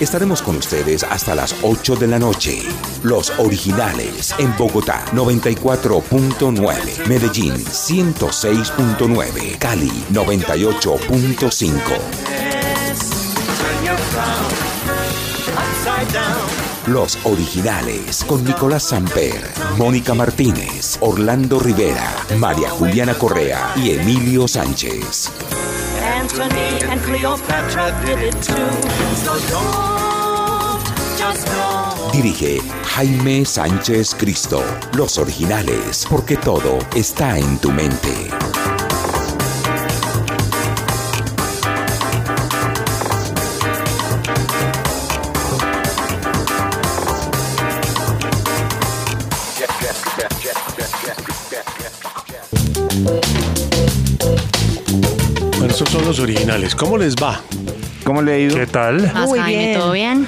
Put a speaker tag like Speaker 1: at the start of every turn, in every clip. Speaker 1: Estaremos con ustedes hasta las 8 de la noche. Los originales en Bogotá 94.9, Medellín 106.9, Cali 98.5. Los originales con Nicolás Samper, Mónica Martínez, Orlando Rivera, María Juliana Correa y Emilio Sánchez.
Speaker 2: Antony and Cleopatra did it too. So don't just go.
Speaker 1: Dirige Jaime Sánchez Cristo. Los originales, porque todo está en tu mente.
Speaker 3: Bueno, estos son los originales. ¿Cómo les va?
Speaker 4: ¿Cómo le ha ido?
Speaker 3: ¿Qué tal?
Speaker 5: Más
Speaker 6: Muy
Speaker 5: Jaime,
Speaker 6: bien.
Speaker 5: ¿todo bien?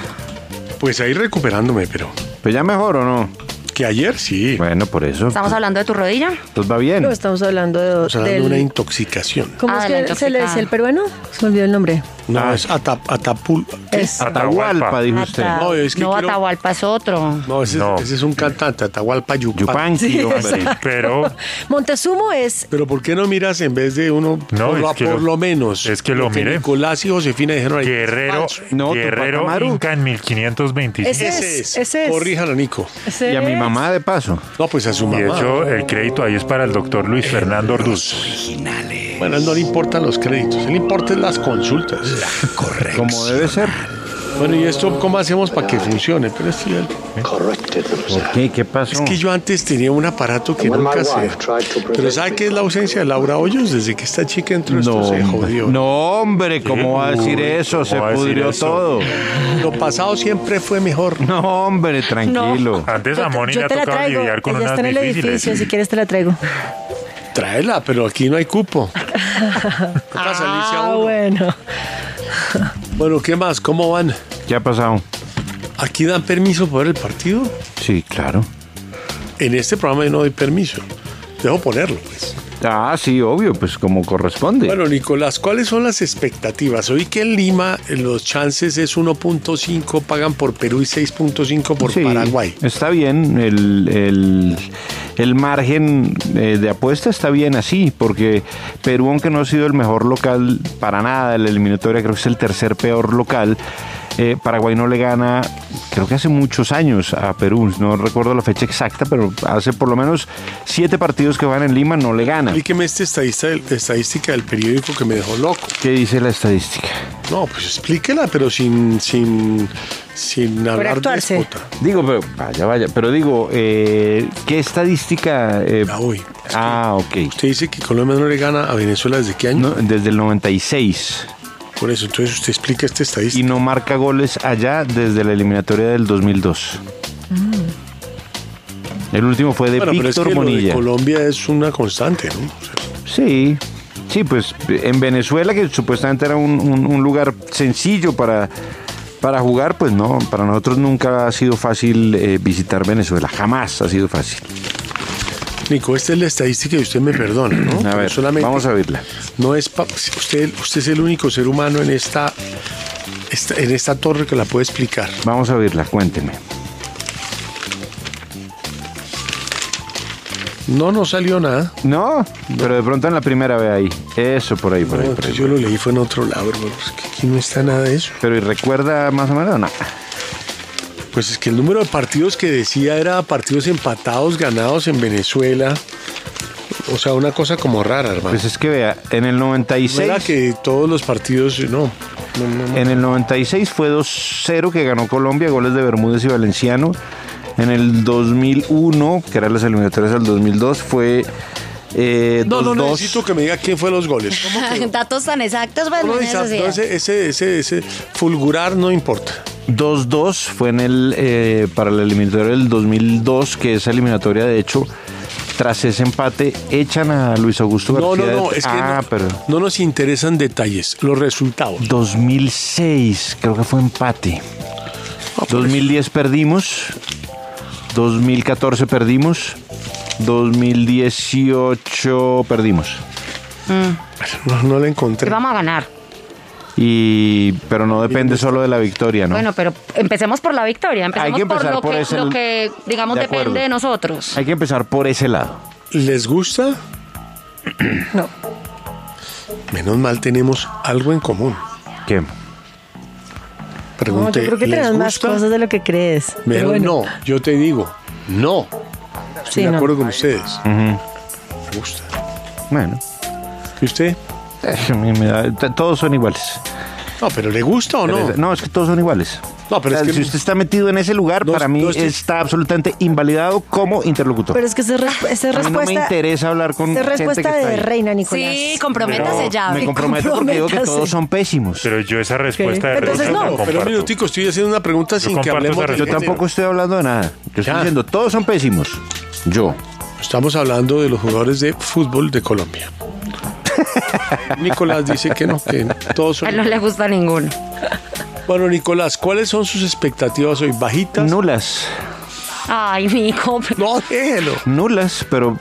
Speaker 3: Pues ahí recuperándome, pero
Speaker 4: ¿Pues ya mejor o no?
Speaker 3: que ayer sí.
Speaker 4: Bueno, por eso.
Speaker 5: ¿Estamos hablando de tu rodilla?
Speaker 4: Pues va bien.
Speaker 6: No, estamos hablando de,
Speaker 3: Estamos hablando de
Speaker 6: del-
Speaker 3: una intoxicación.
Speaker 6: ¿Cómo
Speaker 5: Ah,
Speaker 6: es
Speaker 5: de la
Speaker 6: que se le dice el peruano? Se me olvidó el nombre.
Speaker 3: No,
Speaker 4: Ah.
Speaker 3: es atap, atapul. ¿qué?
Speaker 6: Es
Speaker 4: Atahualpa, dijo usted.
Speaker 5: Ata-
Speaker 3: No, es que
Speaker 5: no
Speaker 3: quiero-
Speaker 5: Atahualpa es otro.
Speaker 3: No, ese, es-
Speaker 7: No.
Speaker 3: ese es un cantante, Atahualpa Yupan.
Speaker 4: Yupanqui, hombre.
Speaker 7: Pero
Speaker 6: Montezumo es
Speaker 3: Pero ¿por qué no miras en vez de uno
Speaker 7: No,
Speaker 3: por,
Speaker 7: es
Speaker 3: lo-
Speaker 7: que
Speaker 3: por
Speaker 7: lo-
Speaker 3: lo menos?
Speaker 7: es que lo miré.
Speaker 3: Nicolás y Josefina dijeron ahí.
Speaker 7: Guerrero,
Speaker 4: No, Tupac
Speaker 7: Guerrero
Speaker 4: Amaru.
Speaker 7: Inca en 1525.
Speaker 6: Ese-
Speaker 3: Ese es.
Speaker 6: Ese es.
Speaker 3: Corrijan a Nico.
Speaker 6: ese
Speaker 4: Y a mi
Speaker 6: es-
Speaker 4: mamá de paso.
Speaker 3: No, pues a su
Speaker 7: Y
Speaker 3: mamá.
Speaker 7: de hecho, el crédito ahí es para el doctor Luis Fernando Orduz.
Speaker 1: Originales.
Speaker 3: Bueno, a él no le importan los créditos, le importan las consultas.
Speaker 1: Correcto.
Speaker 4: Como debe ser.
Speaker 3: Bueno, ¿y esto cómo hacemos para que funcione? Pero esto ya-
Speaker 7: ¿Eh?
Speaker 4: ¿Por qué? ¿Qué pasó?
Speaker 3: Es que yo antes tenía un aparato que nunca se... Pero ¿sabe qué es la ausencia de Laura Hoyos? Desde que esta chica entró esto
Speaker 4: No,
Speaker 3: se
Speaker 4: hombre.
Speaker 3: jodió.
Speaker 4: no, hombre, ¿cómo va a decir
Speaker 7: Uy,
Speaker 4: eso?
Speaker 7: ¿cómo
Speaker 4: Se
Speaker 7: va a decir
Speaker 4: pudrió
Speaker 7: eso?
Speaker 4: todo.
Speaker 3: Lo pasado siempre fue mejor.
Speaker 4: No, hombre, tranquilo.
Speaker 7: Antes a Moni
Speaker 6: yo
Speaker 7: le ha
Speaker 6: te la
Speaker 7: tocado
Speaker 6: traigo.
Speaker 7: lidiar con
Speaker 6: Ella
Speaker 7: unas
Speaker 6: está en el edificio, si
Speaker 7: difíciles.
Speaker 6: quieres te la traigo.
Speaker 3: Tráela, pero aquí no hay cupo. Toca salirse a
Speaker 6: Ah,
Speaker 3: uno.
Speaker 6: bueno.
Speaker 3: Bueno, ¿qué más? ¿Cómo van?
Speaker 4: ¿Qué ha pasado?
Speaker 3: ¿Aquí dan permiso para el partido?
Speaker 4: Sí, claro.
Speaker 3: En este programa yo no doy permiso. Dejo ponerlo, pues.
Speaker 4: Ah, sí, obvio, pues como corresponde.
Speaker 3: Bueno, Nicolás, ¿cuáles son las expectativas? Oí que en Lima eh, los chances es 1.5, pagan por Perú y 6.5 por
Speaker 4: Sí,
Speaker 3: Paraguay.
Speaker 4: Está bien, el, el- el margen eh, de apuesta está bien así, porque Perú, aunque no ha sido el mejor local para nada, en la eliminatoria creo que es el tercer peor local. eh, Paraguay no le gana, creo que hace muchos años a Perú, no recuerdo la fecha exacta, pero hace por lo menos siete partidos que van en Lima, no le gana.
Speaker 3: Explíqueme esta estadista- estadística del periódico que me dejó loco.
Speaker 4: ¿Qué dice la estadística?
Speaker 3: No, pues explíquela, pero sin, sin, sin hablar de
Speaker 6: actuarse.
Speaker 3: disputa.
Speaker 4: Digo, pero vaya, vaya, pero digo, eh, ¿qué estadística? eh,
Speaker 3: La voy.
Speaker 4: ah, ok.
Speaker 3: Usted dice que Colombia no le gana a Venezuela desde qué año.
Speaker 4: No, desde el 96.
Speaker 3: Por eso, entonces usted explica
Speaker 4: y
Speaker 3: esta estadística.
Speaker 4: no marca goles allá desde la eliminatoria del 2002. El último fue de
Speaker 3: Bueno, pero es
Speaker 4: Víctor
Speaker 3: que lo de
Speaker 4: Monilla.
Speaker 3: Colombia es una constante, ¿no? O sea,
Speaker 4: Sí, sí, pues en Venezuela, que supuestamente era un, un- un lugar sencillo para, Para jugar, pues no, para nosotros nunca ha sido fácil eh, visitar Venezuela, jamás ha sido fácil.
Speaker 3: Nico, esta es la estadística y usted me perdona, ¿no?
Speaker 4: A
Speaker 3: Pero
Speaker 4: ver, vamos a verla.
Speaker 3: No es pa- usted, usted es el único ser humano en esta, esta- en esta torre que la puede explicar.
Speaker 4: Vamos a verla, cuénteme.
Speaker 3: No, no salió nada.
Speaker 4: No, pero de pronto en la primera ve ahí. Eso, por ahí, por
Speaker 3: No,
Speaker 4: ahí, por ahí.
Speaker 3: entonces yo lo leí fue en otro lado, hermano, es que aquí no está nada de eso.
Speaker 4: Pero ¿y recuerda más o menos? No.
Speaker 3: Pues es que el número de partidos que decía era partidos empatados, ganados en Venezuela. O sea, una cosa como rara, hermano.
Speaker 4: Pues es que vea, en el
Speaker 3: no era
Speaker 4: 96...
Speaker 3: que todos los partidos, no. No, no, no.
Speaker 4: En el 96 fue 2-0 que ganó Colombia, goles de Bermúdez y Valenciano. En el 2001, que eran las eliminatorias del 2002, fue eh,
Speaker 3: No, no
Speaker 4: 2-2.
Speaker 3: necesito que me diga quién fue los goles.
Speaker 5: Datos tan exactos, pues,
Speaker 3: No, no,
Speaker 5: Valmina, eso sí.
Speaker 3: no, ese, ese, ese, ese fulgurar no importa.
Speaker 4: 2-2 fue en el eh, para la eliminatoria del 2002, que esa eliminatoria de hecho tras ese empate echan a Luis Augusto
Speaker 3: No,
Speaker 4: García.
Speaker 3: no,
Speaker 4: de-
Speaker 3: no, es que
Speaker 4: ah,
Speaker 3: no,
Speaker 4: pero
Speaker 3: no nos interesan detalles, los resultados.
Speaker 4: 2006 creo que fue empate.
Speaker 3: Ah, pues.
Speaker 4: 2010 perdimos. 2014 perdimos. 2018 perdimos.
Speaker 3: Mm. No, no la encontré.
Speaker 5: Que Vamos a ganar.
Speaker 4: Y pero no depende solo de la victoria, ¿no?
Speaker 5: Bueno, pero empecemos por la victoria. Empecemos
Speaker 4: que empezar
Speaker 5: por lo
Speaker 4: por
Speaker 5: que,
Speaker 4: ese-
Speaker 5: lo que, digamos,
Speaker 4: de acuerdo.
Speaker 5: depende de nosotros.
Speaker 4: Hay que empezar por ese lado.
Speaker 3: ¿Les gusta?
Speaker 6: No.
Speaker 3: Menos mal tenemos algo en común.
Speaker 4: ¿Qué?
Speaker 6: No, yo
Speaker 3: Pregunté,
Speaker 6: creo que
Speaker 3: ¿les
Speaker 6: tenemos más
Speaker 3: gusta?
Speaker 6: cosas de lo que crees.
Speaker 3: Me
Speaker 6: Pero
Speaker 3: dijeron,
Speaker 6: bueno,
Speaker 3: no, yo te digo, no. Estoy
Speaker 6: Sí,
Speaker 3: de
Speaker 6: no.
Speaker 3: acuerdo con ustedes. Me gusta.
Speaker 4: Bueno,
Speaker 3: ¿Y usted?
Speaker 4: eh, a mí me da- t- todos son iguales.
Speaker 3: No, pero ¿le gusta o no?
Speaker 4: Teresa. No, es que todos son iguales.
Speaker 3: No, pero
Speaker 4: O sea,
Speaker 3: es que-
Speaker 4: si usted está metido en ese lugar,
Speaker 3: No,
Speaker 4: para mí
Speaker 3: no estoy-
Speaker 4: está absolutamente invalidado como interlocutor.
Speaker 6: Pero es que esa, es resp- esa
Speaker 4: A mí no me
Speaker 6: respuesta.
Speaker 4: interesa hablar con
Speaker 6: esa es
Speaker 4: gente que
Speaker 6: respuesta
Speaker 4: está
Speaker 6: de
Speaker 4: ahí.
Speaker 6: reina, Nicolás.
Speaker 8: Sí, comprométase ya.
Speaker 4: me comprometo porque digo que
Speaker 6: comprométase.
Speaker 4: todos son pésimos.
Speaker 7: Pero yo esa respuesta de
Speaker 6: Entonces,
Speaker 7: Rosa la
Speaker 6: no.
Speaker 3: Pero, pero un
Speaker 7: comparto.
Speaker 3: minutico, estoy haciendo una pregunta sin que
Speaker 7: comparto
Speaker 3: hablemos
Speaker 7: esa
Speaker 3: de
Speaker 4: Yo
Speaker 7: respuesta.
Speaker 4: tampoco estoy hablando de nada. Yo estoy
Speaker 3: Ya.
Speaker 4: diciendo, todos son pésimos. Yo.
Speaker 3: Estamos hablando de los jugadores de fútbol de Colombia. Nicolás dice que no, que todos
Speaker 5: A
Speaker 3: son...
Speaker 5: él no le gusta ninguno.
Speaker 3: Bueno, Nicolás, ¿cuáles son sus expectativas hoy? ¿Bajitas?
Speaker 4: Nulas.
Speaker 5: Ay, Nico. pero-
Speaker 3: No, déjelo.
Speaker 4: Nulas, pero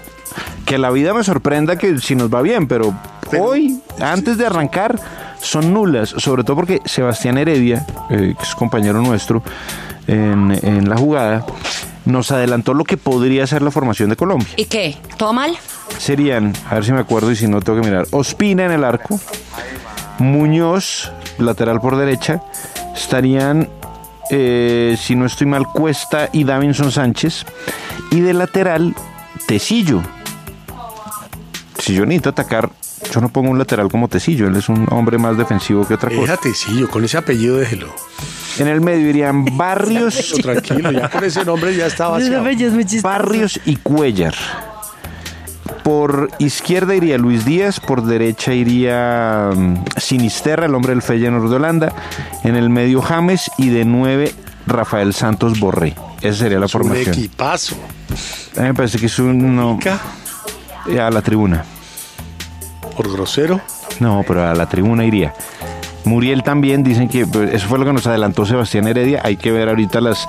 Speaker 4: que la vida me sorprenda que si nos va bien, pero, hoy, antes de arrancar, son nulas. Sobre todo porque Sebastián Heredia, eh, que es compañero nuestro en, en la jugada, nos adelantó lo que podría ser la formación de Colombia.
Speaker 8: ¿Y qué? ¿Todo mal?
Speaker 4: serían, a ver si me acuerdo y si no tengo que mirar, Ospina en el arco, Muñoz, lateral por derecha, estarían, eh, si no estoy mal, Cuesta y Davinson Sánchez, y de lateral, Tecillo. Si yo necesito atacar, yo no pongo un lateral como Tecillo, él es un hombre más defensivo que otra cosa.
Speaker 3: Déjate, sí, yo con ese apellido déjelo.
Speaker 4: En el medio irían Barrios,
Speaker 3: Tranquilo, ya con ese nombre ya está vaciado.
Speaker 6: Esa es muy chistosa.
Speaker 4: Barrios y Cuellar. Por izquierda iría Luis Díaz, por derecha iría mm, Sinisterra, el hombre del Feyenoord de Holanda, en el medio James y de nueve Rafael Santos Borré. Esa sería la
Speaker 3: Un
Speaker 4: formación.
Speaker 3: equipazo.
Speaker 4: A mí me parece que es uno
Speaker 3: Ca-
Speaker 4: a la tribuna.
Speaker 3: Por grosero.
Speaker 4: No, pero a la tribuna iría. Muriel también, dicen que pues, eso fue lo que nos adelantó Sebastián Heredia. Hay que ver ahorita a las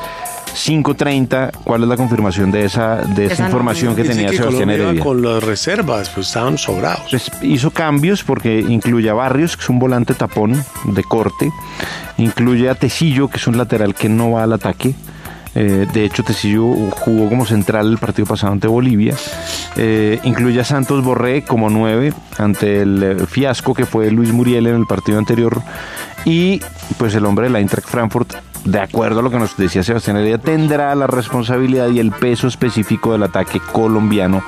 Speaker 4: 5.30 cuál es la confirmación de esa, de esa
Speaker 5: Esa no,
Speaker 4: información que
Speaker 3: Dice
Speaker 4: tenía
Speaker 3: que
Speaker 4: Sebastián
Speaker 3: Colombia iba
Speaker 4: Heredia.
Speaker 3: con las reservas, pues estaban sobrados.
Speaker 4: Pues hizo cambios porque incluye a Barrios, que es un volante tapón de corte, incluye a Tecillo, que es un lateral que no va al ataque. Eh, de hecho, Tecillo jugó como central el partido pasado ante Bolivia. Eh, incluye a Santos Borré como nueve ante el eh, fiasco que fue Luis Muriel en el partido anterior. Y pues el hombre de la Eintracht Frankfurt, de acuerdo a lo que nos decía Sebastián Heredia, tendrá la responsabilidad y el peso específico del ataque colombiano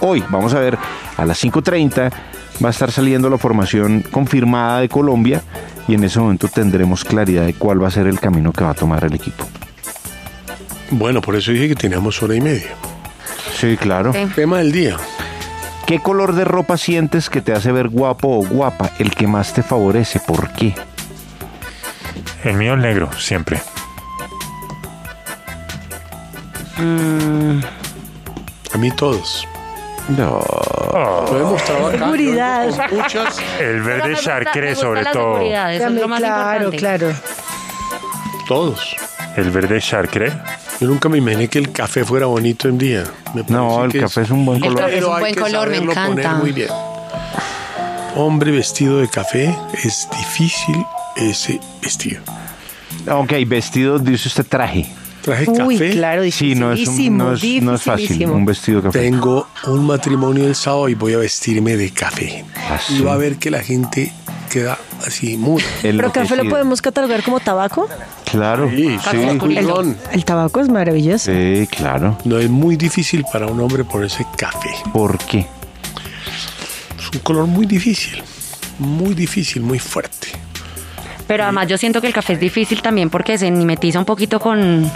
Speaker 4: hoy. Vamos a ver, a las 5.30 va a estar saliendo la formación confirmada de Colombia y en ese momento tendremos claridad de cuál va a ser el camino que va a tomar el equipo.
Speaker 3: Bueno, por eso dije que teníamos hora y media.
Speaker 4: Sí, claro.
Speaker 5: Sí.
Speaker 3: Tema del día.
Speaker 4: ¿Qué color de ropa sientes que te hace ver guapo o guapa? El que más te favorece. ¿Por qué?
Speaker 7: El mío el negro, siempre.
Speaker 3: A mí todos.
Speaker 4: Mm. No.
Speaker 3: Lo he mostrado acá.
Speaker 6: Seguridad.
Speaker 3: yo he visto Muchas.
Speaker 7: El
Speaker 5: Pero me
Speaker 7: verde
Speaker 5: gusta- me
Speaker 7: charcré
Speaker 5: gusta
Speaker 7: sobre
Speaker 5: la
Speaker 7: todo.
Speaker 5: seguridad, eso es lo más
Speaker 6: claro,
Speaker 5: importante.
Speaker 6: claro.
Speaker 3: todos.
Speaker 7: El verde charcré.
Speaker 3: Yo nunca me imaginé que el café fuera bonito en día. Me
Speaker 4: No,
Speaker 3: parece
Speaker 4: el
Speaker 3: que
Speaker 4: café es un buen
Speaker 5: El
Speaker 4: color.
Speaker 5: café es
Speaker 3: Pero
Speaker 5: un
Speaker 3: hay
Speaker 5: buen
Speaker 3: que
Speaker 5: color, me
Speaker 3: saberlo poner
Speaker 5: encanta.
Speaker 3: muy bien. Hombre vestido de café, es difícil ese vestido.
Speaker 4: Ok, vestido, dice usted traje.
Speaker 3: Traje
Speaker 6: Uy,
Speaker 3: café.
Speaker 6: claro,
Speaker 4: Sí,
Speaker 6: dificilísimo.
Speaker 4: no es, un- no es- no es fácil
Speaker 6: dificilísimo.
Speaker 4: un vestido de café.
Speaker 3: Tengo un matrimonio el sábado y voy a vestirme de café.
Speaker 4: Ah, sí.
Speaker 3: Y va a ver que la gente queda así muy.
Speaker 6: Pero café lo
Speaker 4: Enloquecido.
Speaker 6: podemos catalogar como tabaco.
Speaker 4: Claro, sí,
Speaker 5: Café con limón.
Speaker 6: El tabaco es maravilloso.
Speaker 4: sí, claro.
Speaker 3: No es muy difícil para un hombre ponerse café.
Speaker 4: ¿Por qué?
Speaker 3: Es un color muy difícil. Muy difícil, muy fuerte.
Speaker 5: Pero además yo siento que el café es difícil también porque se mimetiza un poquito con,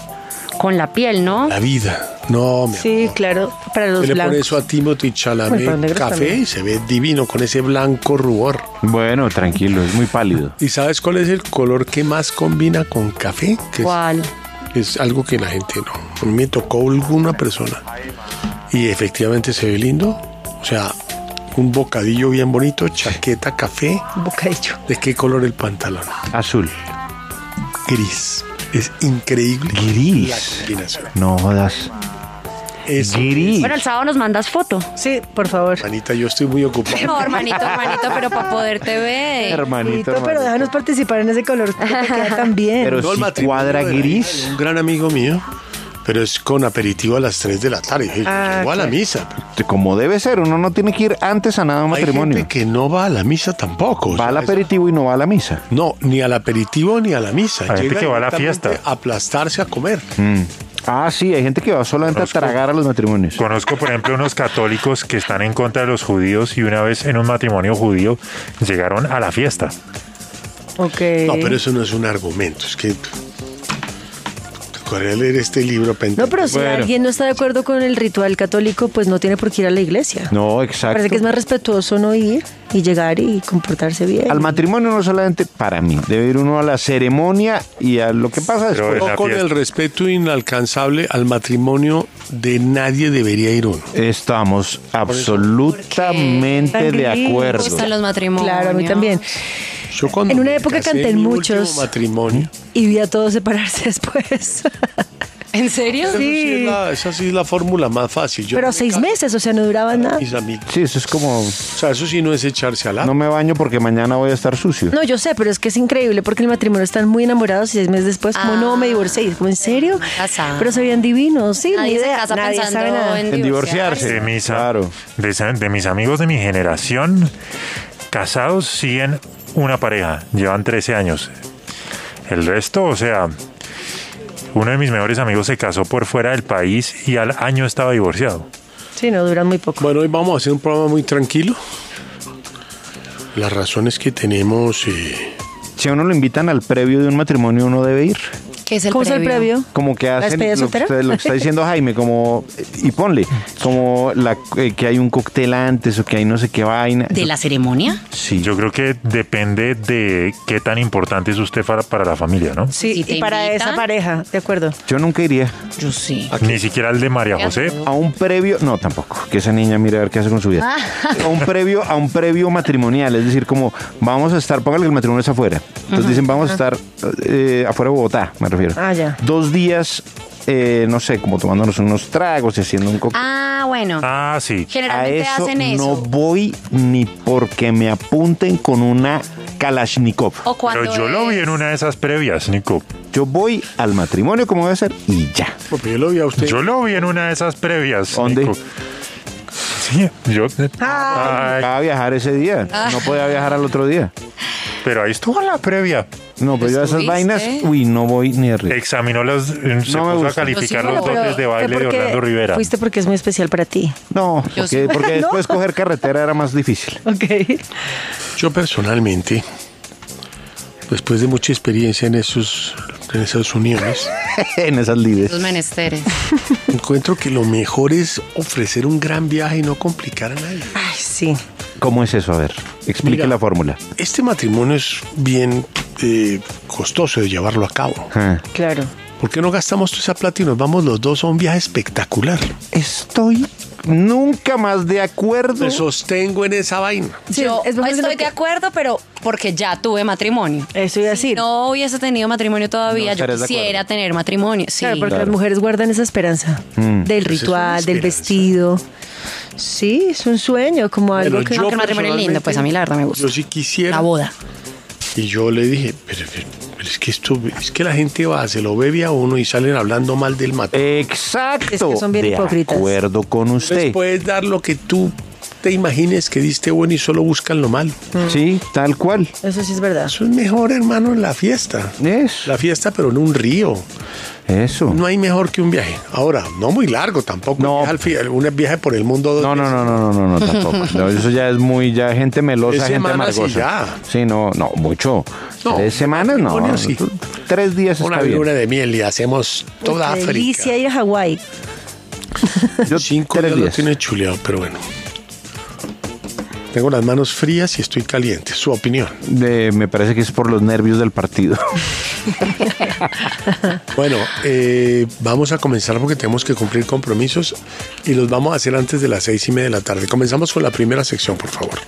Speaker 5: con la piel, ¿no?
Speaker 3: La vida. No, me
Speaker 6: Sí, claro, para los
Speaker 3: le pone
Speaker 6: blancos.
Speaker 3: eso a Timothy
Speaker 6: Uy, pero
Speaker 3: Chalamet
Speaker 6: negros
Speaker 3: café
Speaker 6: también.
Speaker 3: y se ve divino con ese blanco rubor.
Speaker 4: Bueno, tranquilo, es muy pálido.
Speaker 3: ¿Y sabes cuál es el color que más combina con café? Que es-
Speaker 5: ¿Cuál?
Speaker 3: es algo que la gente no. A mí me tocó alguna persona y efectivamente se ve lindo. O sea, un bocadillo bien bonito, chaqueta café.
Speaker 6: Bocadillo.
Speaker 3: ¿De qué color el pantalón?
Speaker 4: Azul.
Speaker 3: Gris. Es increíble.
Speaker 4: Gris.
Speaker 3: La combinación.
Speaker 4: No jodas.
Speaker 3: Es
Speaker 4: Gris.
Speaker 5: Bueno, el sábado nos mandas foto.
Speaker 6: Sí, por favor.
Speaker 3: Manita, yo estoy muy ocupado.
Speaker 5: No, hermanito, hermanito, pero para poderte ver.
Speaker 4: Hermanito,
Speaker 6: pero
Speaker 4: hermanito.
Speaker 6: déjanos participar en ese color que te queda tan bien.
Speaker 4: Pero
Speaker 3: No, el
Speaker 4: si
Speaker 3: matrimonio
Speaker 4: cuadra
Speaker 3: de la hija
Speaker 4: gris,
Speaker 3: de Un gran amigo mío, pero es con aperitivo a las 3 de la tarde. Yo
Speaker 6: Ah,
Speaker 3: llego a la
Speaker 6: claro.
Speaker 3: misa.
Speaker 4: como debe ser, uno no tiene que ir antes a nada
Speaker 3: Hay
Speaker 4: matrimonio.
Speaker 3: gente que no va a la misa tampoco. o
Speaker 4: Va
Speaker 3: sea,
Speaker 4: al
Speaker 3: es-
Speaker 4: aperitivo y no va a la misa.
Speaker 3: No, ni al aperitivo ni a la misa.
Speaker 7: Hay gente
Speaker 3: Llega
Speaker 7: que va a la
Speaker 3: directamente
Speaker 7: fiesta.
Speaker 3: A aplastarse a comer.
Speaker 4: Ah, sí, hay gente que va solamente a tragar a los matrimonios.
Speaker 7: Conozco, por ejemplo, unos católicos que están en contra de los judíos y una vez en un matrimonio judío llegaron a la fiesta.
Speaker 6: ok.
Speaker 3: No,
Speaker 7: pues,
Speaker 3: pero eso no es un argumento. Es que. Corría a leer este libro, Pente.
Speaker 6: No, pero si
Speaker 4: Bueno.
Speaker 6: alguien no está de acuerdo con el ritual católico, pues no tiene por qué ir a la iglesia.
Speaker 4: No, Oh, exacto.
Speaker 6: Parece que es más respetuoso no ir y llegar y comportarse bien.
Speaker 4: Al matrimonio no solamente para mí, debe ir uno a la ceremonia y a lo que pasa
Speaker 7: Pero
Speaker 4: después.
Speaker 7: en
Speaker 3: No,
Speaker 7: la
Speaker 3: con
Speaker 7: fiesta.
Speaker 3: el respeto inalcanzable al matrimonio de nadie debería ir uno.
Speaker 4: Estamos absolutamente
Speaker 6: Tan
Speaker 4: de
Speaker 6: gris.
Speaker 4: acuerdo.
Speaker 5: Gustan los matrimonios.
Speaker 6: Claro, a mí también.
Speaker 3: Yo cuando
Speaker 6: En una
Speaker 3: me
Speaker 6: época
Speaker 3: casé
Speaker 6: canté
Speaker 3: en
Speaker 6: en
Speaker 3: mi
Speaker 6: muchos.
Speaker 3: último matrimonio.
Speaker 6: Y vi a todos separarse después.
Speaker 5: ¿En serio?
Speaker 3: Esa sí es la- esa sí es la fórmula más fácil. Yo
Speaker 6: pero
Speaker 3: no me
Speaker 6: seis
Speaker 3: caso
Speaker 6: meses, o sea, no duraban nada.
Speaker 3: con mis amigos.
Speaker 4: Sí, eso es como
Speaker 3: O sea, eso sí no es echarse al agua.
Speaker 4: no me baño porque mañana voy a estar sucio.
Speaker 6: No, yo sé, pero es que es increíble porque el matrimonio están muy enamorados y seis meses después, como
Speaker 5: Ah.
Speaker 6: no, me divorcié. Y es como, ¿en serio?
Speaker 5: Casado.
Speaker 6: Pero se veían divinos, sí, ni
Speaker 5: Nadie se
Speaker 6: idea.
Speaker 5: casa
Speaker 6: Nadie sabe
Speaker 5: pensando
Speaker 6: nada.
Speaker 5: en
Speaker 4: En
Speaker 5: divorciarse.
Speaker 4: divorciarse.
Speaker 7: De, mis, a-
Speaker 4: Claro.
Speaker 7: de, esa- de mis amigos de mi generación, casados siguen una pareja, llevan 13 años. El resto, o sea, uno de mis mejores amigos se casó por fuera del país y al año estaba divorciado.
Speaker 6: Sí, no, duran muy poco.
Speaker 3: Bueno, hoy vamos a hacer un programa muy tranquilo. Las razones que tenemos. eh,
Speaker 4: Si a uno lo invitan al previo de un matrimonio, uno debe ir.
Speaker 5: ¿Qué es el
Speaker 6: ¿Cómo es
Speaker 5: previo?
Speaker 6: el previo?
Speaker 4: Como que hacen lo
Speaker 6: despedida
Speaker 4: que,
Speaker 6: soltera?
Speaker 4: usted- lo que está diciendo Jaime, como eh, y ponle, como la eh, que hay un cóctel antes o que hay no sé qué vaina.
Speaker 5: ¿De la ceremonia?
Speaker 4: Sí.
Speaker 7: Yo creo que depende de qué tan importante es usted para, para la familia, ¿no?
Speaker 6: Sí,
Speaker 5: Si te
Speaker 6: y para
Speaker 5: invitan.
Speaker 6: esa pareja, de acuerdo.
Speaker 4: Yo nunca iría
Speaker 5: Yo sí.
Speaker 7: Ni siquiera el de María José.
Speaker 4: a un previo, no tampoco, que esa niña mira a ver qué hace con su vida.
Speaker 5: Ah.
Speaker 4: A un previo, a un previo matrimonial, es decir, como vamos a estar, póngale que el matrimonio es afuera. Entonces dicen, vamos a estar eh, afuera de Bogotá, me refiero.
Speaker 6: Ah, ya.
Speaker 4: Dos días, eh, no sé, como tomándonos unos tragos y haciendo un cóctel.
Speaker 5: Ah, bueno.
Speaker 7: Ah, sí.
Speaker 4: a
Speaker 5: Generalmente
Speaker 4: eso
Speaker 5: hacen eso.
Speaker 4: no voy ni porque me apunten con una Kalashnikov.
Speaker 5: O cuando
Speaker 7: Pero yo lo vi
Speaker 5: es-
Speaker 7: en una de esas previas, Nico.
Speaker 4: Yo voy al matrimonio como debe ser y ya.
Speaker 3: porque yo lo vi a usted.
Speaker 7: Yo lo vi en una de esas previas.
Speaker 4: ¿Dónde?
Speaker 7: Nico. Sí, yo. Ay,
Speaker 4: Acaba de Ah, viajar ese día,
Speaker 6: Ah.
Speaker 4: no podía viajar al otro día.
Speaker 7: pero ahí estuvo la previa.
Speaker 4: No, pero yo a esas
Speaker 5: ¿Estuviste?
Speaker 4: vainas, uy, no voy ni de rico.
Speaker 7: Examinó las. eh, se
Speaker 4: No me
Speaker 7: puso a
Speaker 4: gusta.
Speaker 7: calificar
Speaker 5: Pues sí,
Speaker 7: los
Speaker 5: bueno,
Speaker 7: dotes de
Speaker 6: Fue
Speaker 7: baile de
Speaker 6: porque
Speaker 7: Orlando Rivera.
Speaker 6: Fuiste porque es muy especial para ti.
Speaker 4: No,
Speaker 5: Yo
Speaker 4: porque,
Speaker 5: sí.
Speaker 4: porque después coger carretera era más difícil.
Speaker 6: Ok.
Speaker 3: Yo personalmente, después de mucha experiencia en, esos, en esas uniones,
Speaker 4: en esas lides.
Speaker 5: Los menesteres.
Speaker 3: encuentro que lo mejor es ofrecer un gran viaje y no complicar a nadie.
Speaker 6: Ay, sí.
Speaker 4: ¿Cómo es eso? A ver, explique
Speaker 3: Mira.
Speaker 4: la fórmula.
Speaker 3: Este matrimonio es bien eh, costoso de llevarlo a cabo.
Speaker 4: Ah.
Speaker 6: Claro.
Speaker 3: ¿Por qué no gastamos toda esa plata y nos vamos los dos a un viaje espectacular?
Speaker 4: Estoy nunca más de acuerdo.
Speaker 3: Me sostengo en esa vaina.
Speaker 6: Sí,
Speaker 9: Yo
Speaker 6: es mejor
Speaker 9: estoy
Speaker 6: que-
Speaker 9: de acuerdo, pero porque ya tuve matrimonio.
Speaker 6: Eso iba a decir.
Speaker 9: No hubiese tenido matrimonio todavía,
Speaker 4: No
Speaker 9: yo
Speaker 4: estarás de
Speaker 9: quisiera tener matrimonio. Sí.
Speaker 6: Claro, porque
Speaker 4: Claro.
Speaker 6: las mujeres guardan esa esperanza
Speaker 4: Mm.
Speaker 3: Pues
Speaker 6: del ritual, del
Speaker 3: esperanza.
Speaker 6: vestido. Sí, es un sueño, como algo
Speaker 3: Pero
Speaker 6: que...
Speaker 3: yo
Speaker 9: Aunque el matrimonio es lindo,
Speaker 3: personalmente,
Speaker 9: pues a mí la verdad me gusta.
Speaker 3: Yo sí quisiera.
Speaker 9: La boda.
Speaker 3: Y yo le dije, pero, pero- pero es que esto, es que la gente va, se lo bebe a uno y salen hablando mal del matrimonio.
Speaker 4: Exacto.
Speaker 6: Es que son bien
Speaker 4: de
Speaker 6: hipócritas.
Speaker 4: acuerdo con usted.
Speaker 3: Entonces puedes dar lo que tú te imagines que diste bueno y solo buscan lo malo.
Speaker 4: Sí, tal cual.
Speaker 6: Mm. Eso sí es verdad.
Speaker 3: Eso es mejor, hermano, en la fiesta.
Speaker 4: Eso.
Speaker 3: La fiesta, pero en un río.
Speaker 4: Eso.
Speaker 3: No hay mejor que un viaje. Ahora, no muy largo tampoco.
Speaker 4: No.
Speaker 3: Un viaje al fi- un viaje por el mundo. dos
Speaker 4: No, no,
Speaker 3: veces.
Speaker 4: no, no, no, no, no, tampoco. No, eso ya es muy, ya gente melosa,
Speaker 3: Tres
Speaker 4: gente
Speaker 3: semanas y
Speaker 4: amargosa.
Speaker 3: ya.
Speaker 4: Sí, no, no, mucho.
Speaker 3: No,
Speaker 4: Tres semanas, no.
Speaker 3: matrimonio sí.
Speaker 4: Tres días
Speaker 3: Una
Speaker 4: está bien.
Speaker 3: luna de miel y hacemos toda
Speaker 6: Qué
Speaker 3: África.
Speaker 6: delicia ir a Hawái.
Speaker 4: Yo
Speaker 3: Cinco
Speaker 4: tres
Speaker 3: días lo
Speaker 4: días.
Speaker 3: tiene chuleado, pero bueno. Tengo las manos frías y estoy caliente. Su opinión.
Speaker 4: De- me parece que es por los nervios del partido.
Speaker 3: Bueno, eh, vamos a comenzar porque tenemos que cumplir compromisos y los vamos a hacer antes de las seis y media de la tarde. Comenzamos con la primera sección, por favor.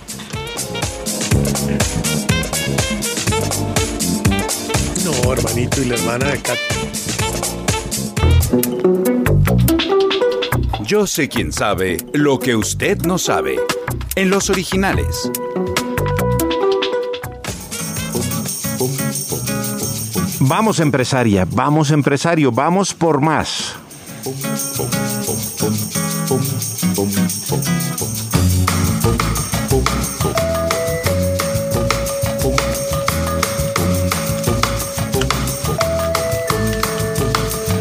Speaker 3: No, hermanito y la hermana de acá.
Speaker 2: Yo sé quién sabe lo que usted no sabe. En los originales.
Speaker 4: Vamos, empresaria, vamos, empresario, vamos por más.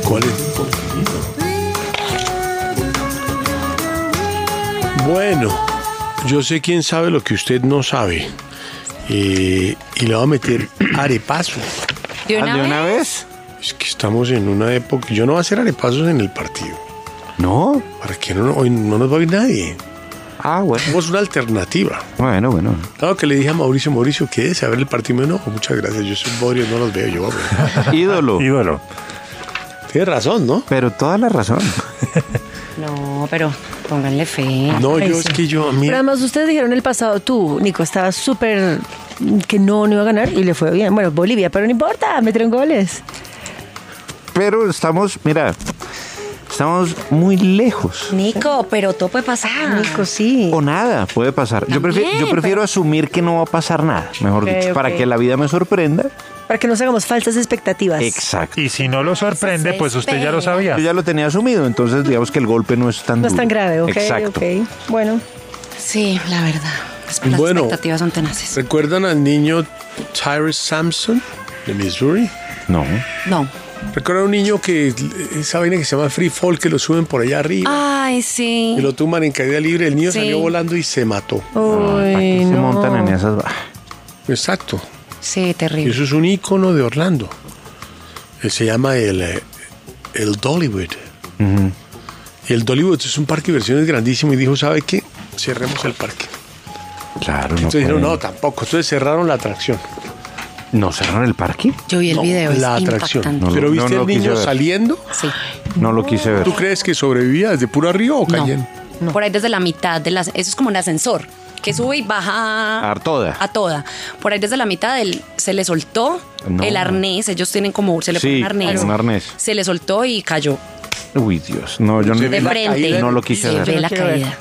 Speaker 3: ¿Cuál es? Bueno, yo sé quién sabe lo que usted no sabe. Eh, y le voy a meter arepaso.
Speaker 9: ¿De
Speaker 4: Ah,
Speaker 9: una,
Speaker 4: ¿De
Speaker 9: vez?
Speaker 4: una vez?
Speaker 3: Es que estamos en una época. Yo no voy a hacer arepasos en el partido.
Speaker 4: No.
Speaker 3: ¿Para que no, hoy no nos va a oír nadie?
Speaker 4: Ah, bueno.
Speaker 3: Somos una alternativa.
Speaker 4: Bueno, bueno.
Speaker 3: Claro que le dije a Mauricio, Mauricio, ¿qué es? A ver el partido. Me dijo, No, muchas gracias. Yo soy Borio, no los veo yo. hombre".
Speaker 4: Ídolo.
Speaker 7: Ídolo.
Speaker 3: Tienes razón, ¿no?
Speaker 4: Pero toda la razón.
Speaker 9: No, pero pónganle fe.
Speaker 3: No,
Speaker 6: Ay,
Speaker 3: yo es
Speaker 6: sí.
Speaker 3: que yo a mí.
Speaker 6: Pero además ustedes dijeron el pasado, tú, Nico, estabas súper mm, que no, no iba a ganar y le fue bien. Bueno, Bolivia, pero no importa, metieron goles.
Speaker 4: Pero estamos, mira, estamos muy lejos.
Speaker 9: Nico, pero todo puede pasar.
Speaker 6: Ah, Nico, sí.
Speaker 4: O nada, puede pasar. Yo
Speaker 9: También,
Speaker 4: prefiero, yo prefiero asumir que no va a pasar nada, mejor
Speaker 6: Ok,
Speaker 4: dicho, para
Speaker 6: ok.
Speaker 4: que la vida me sorprenda.
Speaker 6: Para que no nos hagamos falsas expectativas.
Speaker 9: Pues,
Speaker 4: Exacto.
Speaker 7: Y si no lo sorprende, pues usted ya lo sabía.
Speaker 4: Yo ya lo tenía asumido, entonces digamos que el golpe no es tan
Speaker 6: No es tan
Speaker 4: duro.
Speaker 6: grave, ok,
Speaker 4: Exacto.
Speaker 6: ok. Bueno,
Speaker 9: Sí, la verdad. Es que Las
Speaker 3: Bueno.
Speaker 9: expectativas son tenaces.
Speaker 3: ¿Recuerdan al niño Tyrus Sampson de Missouri?
Speaker 4: No.
Speaker 9: No.
Speaker 3: ¿Recuerdan a un niño que esa vaina que se llama Free Fall, que lo suben por allá arriba
Speaker 9: Ay, sí.
Speaker 3: y lo tumban en caída libre? El niño
Speaker 9: Sí.
Speaker 3: salió volando y se mató.
Speaker 6: Uy,
Speaker 4: Ah, ¿Para qué se
Speaker 6: no.
Speaker 4: montan en esas? Ah,
Speaker 3: Exacto.
Speaker 9: Sí,
Speaker 3: Y
Speaker 9: terrible.
Speaker 3: eso es un ícono de Orlando. Eh, Se llama el, eh, el Dollywood. Y el Dollywood es un parque de diversiones grandísimo y dijo, ¿sabe qué? Cerremos el parque.
Speaker 4: Claro, no.
Speaker 3: Entonces dijeron,
Speaker 4: pueden.
Speaker 3: no, tampoco. Entonces cerraron la atracción.
Speaker 4: ¿No cerraron el parque?
Speaker 9: Yo vi el
Speaker 3: No,
Speaker 9: video. es
Speaker 3: la atracción.
Speaker 9: impactante.
Speaker 4: No lo-
Speaker 3: Pero viste
Speaker 4: no lo
Speaker 3: al
Speaker 4: quise
Speaker 3: niño
Speaker 4: ver.
Speaker 3: saliendo.
Speaker 9: Sí.
Speaker 4: No lo quise ver.
Speaker 3: ¿Tú crees que sobrevivía desde puro arriba o
Speaker 9: No,
Speaker 3: caían?
Speaker 9: no. Por ahí desde la mitad de las. Eso es como un ascensor
Speaker 3: Mm.
Speaker 9: que sube y baja.
Speaker 4: A toda.
Speaker 9: A toda. Por ahí desde la mitad del, se le soltó
Speaker 4: No.
Speaker 9: el arnés. Ellos tienen como. Se le
Speaker 4: Sí,
Speaker 9: pone un arnés.
Speaker 4: un arnés.
Speaker 9: Se le soltó y cayó
Speaker 4: Uy, Dios. No, yo
Speaker 3: Se
Speaker 9: de
Speaker 3: ve la
Speaker 4: no,
Speaker 9: frente.
Speaker 3: caída.
Speaker 4: no lo quise
Speaker 9: Se
Speaker 4: ver.
Speaker 9: ve la
Speaker 6: quiero ver.
Speaker 9: caída.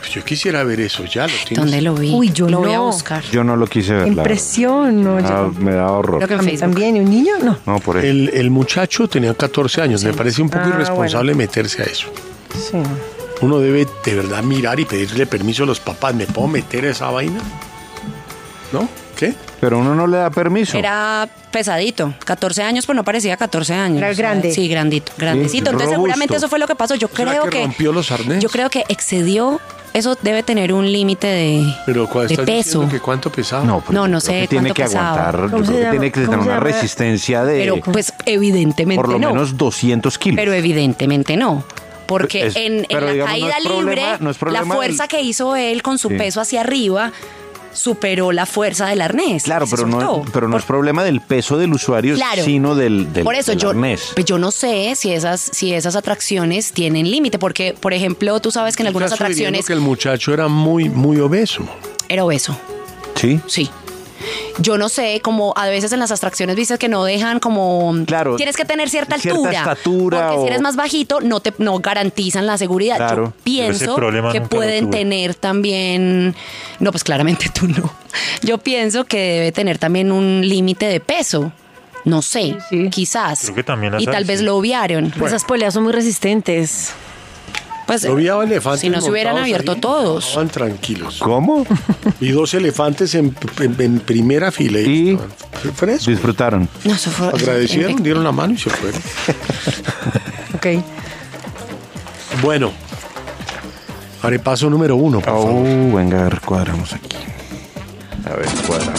Speaker 3: Pues yo quisiera ver eso, ya lo tienes.
Speaker 9: ¿Dónde lo vi?
Speaker 6: Uy, yo
Speaker 9: lo voy a
Speaker 6: no.
Speaker 9: buscar.
Speaker 4: Yo no lo quise ver. la verdad.
Speaker 6: Impresión, no, yo-
Speaker 4: Ah, me da horror.
Speaker 9: Creo que en
Speaker 6: A mí
Speaker 9: Facebook.
Speaker 6: también, ¿y un niño? No.
Speaker 4: No, por eso.
Speaker 3: El, el muchacho tenía 14 años, me parece un poco
Speaker 6: Ah,
Speaker 3: irresponsable meterse a eso.
Speaker 6: Sí.
Speaker 3: Uno debe de verdad mirar y pedirle permiso a los papás. ¿Me puedo meter a esa vaina? ¿No? ¿Qué?
Speaker 4: Pero uno no le da permiso.
Speaker 9: Era pesadito, 14 años, pues no parecía 14 años.
Speaker 6: Era
Speaker 9: O sea,
Speaker 6: grande.
Speaker 9: Sí, grandito, grandecito.
Speaker 4: Sí,
Speaker 9: Entonces
Speaker 4: robusto.
Speaker 9: seguramente eso fue lo que pasó. Yo
Speaker 3: ¿Será
Speaker 9: creo
Speaker 3: que
Speaker 9: que...
Speaker 3: rompió los arneses?
Speaker 9: Yo creo que excedió, eso debe tener un límite de,
Speaker 3: Pero cuando
Speaker 9: de
Speaker 3: estás
Speaker 9: peso.
Speaker 3: diciendo que cuánto pesaba.
Speaker 4: No, pero
Speaker 9: No,
Speaker 4: yo
Speaker 9: no
Speaker 4: creo
Speaker 9: sé
Speaker 4: que tiene
Speaker 9: cuánto
Speaker 4: que
Speaker 9: pesaba.
Speaker 4: aguantar.
Speaker 6: ¿Cómo
Speaker 4: Yo
Speaker 6: se
Speaker 4: creo que
Speaker 6: llama?
Speaker 4: tiene que
Speaker 6: ¿Cómo
Speaker 4: tener
Speaker 6: se
Speaker 4: una
Speaker 6: llama?
Speaker 4: resistencia de
Speaker 9: Pero pues evidentemente
Speaker 4: por lo
Speaker 9: no.
Speaker 4: menos 200 kilos.
Speaker 9: Pero evidentemente no. Porque
Speaker 4: Es-
Speaker 9: en, en
Speaker 4: pero
Speaker 9: la
Speaker 4: digamos, no
Speaker 9: caída
Speaker 4: es problema-
Speaker 9: libre,
Speaker 4: no es
Speaker 9: la
Speaker 4: problema
Speaker 9: fuerza
Speaker 4: del-
Speaker 9: que hizo él con su
Speaker 4: Sí.
Speaker 9: peso hacia arriba superó la fuerza del arnés.
Speaker 4: Claro,
Speaker 9: Se
Speaker 4: pero no,
Speaker 9: soltó.
Speaker 4: pero no es problema del peso del usuario,
Speaker 9: Claro.
Speaker 4: sino del, del,
Speaker 9: Por eso
Speaker 4: del
Speaker 9: yo,
Speaker 4: arnés.
Speaker 9: pues yo no sé si esas, si esas atracciones tienen límite, porque, por ejemplo, tú sabes que en algunas
Speaker 3: Estás sugiriendo
Speaker 9: atracciones
Speaker 3: que el muchacho era muy, muy obeso.
Speaker 9: era obeso.
Speaker 4: Sí.
Speaker 9: Sí. Yo no sé, como a veces en las abstracciones dices que no dejan como...
Speaker 4: Claro.
Speaker 9: Tienes que tener cierta
Speaker 4: Cierta
Speaker 9: altura.
Speaker 4: estatura
Speaker 9: porque
Speaker 4: o-
Speaker 9: si eres más bajito, no te no garantizan la seguridad.
Speaker 4: Claro.
Speaker 9: Yo
Speaker 4: Yo
Speaker 9: pienso
Speaker 7: ese problema
Speaker 9: que
Speaker 7: nunca lo
Speaker 9: pueden
Speaker 7: tuve.
Speaker 9: tener también... No, pues claramente tú no. Yo pienso que debe tener también un límite de peso. No sé,
Speaker 6: Sí.
Speaker 9: quizás.
Speaker 7: Creo que también las
Speaker 9: y
Speaker 7: hay,
Speaker 9: tal vez
Speaker 7: sí.
Speaker 9: lo obviaron.
Speaker 6: Pues Esas poleas son muy resistentes.
Speaker 9: Pues,
Speaker 3: Yo vi a elefantes.
Speaker 9: Si no se hubieran
Speaker 3: montados
Speaker 9: abierto
Speaker 3: ahí,
Speaker 9: todos.
Speaker 3: Estaban tranquilos.
Speaker 4: ¿Cómo?
Speaker 3: Y dos elefantes en, en- en primera fila.
Speaker 4: Y-
Speaker 3: estaban fre- frescos.
Speaker 4: Disfrutaron.
Speaker 9: No, eso fue-
Speaker 3: Agradecieron, dieron la mano y se fueron.
Speaker 6: Ok.
Speaker 3: Bueno, haré paso número uno, por favor.
Speaker 4: Oh, venga, a ver, cuadramos aquí. A ver, cuadramos.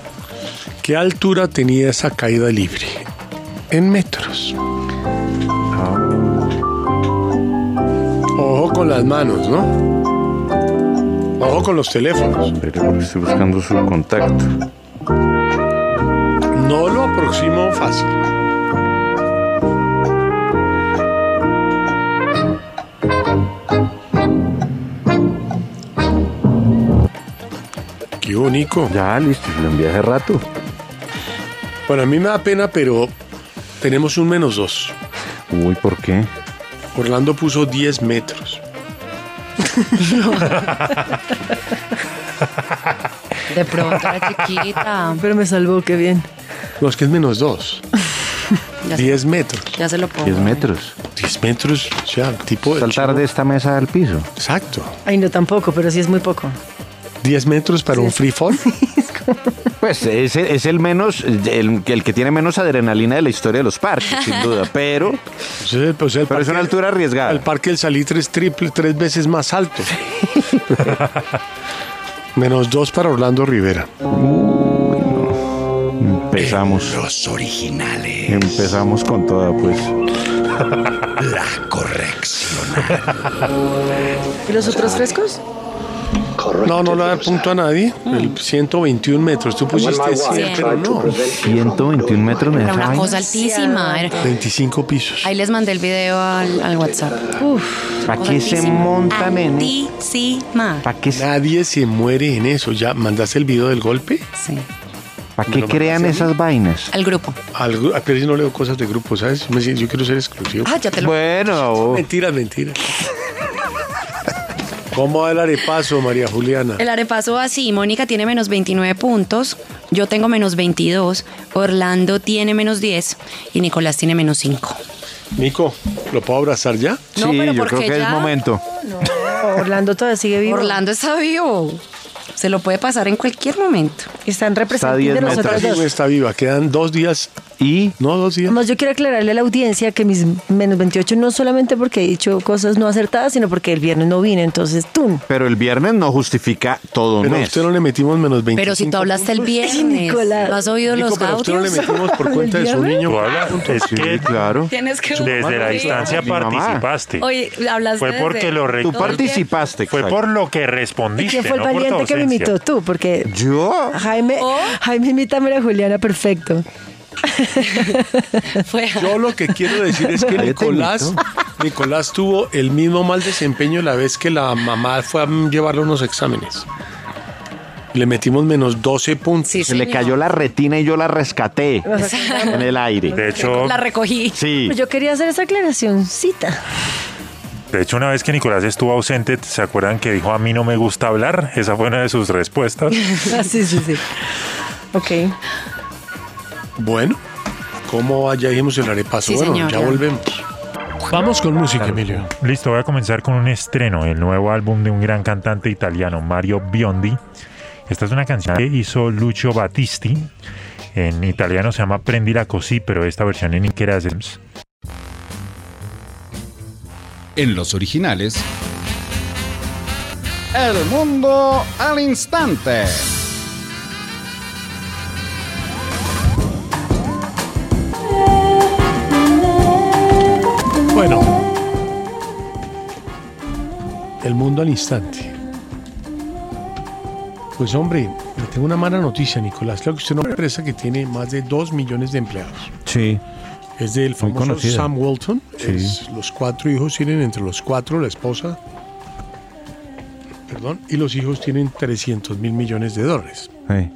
Speaker 3: ¿Qué altura tenía esa caída libre? En metros. Ojo con las manos, ¿no? Ojo con los teléfonos.
Speaker 4: Espera, porque estoy buscando su contacto.
Speaker 3: No lo aproximo fácil. Qué único.
Speaker 4: Ya, listo, lo envié hace rato.
Speaker 3: Bueno, a mí me da pena, pero tenemos un menos dos.
Speaker 4: Uy, ¿por qué?
Speaker 3: Orlando puso 10 metros.
Speaker 9: De pronto era chiquita.
Speaker 6: Pero me salvó, qué bien.
Speaker 3: No, es que es menos dos.
Speaker 9: Ya se-
Speaker 3: 10 metros.
Speaker 9: Ya se lo pongo.
Speaker 4: 10 metros.
Speaker 3: 10 metros, o sea, tipo de
Speaker 4: Saltar
Speaker 3: chivo.
Speaker 4: de esta mesa al piso.
Speaker 3: Exacto.
Speaker 6: Ay, no tampoco, pero sí es muy poco.
Speaker 3: 10 metros para un free fall.
Speaker 4: Pues es, es el menos, el, el que tiene menos adrenalina de la historia de los parques, sin duda. Pero,
Speaker 3: O sea, el- o sea, pues el
Speaker 4: pero es una
Speaker 3: parque-
Speaker 4: altura
Speaker 3: El
Speaker 4: arriesgada.
Speaker 3: parque del salitre es triple, tres veces más alto. menos dos para Orlando Rivera.
Speaker 4: Empezamos.
Speaker 1: Los originales.
Speaker 4: Empezamos con toda, pues.
Speaker 1: La corrección.
Speaker 6: ¿Y los otros frescos?
Speaker 3: No, no le da punto a nadie.
Speaker 4: Mm.
Speaker 3: El 121 metros. Tú pusiste 100, pero no.
Speaker 4: 121 metros de
Speaker 9: Era
Speaker 4: esa
Speaker 9: una
Speaker 4: vaina.
Speaker 9: cosa altísima. era-
Speaker 3: 25 pisos.
Speaker 9: Ahí les mandé el video al, al WhatsApp.
Speaker 4: ¿Para qué se
Speaker 9: Altísima.
Speaker 4: montan en?
Speaker 9: Altísima.
Speaker 4: ¿Para qué,
Speaker 3: Nadie se muere en eso. ¿Ya mandaste el video del golpe?
Speaker 9: Sí.
Speaker 4: pa' qué
Speaker 3: lo
Speaker 4: crean
Speaker 3: mandaste
Speaker 4: esas vainas?
Speaker 9: Al grupo.
Speaker 3: Al, gru- pero yo no leo cosas de grupo, ¿sabes? Me dicen, Yo quiero ser exclusivo.
Speaker 9: Ah, ya te lo.
Speaker 4: Bueno,
Speaker 3: Mentira, mentira. ¿Cómo va el arepazo, María Juliana?
Speaker 9: El arepaso así. Mónica tiene menos 29 puntos. Yo tengo menos 22. Orlando tiene menos 10. Y Nicolás tiene menos 5.
Speaker 3: Nico, ¿lo puedo abrazar ya?
Speaker 9: No,
Speaker 4: sí,
Speaker 9: pero
Speaker 4: yo
Speaker 9: porque
Speaker 4: creo que
Speaker 9: ya-
Speaker 4: es momento.
Speaker 6: Orlando todavía sigue vivo.
Speaker 9: Orlando está vivo. Se lo puede pasar en cualquier momento.
Speaker 6: Están
Speaker 4: Está a 10
Speaker 6: representando los
Speaker 4: metros.
Speaker 6: otros
Speaker 3: Está
Speaker 6: dos.
Speaker 3: viva, está viva. Quedan dos días.
Speaker 4: Y
Speaker 3: No, dos días.
Speaker 6: Además, yo quiero aclararle a la audiencia que mis menos 28 no solamente porque he dicho cosas no acertadas, sino porque el viernes no vine, entonces tú.
Speaker 4: Pero el viernes no justifica todo un
Speaker 3: Pero a
Speaker 4: mes.
Speaker 3: usted no le metimos menos 20.
Speaker 9: Pero si tú hablaste el viernes,
Speaker 6: Nicolás.
Speaker 9: ¿no has oído
Speaker 3: Nico,
Speaker 9: los
Speaker 3: pero a usted no le
Speaker 9: audios?
Speaker 3: metimos por cuenta de su niño.
Speaker 7: Tú hablas, es
Speaker 4: Sí,
Speaker 7: que
Speaker 4: claro.
Speaker 9: Tienes que
Speaker 7: desde la distancia
Speaker 4: Mi mamá.
Speaker 7: participaste.
Speaker 9: Oye, hablaste
Speaker 7: Fue porque
Speaker 9: desde-
Speaker 7: lo re-
Speaker 4: Tú participaste.
Speaker 7: Fue
Speaker 4: exacto.
Speaker 7: por lo que
Speaker 6: ¿Y
Speaker 7: respondiste.
Speaker 6: quién fue el
Speaker 7: no por tu
Speaker 6: valiente que me
Speaker 7: ausencia.
Speaker 6: imitó? Tú, porque
Speaker 4: ¿Yo?
Speaker 6: Jaime,
Speaker 9: ¿O?
Speaker 6: Jaime imita a María Juliana perfecto.
Speaker 9: Fue
Speaker 3: Yo lo que quiero decir es que
Speaker 4: Ahí te
Speaker 3: Nicolás, Nicolás tuvo el mismo mal desempeño la vez que la mamá fue a llevarle unos exámenes. Le metimos menos 12 puntos.
Speaker 9: Sí,
Speaker 4: Se le
Speaker 9: señor.
Speaker 4: cayó la retina y yo la rescaté en el aire.
Speaker 7: De hecho,
Speaker 9: La recogí.
Speaker 4: Sí.
Speaker 6: Pues Yo quería hacer esa aclaracióncita.
Speaker 7: de hecho, una vez que Nicolás estuvo ausente, ¿se acuerdan que dijo a mí no me gusta hablar? Esa fue una de sus respuestas.
Speaker 6: Ah, sí, sí, sí. Ok.
Speaker 3: Bueno, ¿cómo va? Ya dijimos el arepaso.
Speaker 9: Sí,
Speaker 3: bueno,
Speaker 9: señor,
Speaker 3: ya
Speaker 9: ya.
Speaker 3: volvemos. Vamos con música, Emilio.
Speaker 7: Listo, voy a comenzar con un estreno, el nuevo álbum de un gran cantante italiano, Mario Biondi. Esta es una canción que hizo Lucio Battisti. En italiano se llama Prendi la così, pero esta versión en Inquerasms.
Speaker 2: En los originales. El mundo al instante.
Speaker 3: Bueno. El mundo al instante. Pues hombre, le tengo una mala noticia, Nicolás. Claro que usted es una empresa que tiene más de 2 millones de empleados.
Speaker 4: Sí.
Speaker 3: Es del
Speaker 4: Muy
Speaker 3: famoso
Speaker 4: conocida.
Speaker 3: Sam Walton.
Speaker 4: Sí.
Speaker 3: Es- los cuatro hijos tienen entre los cuatro la esposa. Perdón. Y los hijos tienen 300 mil millones de dólares.
Speaker 4: eh,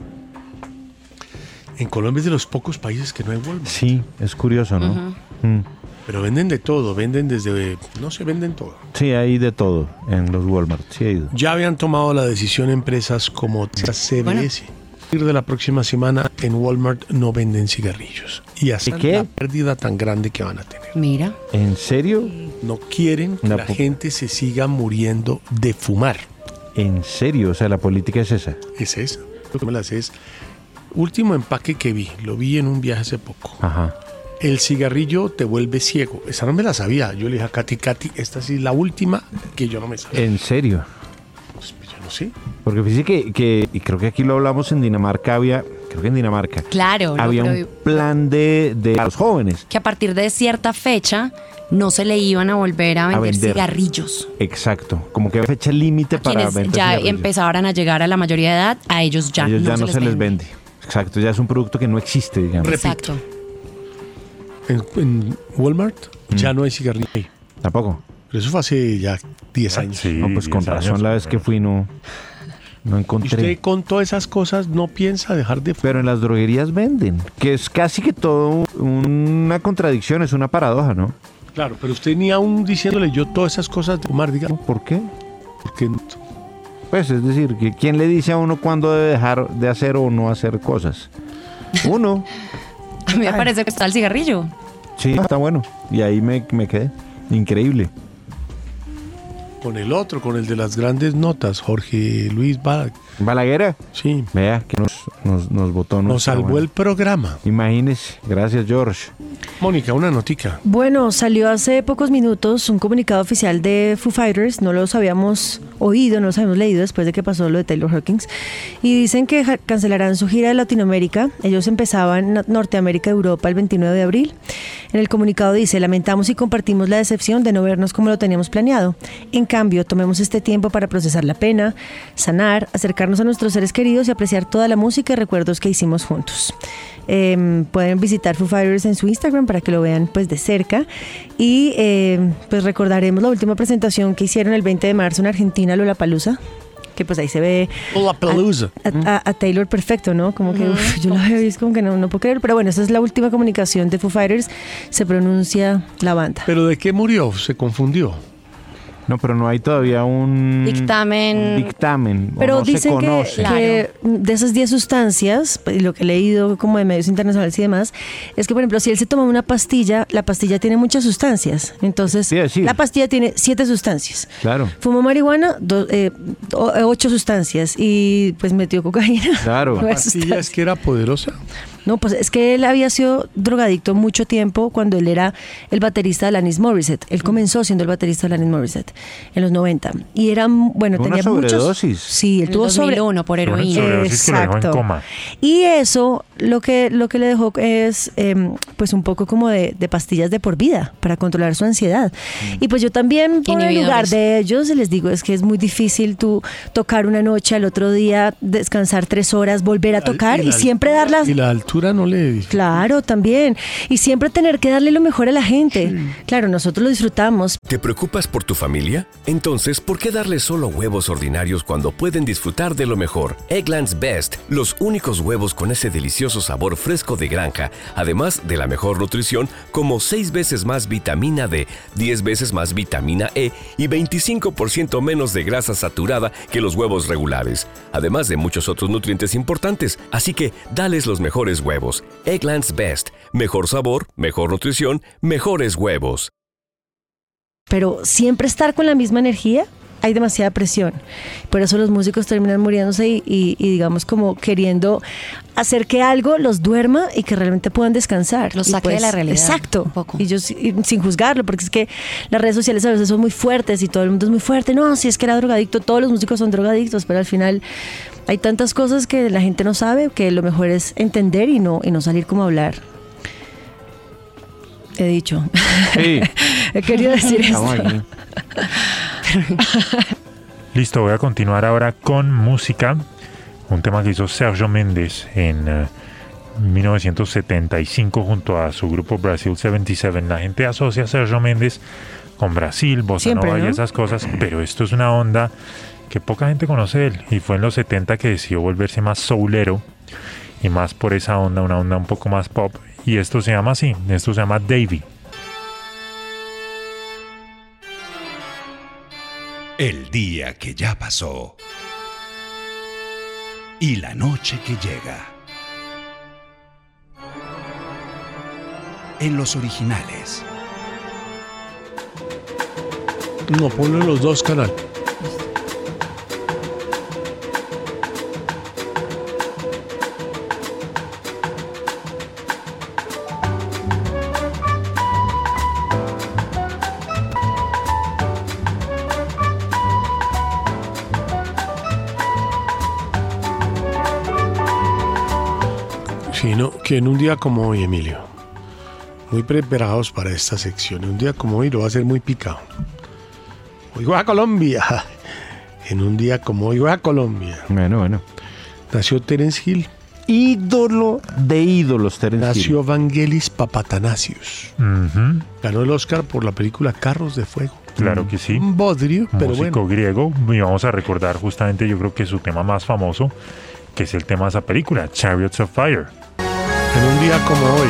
Speaker 3: En Colombia es de los pocos países que no hay Walmart.
Speaker 4: Sí, es curioso, ¿no? Mm,
Speaker 3: Pero venden de todo. Venden desde. No se venden todo.
Speaker 4: Sí, hay de todo en los Walmart. Sí, hay de-
Speaker 3: Ya habían tomado la decisión empresas como la CBS. A partir de la próxima semana en Walmart no venden cigarrillos. Y así
Speaker 4: ¿Y qué?
Speaker 3: la pérdida tan grande que van a tener.
Speaker 9: Mira.
Speaker 4: ¿En serio?
Speaker 3: No quieren que
Speaker 4: La
Speaker 3: la
Speaker 4: pu-
Speaker 3: gente se siga muriendo de fumar.
Speaker 4: ¿En serio? O sea, la política es esa.
Speaker 3: Es esa. Lo que me las es. Último empaque que vi, lo vi en un viaje hace poco.
Speaker 4: Ajá.
Speaker 3: El cigarrillo te vuelve ciego. Esa no me la sabía. Yo le dije a Katy, Katy, esta sí es la última que yo no me sabía.
Speaker 4: ¿En serio?
Speaker 3: Pues, yo no sé.
Speaker 4: Porque fíjese que, que- y creo que aquí lo hablamos en Dinamarca, había, creo que en Dinamarca,
Speaker 9: Claro, lo
Speaker 4: había un
Speaker 9: prohib-
Speaker 4: plan de, de a los jóvenes.
Speaker 9: que a partir de cierta fecha no se le iban a volver a vender,
Speaker 4: vender.
Speaker 9: cigarrillos.
Speaker 4: Exacto, como que había fecha límite para
Speaker 9: Quienes
Speaker 4: vender.
Speaker 9: ya
Speaker 4: cigarrillos.
Speaker 9: empezaron a llegar a la mayoría de edad, a ellos ya
Speaker 4: A ellos
Speaker 9: no,
Speaker 4: ya
Speaker 9: se,
Speaker 4: no
Speaker 9: les
Speaker 4: se les
Speaker 9: vende.
Speaker 4: vende. Exacto, ya es un producto que no existe, digamos.
Speaker 9: Exacto.
Speaker 3: En, en Walmart
Speaker 7: Mm.
Speaker 3: ya no hay cigarrillo. ahí.
Speaker 4: Tampoco.
Speaker 3: Pero eso fue hace ya 10 años.
Speaker 7: Ah, Sí,
Speaker 4: no, pues con
Speaker 7: 10 años,
Speaker 4: razón la vez que fui no, no
Speaker 3: ¿Y
Speaker 4: encontré.
Speaker 3: usted con todas esas cosas no piensa dejar de fumar?
Speaker 4: Pero en las droguerías venden, que es casi que todo una contradicción, es una paradoja, ¿no?
Speaker 3: Claro, pero usted ni aún diciéndole yo todas esas cosas de fumar, diga,
Speaker 4: ¿Por qué?
Speaker 3: porque
Speaker 4: Pues es decir, que ¿quién le dice a uno cuándo debe dejar de hacer o no hacer cosas? Uno.
Speaker 9: A mí me parece que está el cigarrillo.
Speaker 4: Sí, ah, está bueno. Y ahí me, me quedé. Increíble.
Speaker 3: con el otro, con el de las grandes notas, Jorge Luis Bach.
Speaker 4: Balaguer,
Speaker 3: Sí,
Speaker 4: vea que nos, nos, nos votó.
Speaker 3: nos
Speaker 4: nuestra
Speaker 3: salvó
Speaker 4: buena.
Speaker 3: el programa.
Speaker 4: Imagínese. Gracias, George.
Speaker 3: Mónica, una notica.
Speaker 6: Bueno, salió hace pocos minutos un comunicado oficial de Foo Fighters, no los habíamos oído, no los habíamos leído después de que pasó lo de Taylor Hawkins, y dicen que ja- cancelarán su gira de Latinoamérica, ellos empezaban en Norteamérica y Europa el 29 de abril. En el comunicado dice, lamentamos y compartimos la decepción de no vernos como lo teníamos planeado. En cambio, tomemos este tiempo para procesar la pena, sanar, acercarnos a nuestros seres queridos y apreciar toda la música y recuerdos que hicimos juntos. Eh, pueden visitar Foo Fighters en su Instagram para que lo vean pues de cerca y eh, pues recordaremos la última presentación que hicieron el 20 de marzo en Argentina, Lollapalooza que pues ahí se ve
Speaker 3: Lollapalooza.
Speaker 6: a, a- a Taylor perfecto, ¿no? Como que uf, yo lo veo y es como que no, no puedo creer, pero bueno, esa es la última comunicación de Foo Fighters, se pronuncia la banda.
Speaker 3: ¿Pero de qué murió? ¿Se confundió?
Speaker 4: No, pero no hay todavía un
Speaker 3: Mm,
Speaker 9: Dictamen.
Speaker 4: un dictamen. o
Speaker 6: Pero
Speaker 4: no se
Speaker 6: dicen que,
Speaker 4: conoce.
Speaker 6: que de esas 10 sustancias, pues, y lo que he leído como de medios internacionales y demás, es que, por ejemplo, si él se toma una pastilla, la pastilla tiene muchas sustancias. Entonces,
Speaker 4: Sí, sí.
Speaker 6: la pastilla tiene 7 sustancias.
Speaker 4: Claro.
Speaker 6: Fumó marihuana, 8 sustancias. Y pues metió cocaína.
Speaker 4: Claro.
Speaker 6: nueve
Speaker 3: ¿Pastilla es que era poderosa?
Speaker 6: no, pues es que él había sido drogadicto mucho tiempo cuando él era el baterista de Alanis Morissette. Él comenzó siendo el baterista de Alanis Morissette en los 90. Y era, bueno,
Speaker 4: Una
Speaker 6: tenía
Speaker 4: sobredosis.
Speaker 6: muchos... Sí, él
Speaker 9: En
Speaker 6: tuvo sobre...
Speaker 9: 2001 por
Speaker 7: Sobre-
Speaker 9: heroína.
Speaker 7: sobre- sobredosis que lo dejó en coma.
Speaker 6: Y eso lo que, lo que le dejó es em, pues un poco como de, de pastillas de por vida para controlar su ansiedad.
Speaker 7: Mm.
Speaker 6: Y pues yo también por el lugar
Speaker 9: Inhibidores.
Speaker 6: de ellos les digo es que es muy difícil tú tocar una noche, al otro día descansar tres horas, volver a tocar y,
Speaker 3: la
Speaker 6: siempre dar
Speaker 3: altura-
Speaker 6: las...
Speaker 3: Y la altura no le...
Speaker 6: Claro, también. Y siempre tener que darle lo mejor a la gente. Claro, nosotros lo disfrutamos,
Speaker 10: ¿Te preocupas por tu familia? Entonces, ¿por qué darles solo huevos ordinarios cuando pueden disfrutar de lo mejor? Eggland's Best, los únicos huevos con ese delicioso sabor fresco de granja, además de la mejor nutrición, como 6 veces más vitamina D, 10 veces más vitamina E y 25% menos de grasa saturada que los huevos regulares, además de muchos otros nutrientes importantes. Así que, dales los mejores huevos. Eggland's Best, mejor sabor, mejor nutrición, mejores huevos.
Speaker 6: pero siempre estar con la misma energía, hay demasiada presión. Por eso los músicos terminan muriéndose y, y- y digamos como queriendo hacer que algo los duerma y que realmente puedan descansar.
Speaker 9: Los
Speaker 6: Y pues,
Speaker 9: saque de la realidad,
Speaker 6: Exacto. Y yo si- y sin juzgarlo, porque es que las redes sociales a veces son muy fuertes y todo el mundo es muy fuerte. No, si es que era drogadicto, todos los músicos son drogadictos, pero al final hay tantas cosas que la gente no sabe que lo mejor es entender y no, y no salir como a hablar. He dicho.
Speaker 4: Sí.
Speaker 6: He querido decir esto.
Speaker 7: Listo, voy a continuar ahora con música. Un tema que hizo Sergio Méndez en eh, 1975 junto a su grupo Brasil 77. La gente asocia a Sergio Méndez con Brasil, Bossa
Speaker 11: Siempre,
Speaker 7: Nova y
Speaker 11: ¿no?
Speaker 7: esas cosas, pero esto es una onda que poca gente conoce de él. Y fue en los 70 que decidió volverse más soulero y más por esa onda, una onda un poco más pop. Y esto se llama así, esto se llama Davy.
Speaker 12: El día que ya pasó. Y la noche que llega. En los originales.
Speaker 3: No, ponlo en los dos canal. Sino que en un día como hoy, Emilio, muy preparados para esta sección, en un día como hoy lo va a ser muy picado. Hoy juega Colombia. En un día como hoy juega Colombia.
Speaker 4: Bueno, bueno.
Speaker 3: Nació Terence Hill.
Speaker 4: Ídolo de ídolos, Terence Hill.
Speaker 3: Nació Vangelis Papatanasius.
Speaker 7: Ujú,
Speaker 3: Ganó el Oscar por la película Carros de Fuego.
Speaker 11: Mm.
Speaker 7: Claro que sí.
Speaker 3: Un bodrio, pero
Speaker 7: músico
Speaker 3: bueno.
Speaker 7: griego y vamos a recordar justamente yo creo que su tema más famoso que es el tema de esa película Chariots of Fire
Speaker 3: En un día como hoy.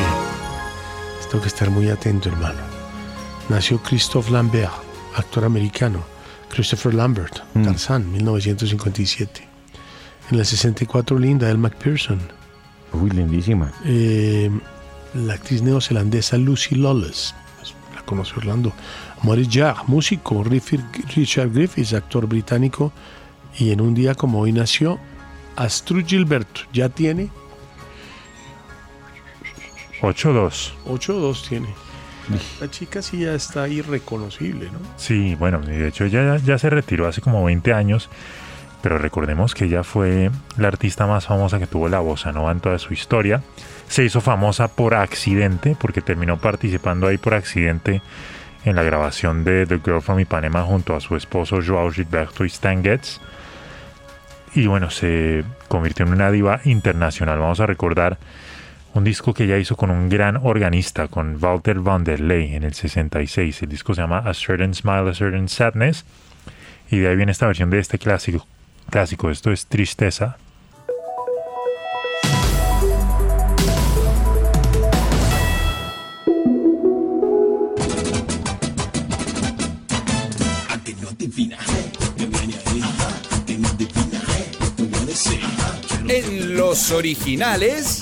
Speaker 3: Tengo que estar muy atento, hermano. Nació Christophe Lambert, actor americano. Christopher Lambert, Tarzán, 1957. En el 64, Linda L. McPherson.
Speaker 4: Uy, lindísima.
Speaker 3: Eh, la actriz neozelandesa Lucy Lawless, pues, la conoce Orlando. Maurice Jarre, músico. Rifi- Richard Griffiths, actor británico. Y en un día como hoy nació Astrud Gilberto. Ya tiene
Speaker 7: 8-2
Speaker 3: 8 o 2 tiene. La chica sí ya está irreconocible, ¿no?
Speaker 7: sí bueno y de hecho ella ya, ya se retiró hace como 20 años pero recordemos que ella fue la artista más famosa que tuvo la bossa nova en toda su historia se hizo famosa por accidente porque terminó participando ahí por accidente en la grabación de The Girl from Ipanema junto a su esposo Joao Gilberto y Stan Getz y bueno, se convirtió en una diva internacional. Vamos a recordar un disco que ella hizo con un gran organista, con Walter van der Ley en el 66. El disco se llama A Certain Smile, A Certain Sadness. Y de ahí viene esta versión de este clásico. clásico. Esto es Tristeza.
Speaker 2: En los originales,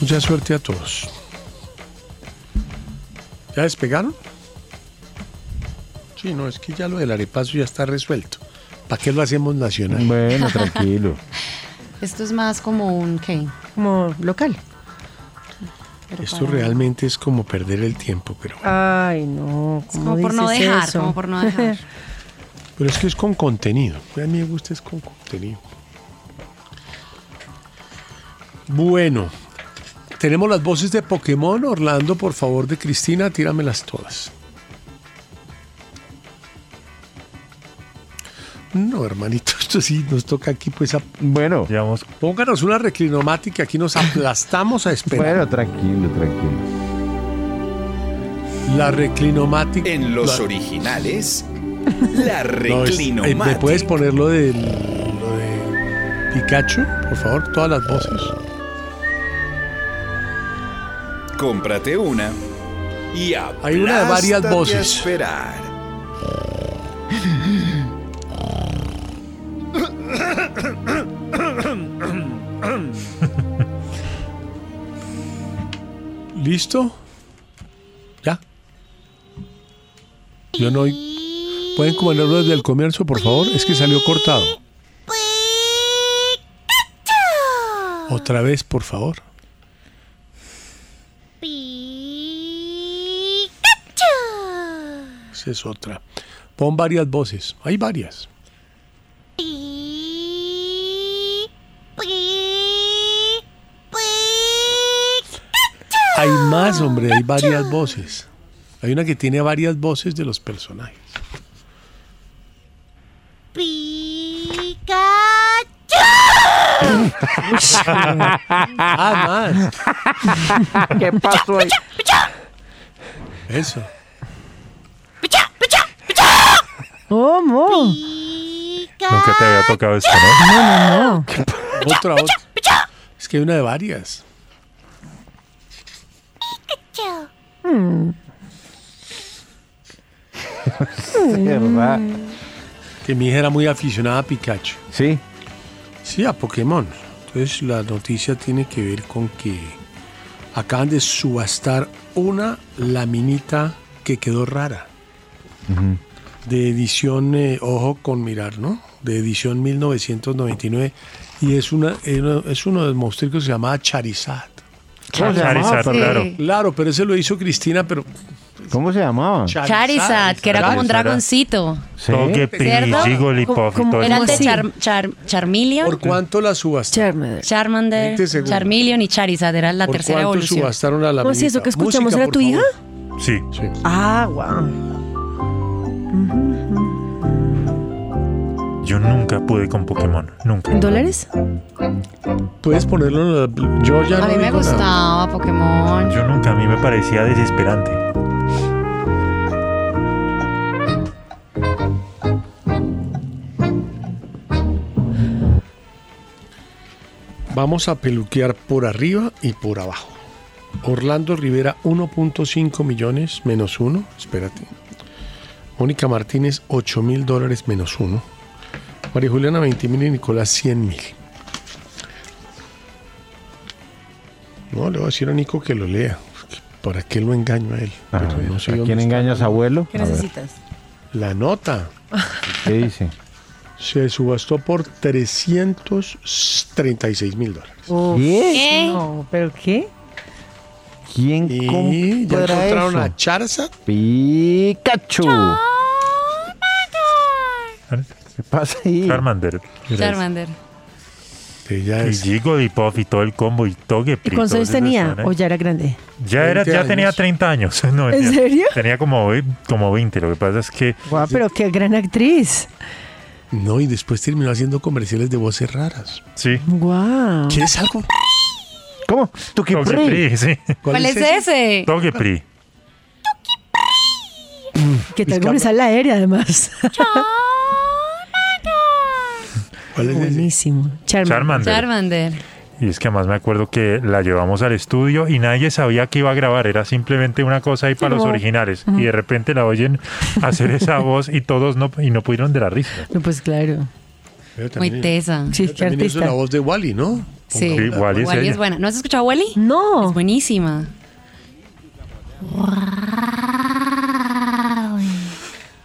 Speaker 3: Mucha Pues suerte a todos. ¿Ya despegaron? Sí, no, es que ya lo del arepaso ya está resuelto. ¿Para qué lo hacemos nacional?
Speaker 4: Bueno, tranquilo.
Speaker 9: Esto es más como un ¿qué?
Speaker 6: Como local.
Speaker 9: Pero
Speaker 3: Esto
Speaker 9: para-
Speaker 3: realmente es como perder el tiempo, pero,
Speaker 6: Ay, no. ¿cómo
Speaker 9: Como por no
Speaker 6: dices
Speaker 9: dejar,
Speaker 6: eso?
Speaker 9: como por no dejar.
Speaker 3: pero es que es con contenido. A mí me gusta es con contenido. Bueno, tenemos las voces de Pokémon. Orlando, por favor, de Cristina, tíramelas todas. No, hermanito, esto sí nos toca aquí, pues.
Speaker 4: Bueno,
Speaker 3: pónganos una reclinomática, aquí nos aplastamos a esperar.
Speaker 4: Bueno, tranquilo, tranquilo.
Speaker 3: La reclinomática.
Speaker 2: En los
Speaker 3: la-
Speaker 2: originales, la
Speaker 3: No, es- eh, ¿Me
Speaker 2: reclinomática.
Speaker 3: puedes poner lo del- lo de Pikachu? Por favor, todas las voces.
Speaker 2: Cómprate una y
Speaker 3: Hay una de varias
Speaker 2: aplástate a
Speaker 3: voces.
Speaker 2: esperar.
Speaker 3: ¿Listo? ¿Ya? Yo no... ¿Pueden comandarlo desde el comienzo, por favor? Es que salió cortado. Otra vez, por favor. Esa es otra. Pon varias voces. Hay varias. Hay más, hombre. Hay varias voces. Hay una que tiene varias voces de los personajes. ah, más.
Speaker 4: ¿Qué pasó ahí?
Speaker 3: Eso.
Speaker 6: ¿Cómo?
Speaker 7: Nunca te había tocado esto, ¿no?
Speaker 6: No, no, no.
Speaker 3: Otra, otra. Es que hay una de varias.
Speaker 6: Mm.
Speaker 4: verdad.
Speaker 3: Que mi hija era muy aficionada a Pikachu.
Speaker 4: Sí.
Speaker 3: Sí, a Pokémon. Entonces la noticia tiene que ver con que acaban de subastar una laminita que quedó rara. De edición, eh, ojo con mirar, ¿no? De edición 1999. Y es, una, eh, no, es uno de los monstruos que se llamaba Charizard.
Speaker 4: ¿Cómo se llamaba, Charizard, Fernando? claro.
Speaker 3: Claro, pero ese lo hizo Cristina, pero...
Speaker 4: ¿Cómo se llamaba?
Speaker 9: Charizard, que era como un
Speaker 3: Charizard.
Speaker 9: dragoncito.
Speaker 4: Sí.
Speaker 9: ¿Cierto? Como- Era el de
Speaker 6: así.
Speaker 9: Char- Char- Charmeleon.
Speaker 3: ¿Por cuánto la subastó?
Speaker 9: Charmander,
Speaker 3: 20 segundos.
Speaker 9: Charmeleon y Charizard eran la
Speaker 3: ¿Por
Speaker 9: tercera
Speaker 3: cuánto
Speaker 9: evolución.
Speaker 3: subastaron la
Speaker 6: ¿Cómo si eso
Speaker 3: laminita?
Speaker 6: que escuchamos
Speaker 3: Música,
Speaker 6: era
Speaker 3: por
Speaker 6: tu hija?
Speaker 7: Sí.
Speaker 6: Ah, wow.
Speaker 7: Yo nunca pude con Pokémon. Nunca.
Speaker 6: ¿En dólares?
Speaker 3: Puedes ponerlo en la- Yo Pues ya
Speaker 9: A
Speaker 3: no
Speaker 9: mí me
Speaker 3: digo nada.
Speaker 9: gustaba Pokémon.
Speaker 7: Yo nunca. A mí me parecía desesperante.
Speaker 3: Vamos a peluquear por arriba y por abajo. Orlando Rivera 1.5 millones menos 1. Espérate. Mónica Martínez 8 mil dólares menos 1. María Juliana 20 mil y Nicolás 100 mil. No, le voy a decir a Nico que lo lea. porque ¿Para qué lo engaño a él? Pero no sé
Speaker 4: ¿A
Speaker 3: dónde
Speaker 4: quién
Speaker 3: está.
Speaker 4: engañas, abuelo? A ver,
Speaker 3: La nota.
Speaker 4: ¿Qué dice?
Speaker 3: Se subastó por 336 mil dólares.
Speaker 9: ¿Qué?
Speaker 11: No, ¿pero qué?
Speaker 4: ¿Quién
Speaker 3: Y ya
Speaker 4: comprará
Speaker 3: encontraron
Speaker 4: eso?
Speaker 3: a Charizard.
Speaker 4: Pikachu. ¿Qué pasa ahí?
Speaker 7: Charmander.
Speaker 9: Charmander.
Speaker 7: Y Jigglypuff y todo el combo y Togepi.
Speaker 6: ¿Y cuántos
Speaker 7: todos
Speaker 6: años
Speaker 7: esos
Speaker 6: tenía?
Speaker 3: eh?
Speaker 7: están ahí.
Speaker 6: ¿O ya era grande?
Speaker 7: Ya, era,
Speaker 6: 20
Speaker 7: ya
Speaker 6: años.
Speaker 7: tenía 30 años. No,
Speaker 6: ¿En
Speaker 7: mentira.
Speaker 6: serio?
Speaker 7: Tenía como, ve- como 20. Lo que pasa es que
Speaker 6: Guau, Ah, pero qué gran actriz.
Speaker 3: No, y después terminó haciendo comerciales de voces raras.
Speaker 7: Sí.
Speaker 6: Guau.
Speaker 3: ¿Quieres algo?
Speaker 4: ¿Cómo? ¿Tú qué
Speaker 7: Togepi, sí.
Speaker 9: ¿Cuál es ese?
Speaker 7: Togepi.
Speaker 6: Que tal como sale aérea, además.
Speaker 3: ¿Cuál es
Speaker 6: Buenísimo.
Speaker 7: Charmander.
Speaker 9: Charmander.
Speaker 7: Y es que además me acuerdo que la llevamos al estudio y nadie sabía que iba a grabar, era simplemente una cosa ahí para los
Speaker 6: como-
Speaker 7: originales. Y de repente la oyen hacer esa voz y todos no, y no pudieron de la risa.
Speaker 6: No, pues claro.
Speaker 9: Muy tesa.
Speaker 6: Sí, qué
Speaker 3: También hizo la
Speaker 6: artista.
Speaker 3: voz de Wally, ¿no?
Speaker 9: Sí.
Speaker 7: Sí, Wall-E es
Speaker 9: Wall-E
Speaker 7: ella.
Speaker 9: es buena. ¿No has escuchado a Wally?
Speaker 6: No.
Speaker 9: Es buenísima.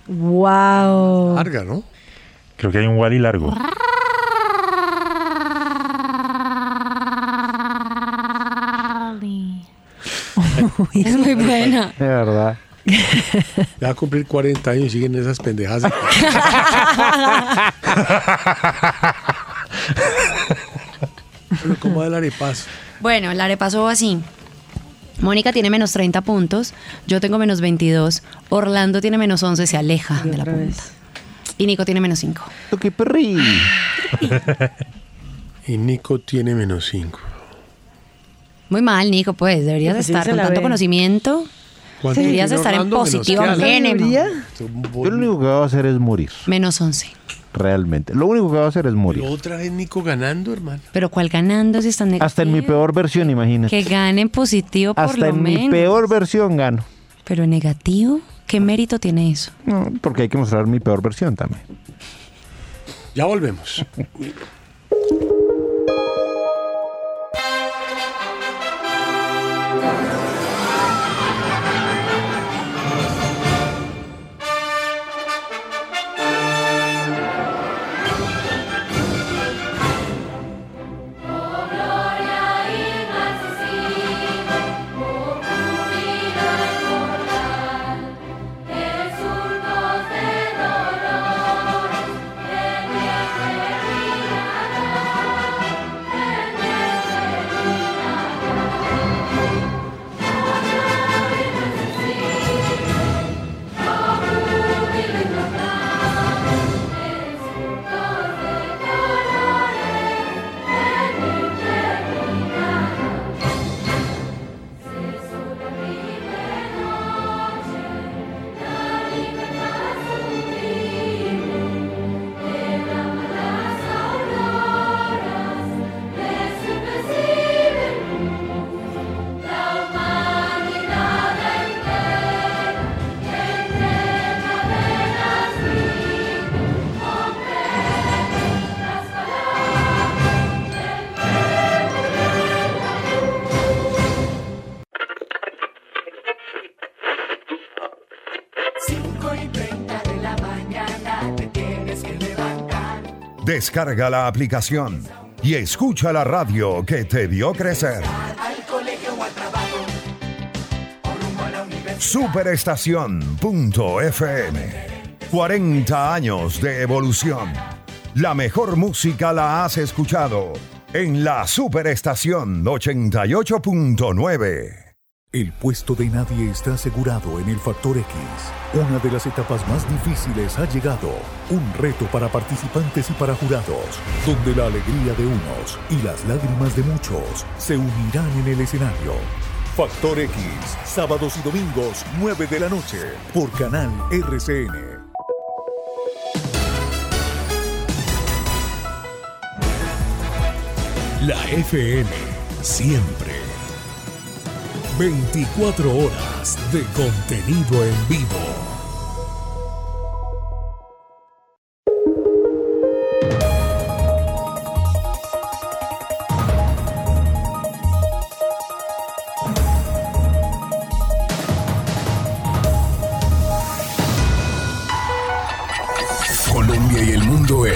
Speaker 6: Wow.
Speaker 3: Larga, ¿no?
Speaker 7: Creo que hay un Wally largo.
Speaker 9: Es muy buena.
Speaker 4: De verdad.
Speaker 3: Ya va a cumplir 40 años y siguen esas pendejadas. Pero ¿cómo va el arepazo?
Speaker 9: Bueno, el arepaso así. Mónica tiene menos 30 puntos, yo tengo menos 22, Orlando tiene menos 11, se aleja de la punta. Y Nico tiene menos 5.
Speaker 4: Toque perri.
Speaker 3: Y Nico tiene menos 5.
Speaker 9: Muy mal, Nico, pues deberías
Speaker 6: Pues sí,
Speaker 9: estar
Speaker 6: se
Speaker 9: con
Speaker 6: la
Speaker 9: tanto
Speaker 6: ve.
Speaker 9: conocimiento.
Speaker 3: ¿Cuánto
Speaker 9: Deberías
Speaker 3: tiene
Speaker 9: estar en
Speaker 3: Orlando? Menos
Speaker 9: positivo,
Speaker 3: que Alan.
Speaker 9: nene.
Speaker 4: Yo lo único que voy a hacer es morir,
Speaker 9: Menos 11.
Speaker 4: realmente. Lo único que voy a hacer es morir.
Speaker 3: Pero otra vez Nico ganando, hermano.
Speaker 9: Pero ¿cuál ganando si están negativos?
Speaker 4: Hasta en mi peor versión, imagínate.
Speaker 9: Que ganen positivo por
Speaker 4: Hasta
Speaker 9: lo
Speaker 4: en mi
Speaker 9: menos.
Speaker 4: peor versión gano.
Speaker 9: Pero negativo, ¿qué mérito tiene eso?
Speaker 4: No, porque hay que mostrar mi peor versión también.
Speaker 3: Ya volvemos.
Speaker 11: Descarga la aplicación y escucha la radio que te vio crecer. Superestación.fm 40 años de evolución. La mejor música la has escuchado en la Superestación 88.9.
Speaker 13: El puesto de nadie está asegurado en el Factor X. Una de las etapas más difíciles ha llegado. Un reto para participantes y para jurados, donde la alegría de unos y las lágrimas de muchos se unirán en el escenario. Factor X, sábados y domingos, 9 de la noche, por Canal RCN. La FM, siempre. 24 horas de contenido en vivo.
Speaker 14: Colombia y el mundo en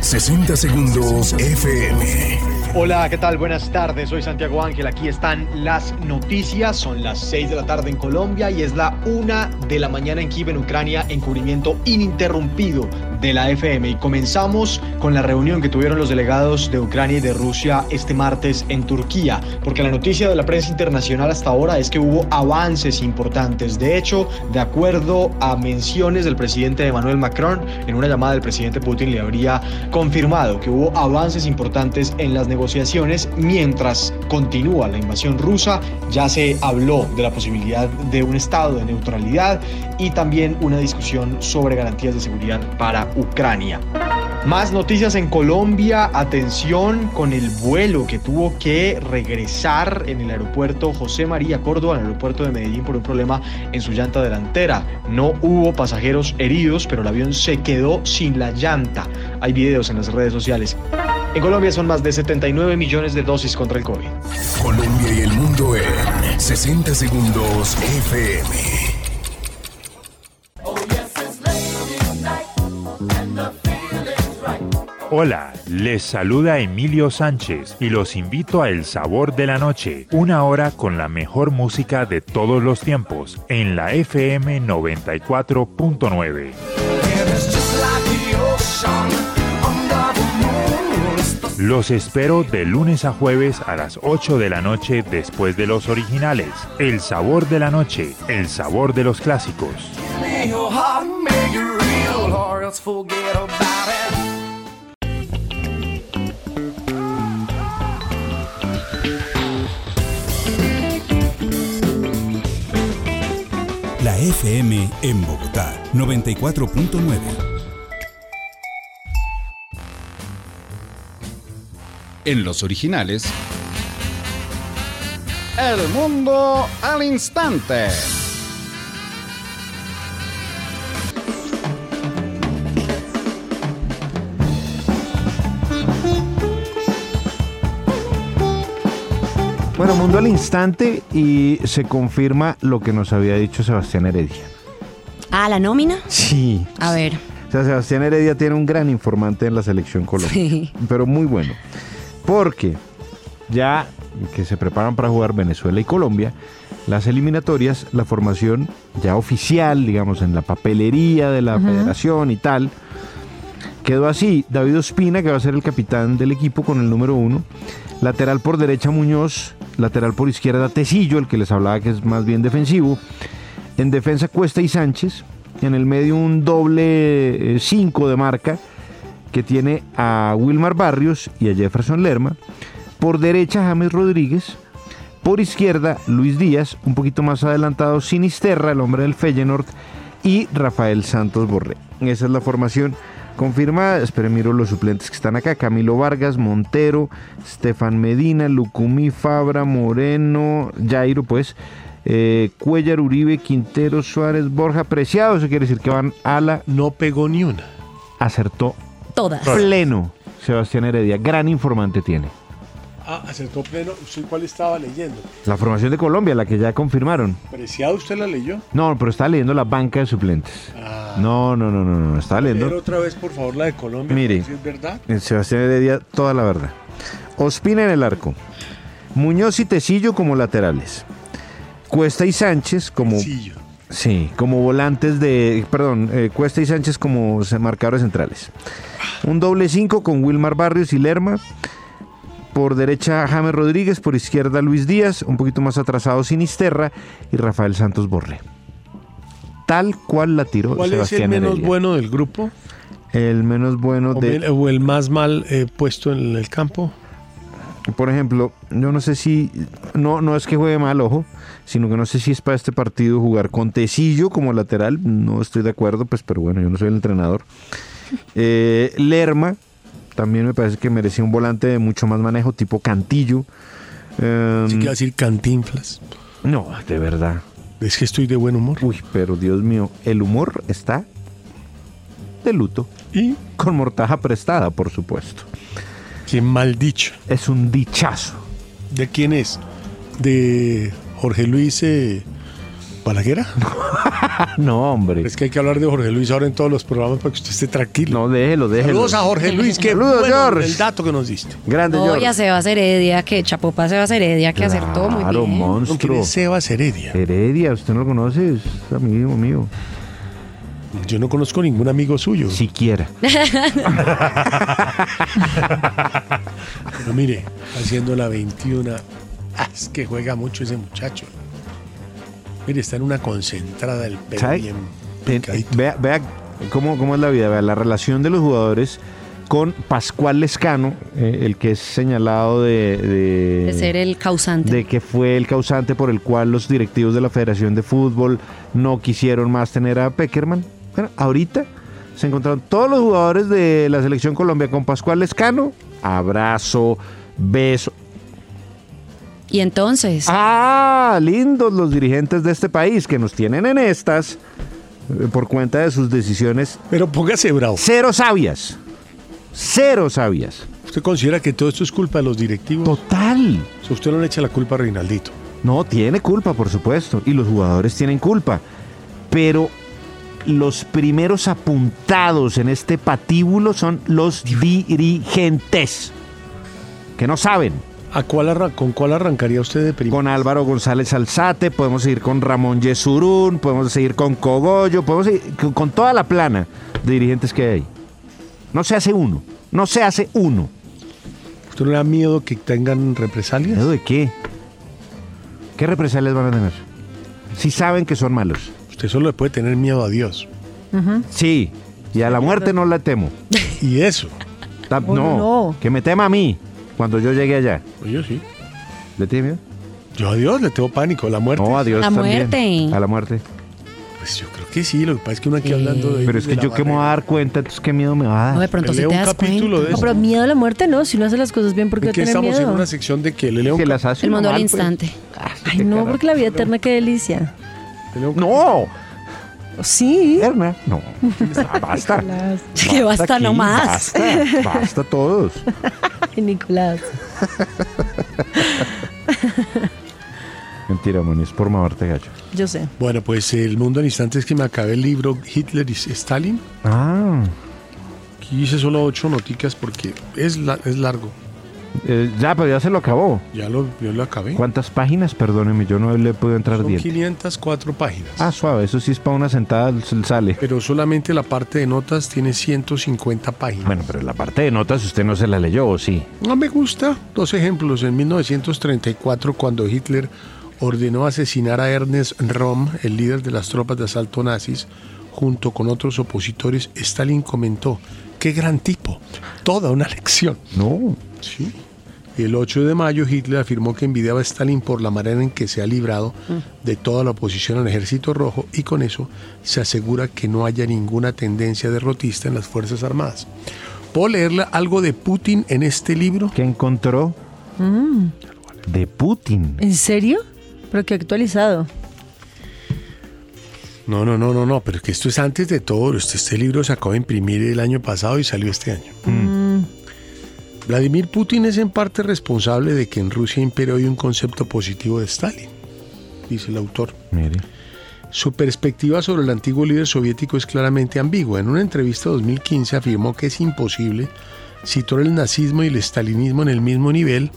Speaker 14: 60 segundos FM.
Speaker 15: Hola, ¿qué tal? Buenas tardes, soy Santiago Ángel. Aquí están las noticias. Son las 6 de la tarde en Colombia y es la 1 de la mañana en Kiev, en Ucrania, en cubrimiento ininterrumpido de la FM. Y comenzamos con la reunión que tuvieron los delegados de Ucrania y de Rusia este martes en Turquía, porque la noticia de la prensa internacional hasta ahora es que hubo avances importantes. De hecho, de acuerdo a menciones del presidente Emmanuel Macron, en una llamada del presidente Putin le habría confirmado que hubo avances importantes en las negociaciones mientras continúa la invasión rusa. Ya se habló de la posibilidad de un estado de neutralidad y también una discusión sobre garantías de seguridad para Ucrania. Más noticias en Colombia, atención con el vuelo que tuvo que regresar en el aeropuerto José María Córdoba, en el aeropuerto de Medellín, por un problema en su llanta delantera. No hubo pasajeros heridos, pero el avión se quedó sin la llanta. Hay videos en las redes sociales. En Colombia son más de 79 millones de dosis contra el COVID.
Speaker 14: Colombia y el mundo en 60 segundos FM.
Speaker 7: Hola, les saluda Emilio Sánchez y los invito a El Sabor de la Noche, una hora con la mejor música de todos los tiempos, en la FM 94.9. Los espero de lunes a jueves a las 8 de la noche después de los originales. El Sabor de la Noche, el sabor de los clásicos.
Speaker 16: La FM en Bogotá, 94.9.
Speaker 2: En los originales,
Speaker 17: El mundo al instante.
Speaker 4: Bueno, mundo al instante y se confirma lo que nos había dicho Sebastián Heredia.
Speaker 9: Ah, la nómina.
Speaker 4: Sí.
Speaker 9: A ver.
Speaker 4: O sea, Sebastián Heredia tiene un gran informante en la selección Colombia.
Speaker 9: Sí.
Speaker 4: Pero muy bueno. Porque ya que se preparan para jugar Venezuela y Colombia, las eliminatorias, la formación ya oficial, digamos, en la papelería de la
Speaker 18: Ujú.
Speaker 4: federación y tal, quedó así. David Ospina, que va a ser el capitán del equipo con el número uno. Lateral por derecha Muñoz, lateral por izquierda Tecillo, el que les hablaba que es más bien defensivo. En defensa Cuesta y Sánchez. En el medio un doble 5 de marca que tiene a Wilmar Barrios y a Jefferson Lerma. Por derecha James Rodríguez. Por izquierda Luis Díaz. Un poquito más adelantado Sinisterra, el hombre del Feyenoord. Y Rafael Santos Borré. Esa es la formación confirmada. Esperen, miro los suplentes que están acá. Camilo Vargas, Montero, Stefan Medina, Lucumí, Fabra, Moreno, Jairo pues. eh, Cuellar, Uribe, Quintero, Suárez, Borja, Preciado. Eso quiere decir que van a la...
Speaker 3: No pegó ni una.
Speaker 4: Acertó
Speaker 9: Todas.
Speaker 4: Pleno, Sebastián Heredia. Gran informante tiene.
Speaker 3: Ah, acertó pleno. ¿Usted cuál estaba leyendo?
Speaker 4: La formación de Colombia, la que ya confirmaron.
Speaker 3: Preciado, ¿usted la leyó?
Speaker 4: No, pero está leyendo la banca de suplentes. No, no, no, no, no, está
Speaker 3: Pero
Speaker 4: leyendo.
Speaker 3: otra vez, por favor, la de Colombia.
Speaker 4: Mire,
Speaker 3: por si es verdad.
Speaker 4: el Sebastián Heredia, toda la verdad. Ospina en el arco. Muñoz y Tecillo como laterales. Cuesta y Sánchez como. Sí, como volantes de. Perdón, eh, Cuesta y Sánchez como se- marcadores centrales. Un doble 5 con Wilmar Barrios y Lerma. Por derecha James Rodríguez, por izquierda Luis Díaz, un poquito más atrasado Sinisterra y Rafael Santos Borré. Tal cual la tiró
Speaker 3: ¿Cuál es el
Speaker 4: Pues Sebastián
Speaker 3: menos
Speaker 4: Heredia.
Speaker 3: bueno del grupo?
Speaker 4: El menos bueno
Speaker 3: O,
Speaker 4: de...
Speaker 3: el, o el más mal eh, puesto en el campo?
Speaker 4: Por ejemplo, yo no sé si. No, no es que juegue mal, ojo, sino que no sé si es para este partido jugar con Tecillo como lateral. No estoy de acuerdo, pues, pero bueno, yo no soy el entrenador. Eh, Lerma, también me parece que merecía un volante de mucho más manejo, tipo Cantillo. Em,
Speaker 3: Así que decir cantinflas.
Speaker 4: no, de verdad.
Speaker 3: Es que estoy de buen humor.
Speaker 4: Uy, pero Dios mío, el humor está de luto.
Speaker 3: Y
Speaker 4: con mortaja prestada, por supuesto.
Speaker 3: Qué mal dicho.
Speaker 4: Es un dichazo.
Speaker 3: ¿De quién es? ¿De Jorge Luis eh, Balaguera?
Speaker 4: no, hombre.
Speaker 3: Es que hay que hablar de Jorge Luis ahora en todos los programas para que usted esté tranquilo.
Speaker 4: No, déjelo, déjelo.
Speaker 3: Saludos a Jorge Luis, que
Speaker 9: Saludos,
Speaker 3: bueno
Speaker 9: George.
Speaker 3: el dato que nos diste.
Speaker 4: Grande,
Speaker 9: No, ya Sebas Heredia, que Chapopa Sebas Heredia, que acertó muy
Speaker 4: Claro,
Speaker 9: bien.
Speaker 4: monstruo.
Speaker 3: Sebas Heredia?
Speaker 4: Heredia, usted no lo conoce, es amigo mío.
Speaker 3: Yo no conozco ningún amigo suyo.
Speaker 4: Siquiera.
Speaker 3: Pero mire, haciendo la 21, ah, es que juega mucho ese muchacho. Mire, está en una concentrada del pelo
Speaker 4: ¿Sabe?
Speaker 3: bien
Speaker 4: Ten-
Speaker 3: picadito.
Speaker 4: eh, vea vea cómo, cómo es la vida, vea la relación de los jugadores con Pascual Lescano, eh, el que es señalado de, de-
Speaker 9: De ser el causante.
Speaker 4: de que fue el causante por el cual los directivos de la Federación de Fútbol no quisieron más tener a Peckerman. Bueno, ahorita se encontraron todos los jugadores de la Selección Colombia con Pascual Lescano. Abrazo, beso.
Speaker 9: Y entonces.
Speaker 4: Ah, lindos los dirigentes de este país que nos tienen en estas eh, por cuenta de sus decisiones.
Speaker 3: Pero póngase bravo.
Speaker 4: Cero sabias. Cero sabias.
Speaker 3: ¿Usted considera que todo esto es culpa de los directivos?
Speaker 4: Total.
Speaker 3: usted no le echa la culpa a Reinaldito.
Speaker 4: No, tiene culpa, por supuesto, y los jugadores tienen culpa. Pero los primeros apuntados en este patíbulo son los dirigentes, que no saben.
Speaker 3: ¿A cuál arran- ¿Con cuál arrancaría usted de primero?
Speaker 4: Con Álvaro González Alzate, podemos seguir con Ramón Yesurún, podemos seguir con Cogollo, podemos seguir con- con toda la plana de dirigentes que hay. No se hace uno, no se hace uno.
Speaker 3: ¿Usted no le da miedo que tengan represalias?
Speaker 4: ¿Miedo de qué? ¿Qué represalias van a tener? Si saben que son malos.
Speaker 3: Usted solo le puede tener miedo a Dios.
Speaker 4: Sí, y a la muerte no la temo.
Speaker 3: ¿Y eso?
Speaker 4: Ta-
Speaker 3: Oh,
Speaker 4: no,
Speaker 3: no.
Speaker 4: que me tema a mí cuando yo llegue allá.
Speaker 3: Pues Yo sí.
Speaker 4: ¿Le tiene miedo?
Speaker 3: Yo a Dios le tengo pánico, la muerte.
Speaker 4: No, a Dios
Speaker 9: La
Speaker 4: también.
Speaker 9: muerte.
Speaker 4: A la muerte.
Speaker 3: Pues yo creo que sí, lo que pasa es que uno aquí hablando de.
Speaker 4: Pero es que yo que me voy a dar cuenta, entonces qué miedo me va a dar.
Speaker 3: No, de pronto sí Leo te un das capítulo cuenta. de
Speaker 6: No, pero miedo a la muerte no, si uno hace las cosas bien, ¿por qué
Speaker 3: Que
Speaker 6: tener
Speaker 3: estamos en
Speaker 6: miedo?
Speaker 3: una sección de que le leo.
Speaker 4: las hace pues.
Speaker 6: El mundo al instante.
Speaker 3: Ah,
Speaker 6: Ay, no, porque la vida eterna, qué delicia.
Speaker 4: ¡No!
Speaker 6: Sí.
Speaker 4: Eterna. No. Basta.
Speaker 6: Que basta
Speaker 4: aquí,
Speaker 6: nomás.
Speaker 4: Basta, basta todos.
Speaker 6: Ay, Nicolás.
Speaker 4: Mentira, Moni, es por mamarte gacho.
Speaker 6: Yo sé.
Speaker 3: Bueno, pues el mundo al instante es que me acabé el libro Hitler y Stalin.
Speaker 4: Ah.
Speaker 3: Hice solo ocho noticas porque es, la- es largo.
Speaker 4: Eh, ya, pero ya se lo acabó.
Speaker 3: Ya lo, yo lo acabé.
Speaker 4: ¿Cuántas páginas? Perdóneme, yo no le puedo entrar
Speaker 3: Son
Speaker 4: bien.
Speaker 3: 504 páginas.
Speaker 4: Ah, suave, eso sí es para una sentada s- sale.
Speaker 3: Pero solamente la parte de notas tiene 150 páginas.
Speaker 4: Bueno, pero la parte de notas usted no se la leyó, ¿o sí?
Speaker 3: No me gusta. Dos ejemplos. En 1934, cuando Hitler ordenó asesinar a Ernest Rom, el líder de las tropas de asalto nazis, junto con otros opositores, Stalin comentó, qué gran tipo, toda una lección.
Speaker 4: No.
Speaker 3: Sí. Y el 8 de mayo Hitler afirmó que envidiaba a Stalin por la manera en que se ha librado de toda la oposición al ejército rojo y con eso se asegura que no haya ninguna tendencia derrotista en las Fuerzas Armadas. ¿Puedo leerle algo de Putin en este libro?
Speaker 4: ¿Qué encontró?
Speaker 6: Mm,
Speaker 4: De Putin.
Speaker 6: ¿En serio? Pero qué actualizado.
Speaker 3: No, no, no, no, no, pero que esto es antes de todo. Este, este libro se acaba de imprimir el año pasado y salió este año.
Speaker 4: Mm.
Speaker 5: Mm.
Speaker 3: Vladimir Putin es en parte responsable de que en Rusia impere hoy un concepto positivo de Stalin, dice el autor.
Speaker 4: Mire.
Speaker 3: Su perspectiva sobre el antiguo líder soviético es claramente ambigua. En una entrevista de 2015 afirmó que es imposible situar el nazismo y el estalinismo en el mismo nivel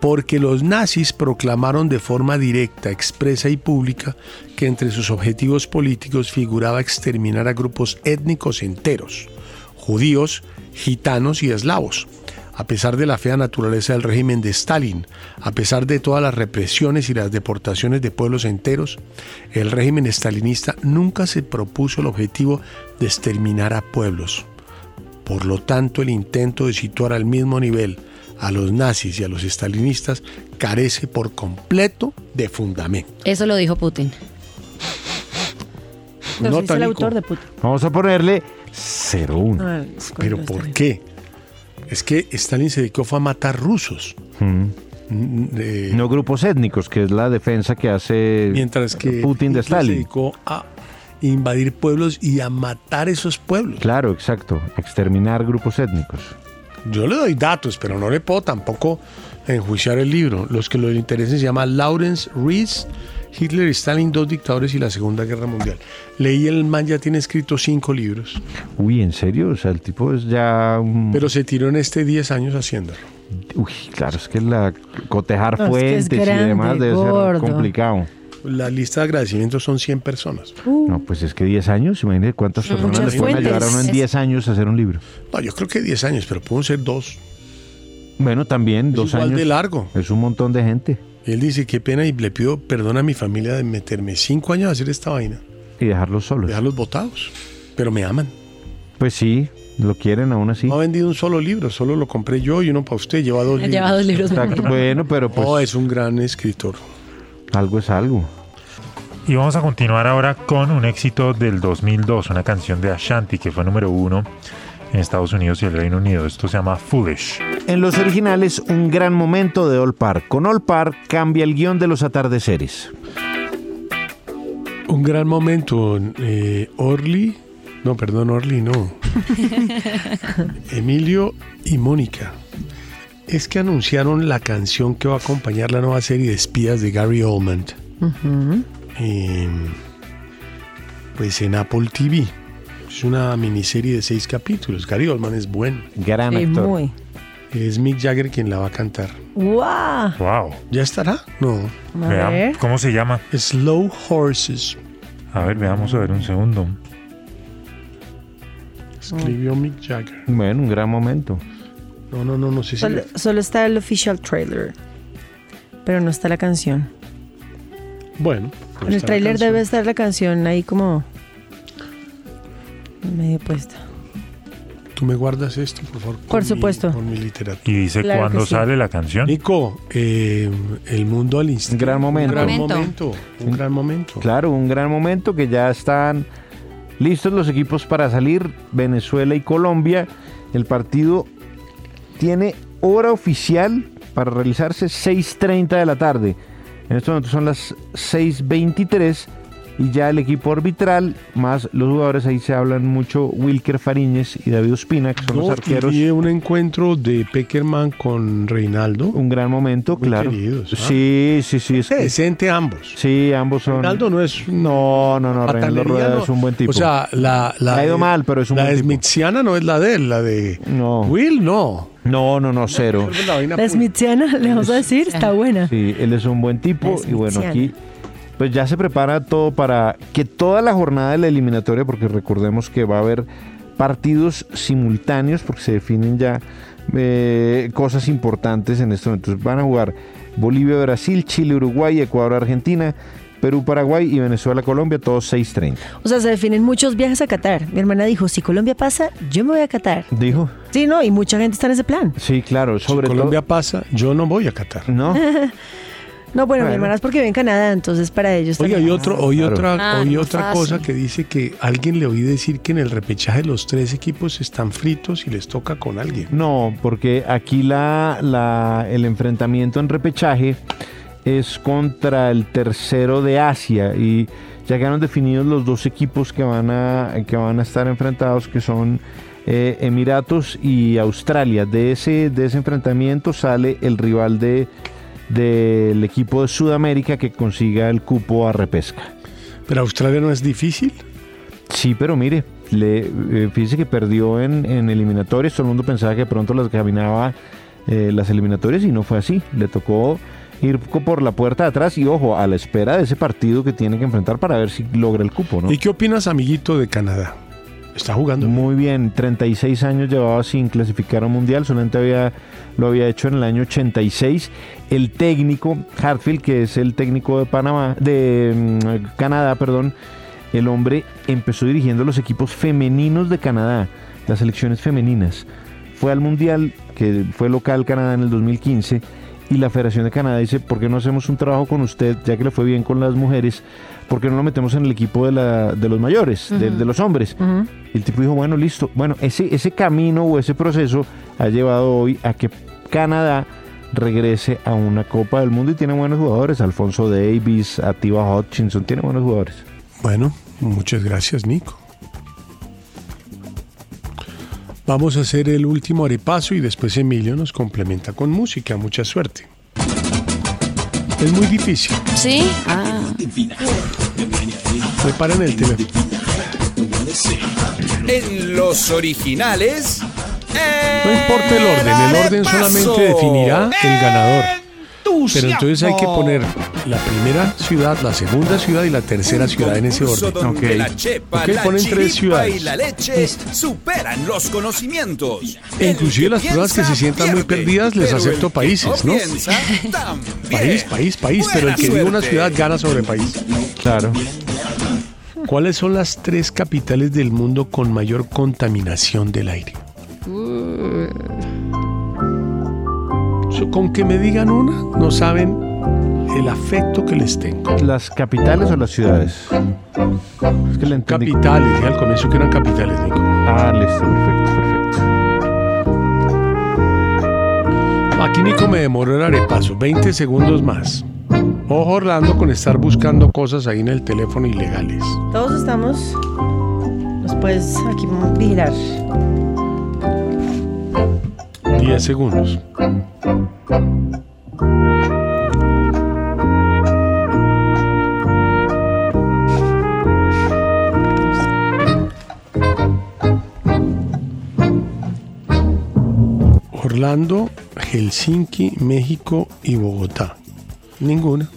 Speaker 3: porque los nazis proclamaron de forma directa, expresa y pública que entre sus objetivos políticos figuraba exterminar a grupos étnicos enteros, judíos, gitanos y eslavos. A pesar de la fea naturaleza del régimen de Stalin, a pesar de todas las represiones y las deportaciones de pueblos enteros, el régimen stalinista nunca se propuso el objetivo de exterminar a pueblos. Por lo tanto, el intento de situar al mismo nivel a los nazis y a los stalinistas carece por completo de fundamento.
Speaker 9: Eso lo dijo Putin.
Speaker 3: Pero Nota, es el Nico. autor de Ah,
Speaker 6: Putin.
Speaker 4: Vamos a ponerle 01.
Speaker 3: ¿Pero por qué? Es que Stalin se dedicó fue a matar rusos.
Speaker 4: Mm.
Speaker 3: Eh,
Speaker 4: No grupos étnicos, que es la defensa que hace
Speaker 3: Mientras que
Speaker 4: Putin de
Speaker 3: Hitler se
Speaker 4: Stalin.
Speaker 3: dedicó a invadir pueblos y a matar esos pueblos.
Speaker 4: Claro, exacto. Exterminar grupos étnicos.
Speaker 3: Yo le doy datos, pero no le puedo tampoco enjuiciar el libro. Los que lo interesen se llama Lawrence Rees, Hitler y Stalin, dos dictadores y la Segunda Guerra Mundial. Leí el man, ya tiene escrito cinco libros,
Speaker 4: Uy, ¿en serio? O sea, el tipo es ya... un-
Speaker 3: pero se tiró en este 10 años haciéndolo.
Speaker 4: Uy, claro, es que la cotejar
Speaker 3: No, es que es
Speaker 4: fuentes y
Speaker 3: grande,
Speaker 4: demás debe ser
Speaker 3: gordo.
Speaker 4: complicado.
Speaker 3: La lista de agradecimientos son 100 personas.
Speaker 4: No, pues es que 10 años, imagínate cuántas
Speaker 3: Uh. Muchas
Speaker 4: personas le pueden ayudar a uno en
Speaker 3: fuentes.
Speaker 4: 10 años a hacer un libro.
Speaker 3: No, yo creo que 10 años, pero pueden ser dos.
Speaker 4: Bueno, también
Speaker 3: Es
Speaker 4: dos
Speaker 3: igual
Speaker 4: años.
Speaker 3: de largo.
Speaker 4: Es un montón de gente.
Speaker 3: Y él dice, qué pena, y le pido perdón a mi familia de meterme cinco años a hacer esta vaina,
Speaker 4: Y dejarlos solos.
Speaker 3: dejarlos botados. Pero me aman.
Speaker 4: Pues sí, lo quieren aún así.
Speaker 3: No ha vendido un solo libro, solo lo compré yo y uno para usted. Lleva dos libros.
Speaker 9: Lleva dos libros.
Speaker 4: Exacto. Bueno, pero pues
Speaker 3: Oh, es un gran escritor.
Speaker 4: algo es algo.
Speaker 7: Y vamos a continuar ahora con un éxito del 2002, una canción de Ashanti que fue número uno en Estados Unidos y el Reino Unido. Esto se llama Foolish.
Speaker 4: En los originales, un gran momento de All Park. Con All Park cambia el guión de los atardeceres.
Speaker 3: Un gran momento. eh, Orly. No, perdón, Orly, no. Emilio y Mónica. Es que anunciaron la canción que va a acompañar la nueva serie de espías de Gary Oldman.
Speaker 6: Mm.
Speaker 3: eh, pues en Apple TV. Es una miniserie de seis capítulos. Gary Oldman es bueno.
Speaker 4: Gran
Speaker 6: Eh,
Speaker 4: actor.
Speaker 6: muy.
Speaker 3: Es Mick Jagger quien la va a cantar.
Speaker 6: ¡Wow!
Speaker 7: Wow.
Speaker 3: ¿Ya estará? No.
Speaker 6: A Vea, ver.
Speaker 7: ¿Cómo se llama?
Speaker 3: Slow Horses.
Speaker 7: A ver, veamos a ver un segundo.
Speaker 3: Escribió Mick Jagger.
Speaker 4: Bueno, un gran momento.
Speaker 3: No, no, no, no sé si.
Speaker 6: Solo, solo está el official trailer, pero no está la canción.
Speaker 3: Bueno. pues
Speaker 6: en el
Speaker 3: está la
Speaker 6: trailer
Speaker 3: canción.
Speaker 6: debe estar la canción ahí como medio puesta.
Speaker 3: tú me guardas esto, por favor. con
Speaker 6: Por
Speaker 3: mi-
Speaker 6: supuesto.
Speaker 3: con mi literatura.
Speaker 7: Y dice
Speaker 3: Claro
Speaker 7: cuándo
Speaker 3: que sí.
Speaker 7: sale la canción.
Speaker 3: Nico, eh, el mundo al instante. Un gran
Speaker 4: momento.
Speaker 3: Un gran
Speaker 4: Momento.
Speaker 3: momento. Un gran momento.
Speaker 4: Claro, un gran momento que ya están listos los equipos para salir. Venezuela y Colombia. El partido tiene hora oficial para realizarse 6.30 de la tarde. En estos momentos son las 6.23 y ya el equipo arbitral más los jugadores ahí se hablan mucho Wilker Fariñez y David Ospina, que son
Speaker 3: No,
Speaker 4: los arqueros.
Speaker 3: y un encuentro de Peckerman con Reinaldo. Un
Speaker 4: gran momento, claro.
Speaker 3: Queridos, ¿ah?
Speaker 4: Sí, sí, sí. Es
Speaker 3: Decente ambos.
Speaker 4: Sí, ambos son.
Speaker 3: Reinaldo no es.
Speaker 4: No, no, no. Reinaldo
Speaker 3: Patalería,
Speaker 4: Rueda
Speaker 3: no.
Speaker 4: es un buen tipo.
Speaker 3: O sea, la, la
Speaker 4: Le ha ido
Speaker 3: de-
Speaker 4: mal, pero es un
Speaker 3: La
Speaker 4: buen
Speaker 3: de
Speaker 4: tipo.
Speaker 3: Smithiana no es la de él, la de Will no.
Speaker 4: No, no, no, cero.
Speaker 6: La Smithiana, le vamos a decir, está buena.
Speaker 4: Sí, él es un buen tipo
Speaker 6: Es
Speaker 4: y bueno,
Speaker 6: Luciano.
Speaker 4: aquí pues ya se prepara todo para que toda la jornada de la eliminatoria, porque recordemos que va a haber partidos simultáneos, porque se definen ya eh, cosas importantes en este momento. Van a jugar Bolivia, Brasil, Chile, Uruguay, Ecuador, Argentina, Perú, Paraguay y Venezuela, Colombia, todos 6.30.
Speaker 6: O sea, se definen muchos viajes a Qatar. Mi hermana dijo, si Colombia pasa, yo me voy a Qatar.
Speaker 4: ¿Dijo?
Speaker 6: Sí, no, y mucha gente está en ese plan.
Speaker 4: Sí, claro, sobre
Speaker 3: Colombia pasa, yo no voy a Qatar.
Speaker 4: No.
Speaker 6: No, bueno, mi
Speaker 3: Bueno.
Speaker 6: hermana es porque vive en Canadá, entonces para ellos
Speaker 3: Oiga,
Speaker 6: también.
Speaker 3: y otro, hoy otra,
Speaker 6: Ah,
Speaker 3: hoy
Speaker 6: no es
Speaker 3: otra
Speaker 6: fácil.
Speaker 3: cosa que dice que alguien le oí decir que en el repechaje los tres equipos están fritos y les toca con alguien.
Speaker 4: No, porque aquí la, la- el enfrentamiento en repechaje es contra el tercero de Asia y ya quedaron definidos los dos equipos que van a, que van a estar enfrentados, que son eh, Emiratos y Australia. De ese, de ese enfrentamiento sale el rival de- del equipo de Sudamérica que consiga el cupo a repesca.
Speaker 3: Pero Australia no es difícil.
Speaker 4: Sí, pero mire, le, eh, fíjese que perdió en, en eliminatorias. Todo el mundo pensaba que pronto las caminaba eh, las eliminatorias y no fue así. Le tocó ir co- por la puerta de atrás y ojo, a la espera de ese partido que tiene que enfrentar para ver si logra el cupo, ¿no?
Speaker 3: ¿Y qué opinas, amiguito de Canadá? Está jugando.
Speaker 4: Muy bien, 36 años llevaba sin clasificar a un mundial, solamente había, lo había hecho en el año 86. El técnico, Hartfield, que es el técnico de Panamá, de mm, Canadá, perdón, el hombre empezó dirigiendo los equipos femeninos de Canadá, las selecciones femeninas. Fue al mundial, que fue local Canadá en el 2015, y la Federación de Canadá dice, ¿por qué no hacemos un trabajo con usted, ya que le fue bien con las mujeres? ¿Por qué no lo metemos en el equipo de, la- de los mayores, de-
Speaker 18: Ujú.
Speaker 4: de los hombres? Y el tipo dijo, bueno, listo. Bueno, ese, ese camino o ese proceso ha llevado hoy a que Canadá regrese a una Copa del Mundo y tiene buenos jugadores. Alfonso Davis, Atiba Hutchinson, tiene buenos jugadores.
Speaker 3: Bueno, muchas gracias, Nico. Vamos a hacer el último arepaso y después Emilio nos complementa con música. Mucha suerte. Es muy difícil.
Speaker 9: ¿Sí? Ah.
Speaker 3: Preparen el teléfono.
Speaker 2: En los originales.
Speaker 3: No importa el orden, el orden solamente definirá el ganador. Pero entonces hay que poner la primera ciudad, la segunda ciudad y la tercera ciudad en ese
Speaker 2: concurso
Speaker 3: orden.
Speaker 2: donde la chepa,
Speaker 3: Ok,
Speaker 2: la
Speaker 3: ponen tres
Speaker 2: chiripa y
Speaker 3: ciudades.
Speaker 2: la leche superan los conocimientos.
Speaker 3: E inclusive las personas que se sientan muy perdidas les
Speaker 2: pero el
Speaker 3: acepto
Speaker 2: que
Speaker 3: países,
Speaker 2: no
Speaker 3: ¿no?
Speaker 2: piensa,
Speaker 3: País, país, país, pero el que vive una ciudad gana sobre país.
Speaker 4: Claro.
Speaker 3: ¿Cuáles son las tres capitales del mundo con mayor contaminación del aire? So, Con que me digan una, no saben el afecto que les tengo.
Speaker 4: ¿Las capitales o las ciudades? Es que le entendí.
Speaker 3: Capitales, dije al comienzo que eran capitales, Nico.
Speaker 4: Ah, listo, perfecto, perfecto.
Speaker 3: Aquí Nico me demoró el arepaso, 20 segundos más. Ojo Orlando con estar buscando cosas ahí en el teléfono ilegales.
Speaker 6: Todos estamos, nos puedes aquí vigilar.
Speaker 3: 10 segundos. Orlando, Helsinki, México y Bogotá. Ninguna.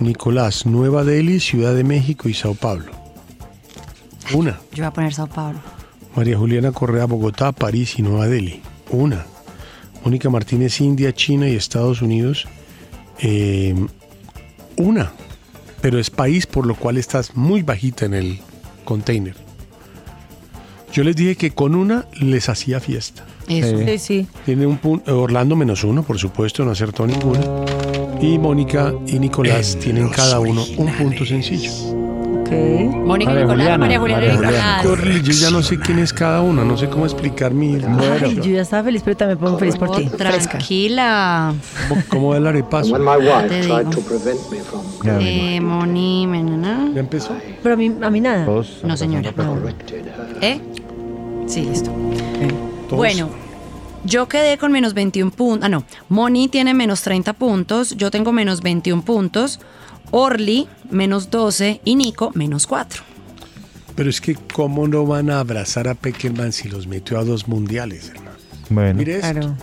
Speaker 3: Nicolás, Nueva Delhi, Ciudad de México y Sao Paulo. Una.
Speaker 9: Yo voy a poner Sao Paulo.
Speaker 3: María Juliana Correa, Bogotá, París y Nueva Delhi. Una. Mónica Martínez, India, China y Estados Unidos. Eh, una. Pero es país por lo cual estás muy bajita en el container. Yo les dije que con una les hacía fiesta.
Speaker 6: Eso. Sí, sí.
Speaker 3: Tiene un punto. Orlando menos uno, por supuesto, no acertó ninguna. Y Mónica y Nicolás tienen cada uno un punto sencillo.
Speaker 9: Mónica
Speaker 3: María
Speaker 9: Nicolás,
Speaker 3: Juliana,
Speaker 9: María Juliana
Speaker 3: María
Speaker 9: Nicolás.
Speaker 3: Qué horrible, Yo ya no sé quién es cada uno, no sé cómo explicar mi.
Speaker 6: Ay, yo ya estaba feliz, pero también me pongo feliz por ti. Fresca.
Speaker 9: Tranquila.
Speaker 3: ¿Cómo- ¿Cómo va el arepazo?
Speaker 9: Te digo.
Speaker 3: Ya me
Speaker 9: Eh, Moni, menana.
Speaker 3: ¿Ya empezó?
Speaker 6: Pero a mí, a mí nada.
Speaker 9: No, señora. no. ¿Eh? Sí, listo.
Speaker 3: Eh,
Speaker 9: Bueno, yo quedé con menos 21 puntos. Ah, no. Moni tiene menos 30 puntos. Yo tengo menos 21 puntos. Orly, menos 12. Y Nico, menos 4.
Speaker 3: Pero es que, ¿cómo no van a abrazar a Peckerman si los metió a dos mundiales, hermano?
Speaker 4: Bueno.
Speaker 3: Mire esto.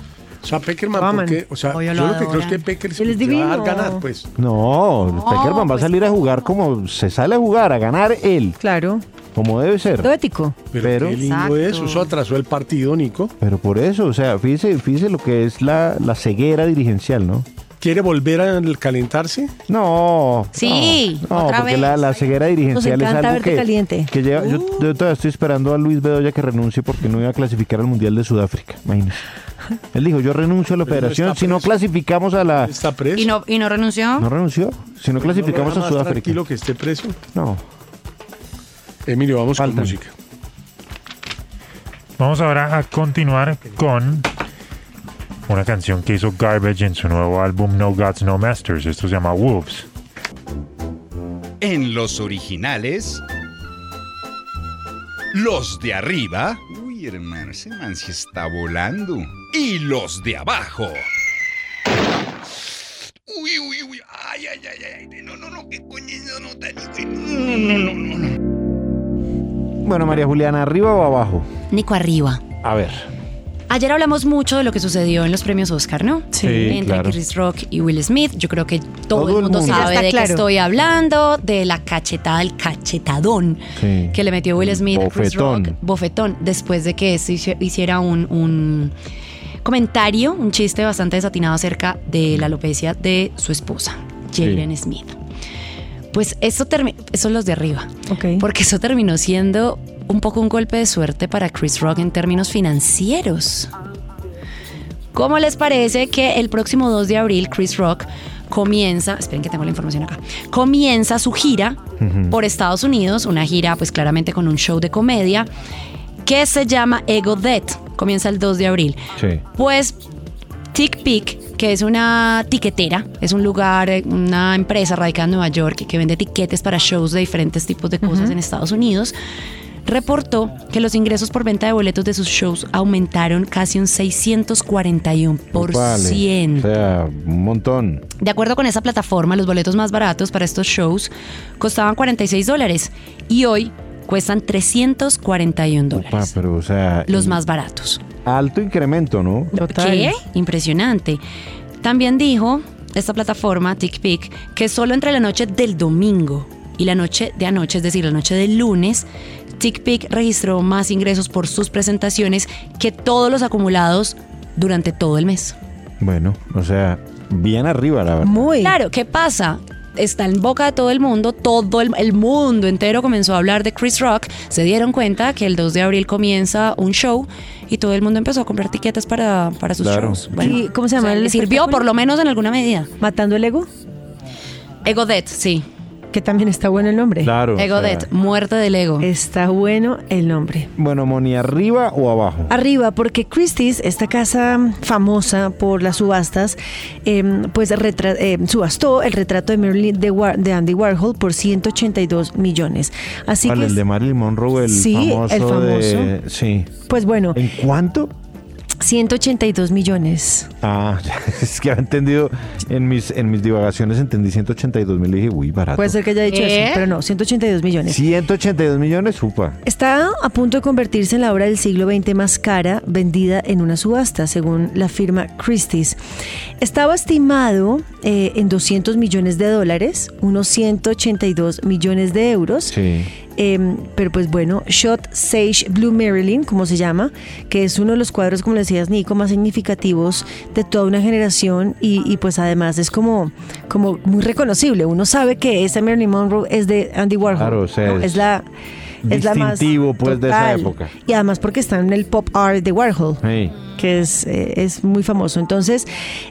Speaker 3: O sea, Peckerman,
Speaker 4: Aman.
Speaker 3: ¿por qué? O sea,
Speaker 4: Oh, yo
Speaker 3: yo,
Speaker 4: lo
Speaker 3: lo que creo es
Speaker 4: adoran.
Speaker 3: que Peckerman
Speaker 4: Él es
Speaker 3: se va a
Speaker 4: divino.
Speaker 3: dar ganar, pues.
Speaker 4: No, Peckerman va a salir a jugar como se sale a jugar, a ganar él.
Speaker 6: Claro.
Speaker 4: Como debe ser.
Speaker 6: Poético.
Speaker 3: Pero, qué lindo es. Eso atrasó el partido, Nico.
Speaker 4: Pero por eso, o sea, fíjese, fíjese lo que es la, la ceguera dirigencial, ¿no?
Speaker 3: ¿Quiere volver a calentarse?
Speaker 4: No.
Speaker 6: Sí,
Speaker 4: no, no,
Speaker 6: otra
Speaker 4: porque
Speaker 6: vez.
Speaker 4: La, la ceguera dirigencial
Speaker 6: Nos
Speaker 4: es
Speaker 6: encanta
Speaker 4: algo
Speaker 6: verte
Speaker 4: que,
Speaker 6: caliente. Uh.
Speaker 4: que lleva. Yo, yo todavía estoy esperando a Luis Bedoya que renuncie porque no iba a clasificar al Mundial de Sudáfrica. Imagínese. Él dijo, yo renuncio a la
Speaker 3: Pero no
Speaker 4: operación
Speaker 3: está
Speaker 4: si no
Speaker 3: preso.
Speaker 4: clasificamos a la...
Speaker 3: ¿Está preso?
Speaker 9: ¿Y no, y no renunció?
Speaker 4: ¿No renunció? Si no
Speaker 3: Pues
Speaker 4: clasificamos
Speaker 3: lo deja
Speaker 4: a
Speaker 3: más
Speaker 4: Sudáfrica.
Speaker 3: tranquilo que esté preso?
Speaker 4: No.
Speaker 3: Emilio, vamos con música.
Speaker 7: Vamos ahora a continuar con una canción que hizo Garbage en su nuevo álbum No Gods, No Masters. Esto se llama Wolves.
Speaker 12: En los originales, los de arriba. Uy, hermano, ese man sí está volando. Y los de abajo. Uy, uy, uy. Ay, ay, ay, ay. No, no, no. ¿Qué coño es esa nota? No, no, no, no, no.
Speaker 4: Bueno, María Juliana, ¿arriba o abajo?
Speaker 9: Nico arriba.
Speaker 4: A ver.
Speaker 9: Ayer hablamos mucho de lo que sucedió en los premios Oscar, ¿no?
Speaker 4: Sí. Sí,
Speaker 9: Entre
Speaker 4: claro.
Speaker 9: Chris Rock y Will Smith. Yo creo que todo, el mundo,
Speaker 8: mundo. Ya
Speaker 9: sabe
Speaker 8: está
Speaker 9: de
Speaker 8: claro.
Speaker 9: qué estoy hablando, de la cachetada, el cachetadón
Speaker 4: Sí.
Speaker 9: que le metió Will Smith a Chris Rock.
Speaker 4: Bofetón.
Speaker 9: Bofetón. Después de que se hici- hiciera un, un comentario, un chiste bastante desatinado acerca de la alopecia de su esposa, Jalen Smith. Pues eso, termi- eso es los de arriba. Porque eso terminó siendo un poco un golpe de suerte para Chris Rock en términos financieros. ¿Cómo les parece que el próximo 2 de abril Chris Rock comienza, esperen que tengo la información acá, comienza su gira por Estados Unidos, una gira pues claramente con un show de comedia que se llama Ego Death, comienza el 2 de abril.
Speaker 4: Sí.
Speaker 9: Pues Tick Pick, que es una tiquetera, es un lugar, eh, una empresa radicada en Nueva York que vende tiquetes para shows de diferentes tipos de cosas en Estados Unidos, reportó que los ingresos por venta de boletos de sus shows aumentaron casi un 641%.
Speaker 4: Vale. O sea, un montón.
Speaker 9: De acuerdo con esa plataforma, los boletos más baratos para estos shows costaban 46 dólares y hoy cuestan 341 dólares.
Speaker 4: Pa, pero, o sea...
Speaker 9: Los
Speaker 4: in-
Speaker 9: más baratos.
Speaker 4: Alto incremento, ¿no?
Speaker 9: ¿Qué? Impresionante. También dijo esta plataforma, TickPick, que solo entre la noche del domingo y la noche de anoche, es decir, la noche del lunes, TickPick registró más ingresos por sus presentaciones que todos los acumulados durante todo el mes.
Speaker 4: Bueno, o sea, bien arriba, la verdad.
Speaker 6: Muy.
Speaker 9: Claro, ¿qué pasa? Está en boca de todo el mundo, todo el, el mundo entero comenzó a hablar de Chris Rock, se dieron cuenta que el 2 de abril comienza un show y todo el mundo empezó a comprar tiquetas para, para sus
Speaker 4: Claro.
Speaker 9: shows. Bueno,
Speaker 6: ¿Y cómo se llama
Speaker 9: o sea,
Speaker 6: el
Speaker 9: le sirvió por lo menos en alguna medida.
Speaker 6: ¿Matando el ego?
Speaker 9: Ego Death, sí.
Speaker 6: Que también está bueno el nombre.
Speaker 4: Claro, o
Speaker 9: Ego
Speaker 4: sea.
Speaker 9: Death, muerte del ego.
Speaker 6: Está bueno el nombre.
Speaker 4: Bueno, Moni, ¿arriba o abajo?
Speaker 6: Arriba, porque Christie's, esta casa famosa por las subastas, eh, pues retra- eh, subastó el retrato de Marilyn de, War- de Andy Warhol por 182 millones. Así
Speaker 4: Vale,
Speaker 6: que,
Speaker 4: el de Marilyn Monroe, el
Speaker 6: Sí,
Speaker 4: famoso.
Speaker 6: el
Speaker 4: De,
Speaker 6: famoso.
Speaker 4: sí.
Speaker 6: pues bueno.
Speaker 4: ¿En cuánto?
Speaker 6: 182 millones.
Speaker 4: Ah, es que había entendido, en mis, en mis divagaciones entendí 182 mil y dije, uy, barato.
Speaker 6: Puede ser que haya dicho
Speaker 9: ¿Qué?
Speaker 6: eso, pero no, 182 millones.
Speaker 4: 182 millones, upa.
Speaker 6: Está a punto de convertirse en la obra del siglo XX más cara vendida en una subasta, según la firma Christie's. Estaba estimado eh, en 200 millones de dólares, unos 182 millones de euros.
Speaker 4: Sí.
Speaker 6: Eh, pero pues bueno, Shot Sage Blue Marilyn, como se llama, que es uno de los cuadros, como le decías Nico, más significativos de toda una generación y, y, pues además es como, como muy reconocible. Uno sabe que esa Marilyn Monroe es de Andy Warhol.
Speaker 4: Claro, o sea,
Speaker 6: ¿no?
Speaker 4: es-
Speaker 6: es la es la más
Speaker 4: distintivo, pues, de esa
Speaker 6: total.
Speaker 4: época.
Speaker 6: Y además porque está en el pop art de Warhol, que es, eh, es muy famoso. Entonces,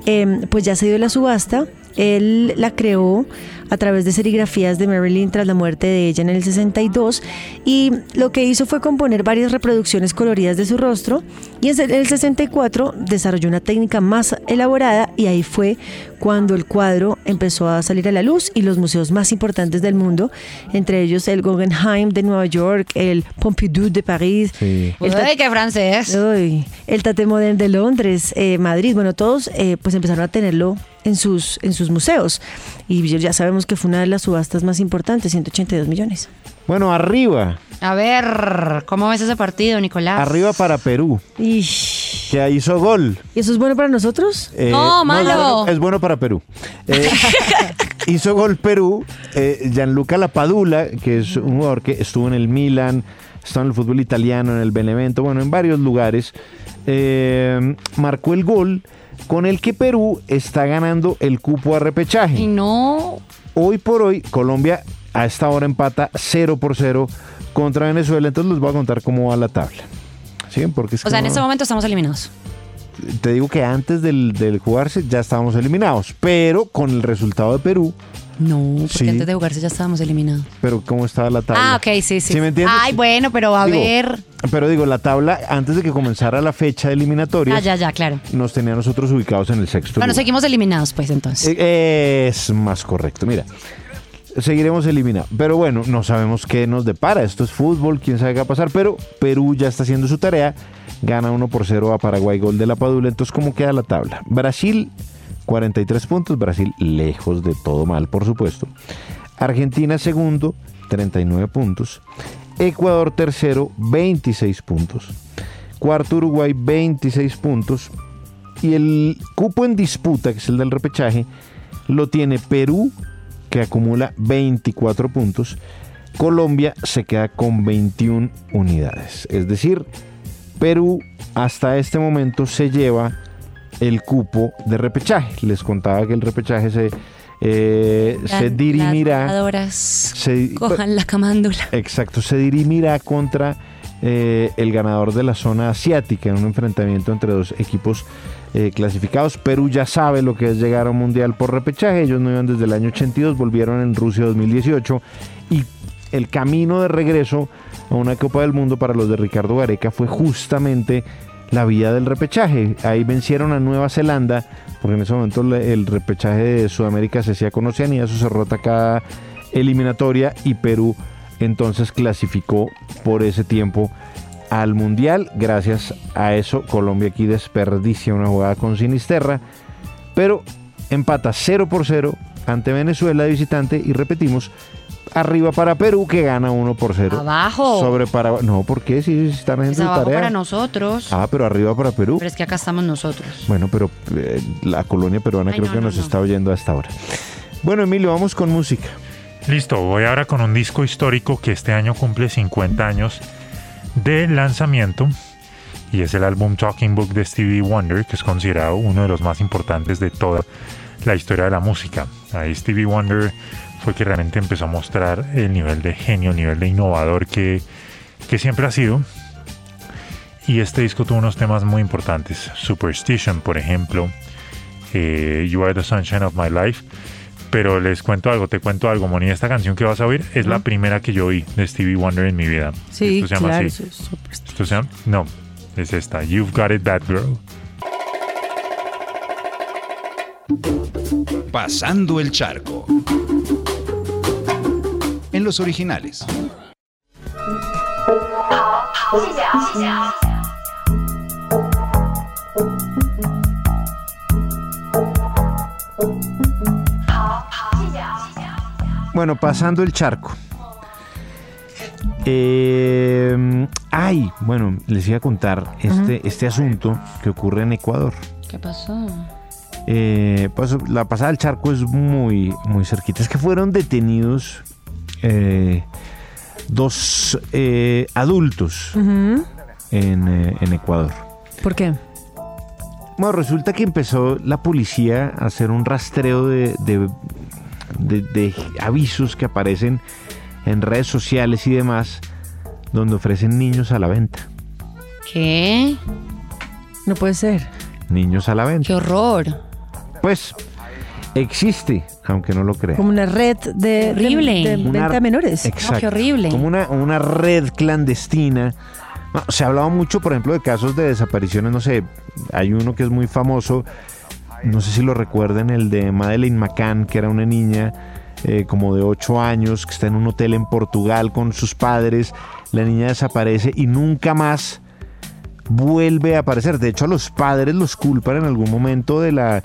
Speaker 6: eh, pues ya se dio la subasta. Él la creó a través de serigrafías de Marilyn tras la muerte de ella en el 62 y lo que hizo fue componer varias reproducciones coloridas de su rostro y en el 64 desarrolló una técnica más elaborada y ahí fue cuando el cuadro empezó a salir a la luz y los museos más importantes del mundo, entre ellos el Guggenheim de Nueva York, el Pompidou de París,
Speaker 5: Pues,
Speaker 6: el Tat-
Speaker 9: Uy, qué francés.
Speaker 6: Uy, el Tate Modern de Londres, eh, Madrid, bueno, todos eh, pues empezaron a tenerlo en sus, en sus museos. Y ya sabemos que fue una de las subastas más importantes, 182 millones.
Speaker 4: Bueno, arriba.
Speaker 9: A ver, ¿cómo ves ese partido, Nicolás?
Speaker 4: Arriba para Perú. Que hizo gol.
Speaker 6: ¿Y eso es bueno para nosotros?
Speaker 4: Eh,
Speaker 9: No, malo.
Speaker 4: es bueno- es bueno para Perú. Eh, hizo gol Perú. Eh, Gianluca Lapadula, que es un jugador que estuvo en el Milan, está en el fútbol italiano, en el Benevento, bueno, en varios lugares. eh, marcó el gol con el que Perú está ganando el cupo a repechaje. Y
Speaker 9: no.
Speaker 4: Hoy por hoy, Colombia a esta hora empata 0 por 0 contra Venezuela. Entonces les voy a contar cómo va la tabla. ¿Sí? Porque es
Speaker 9: O sea, en
Speaker 4: que no-
Speaker 9: este momento estamos eliminados.
Speaker 4: te digo que antes del, del jugarse ya estábamos eliminados, pero con el resultado de Perú.
Speaker 9: No, porque Antes de jugarse ya estábamos eliminados.
Speaker 4: Pero cómo estaba la tabla.
Speaker 9: Ah, ok, sí, sí.
Speaker 4: ¿Sí me entiendes?
Speaker 9: Ay, bueno, pero a
Speaker 4: Digo,
Speaker 9: ver.
Speaker 4: Pero digo, la tabla antes de que comenzara la fecha de eliminatoria
Speaker 9: Ah, ya, ya, claro.
Speaker 4: nos tenía a nosotros ubicados en el sexto.
Speaker 9: Bueno,
Speaker 4: lugar.
Speaker 9: seguimos eliminados, pues entonces.
Speaker 4: Eh, Es más correcto, mira. Seguiremos eliminados. Pero bueno, no sabemos qué nos depara. Esto es fútbol, quién sabe qué va a pasar. Pero Perú ya está haciendo su tarea. Gana 1 por 0 a Paraguay, gol de la Padula. Entonces, ¿cómo queda la tabla? Brasil, 43 puntos. Brasil lejos de todo mal, por supuesto. Argentina, segundo, 39 puntos. Ecuador, tercero, 26 puntos. Cuarto, Uruguay, 26 puntos. Y el cupo en disputa, que es el del repechaje, lo tiene Perú, que acumula 24 puntos. Colombia se queda con 21 unidades. Es decir, Perú hasta este momento se lleva el cupo de repechaje. Les contaba que el repechaje se, eh, se
Speaker 9: Las
Speaker 4: dirimirá.
Speaker 9: nadadoras,
Speaker 4: se-
Speaker 9: Cojan la camándula.
Speaker 4: Exacto, se dirimirá contra eh, el ganador de la zona asiática en un enfrentamiento entre dos equipos eh, clasificados. Perú ya sabe lo que es llegar a un mundial por repechaje. Ellos no iban desde el año 82, volvieron en Rusia 2018 y el camino de regreso a una Copa del Mundo para los de Ricardo Gareca fue justamente la vía del repechaje. Ahí vencieron a Nueva Zelanda, porque en ese momento le- el repechaje de Sudamérica se hacía con Oceanía, eso cerró cada eliminatoria y Perú entonces clasificó por ese tiempo al Mundial. Gracias a eso Colombia aquí desperdicia una jugada con Sinisterra, pero empata 0 por 0 ante Venezuela de visitante y repetimos, arriba para Perú que gana 1 por 0.
Speaker 9: Abajo.
Speaker 4: Sobre Paraguay. No, ¿por qué? Si si están haciendo
Speaker 9: Ah, Es
Speaker 4: su
Speaker 9: abajo
Speaker 4: tarea.
Speaker 9: para nosotros.
Speaker 4: Ah, pero arriba para Perú.
Speaker 9: Pero es que acá estamos nosotros.
Speaker 4: Bueno, pero eh, la colonia peruana
Speaker 9: Ay,
Speaker 4: creo
Speaker 9: no,
Speaker 4: que
Speaker 9: no,
Speaker 4: nos está oyendo hasta ahora. Bueno, Emilio, vamos con música.
Speaker 7: Listo, voy ahora con un disco histórico que este año cumple 50 años de lanzamiento y es el álbum Talking Book de Stevie Wonder, que es considerado uno de los más importantes de toda la historia de la música. Ahí Stevie Wonder fue que realmente empezó a mostrar el nivel de genio, el nivel de innovador que, que siempre ha sido. Y este disco tuvo unos temas muy importantes. Superstition, por ejemplo. eh, you are the sunshine of my life. Pero les cuento algo, te cuento algo, Moni. Esta canción que vas a oír es la primera que yo oí de Stevie Wonder en mi vida.
Speaker 6: Sí,
Speaker 7: Esto se llama
Speaker 6: claro,
Speaker 7: así.
Speaker 6: eso es
Speaker 7: Esto se llama- No, es esta. You've got it, bad girl.
Speaker 2: Pasando el charco. En los originales.
Speaker 4: Bueno, pasando el charco. Eh, ay, bueno, les iba a contar este, este asunto que ocurre en Ecuador.
Speaker 9: ¿Qué pasó?
Speaker 4: Eh, pues, la pasada del charco es muy, muy cerquita. Es que fueron detenidos eh, dos eh, adultos
Speaker 6: Ujú.
Speaker 4: en, eh, en Ecuador.
Speaker 6: ¿Por qué?
Speaker 4: Bueno, resulta que empezó la policía a hacer un rastreo de, de- de- de avisos que aparecen en redes sociales y demás donde ofrecen niños a la venta.
Speaker 5: ¿Qué?
Speaker 6: No puede ser.
Speaker 4: Niños a la venta. ¡Qué
Speaker 9: horror!
Speaker 4: Pues existe, aunque no lo crean.
Speaker 6: Como una red de,
Speaker 4: Horrible.
Speaker 6: de- de
Speaker 4: Una-
Speaker 6: venta de menores. Ah,
Speaker 4: Exacto. Como una, una red clandestina. No, Se ha hablado mucho, por ejemplo, de casos de desapariciones. No sé, hay uno que es muy famoso. No sé si lo recuerden, el de Madeleine McCann, que era una niña eh, como de 8 años, que está en un hotel en Portugal con sus padres. La niña desaparece y nunca más vuelve a aparecer. De hecho, a los padres los culpan en algún momento de la,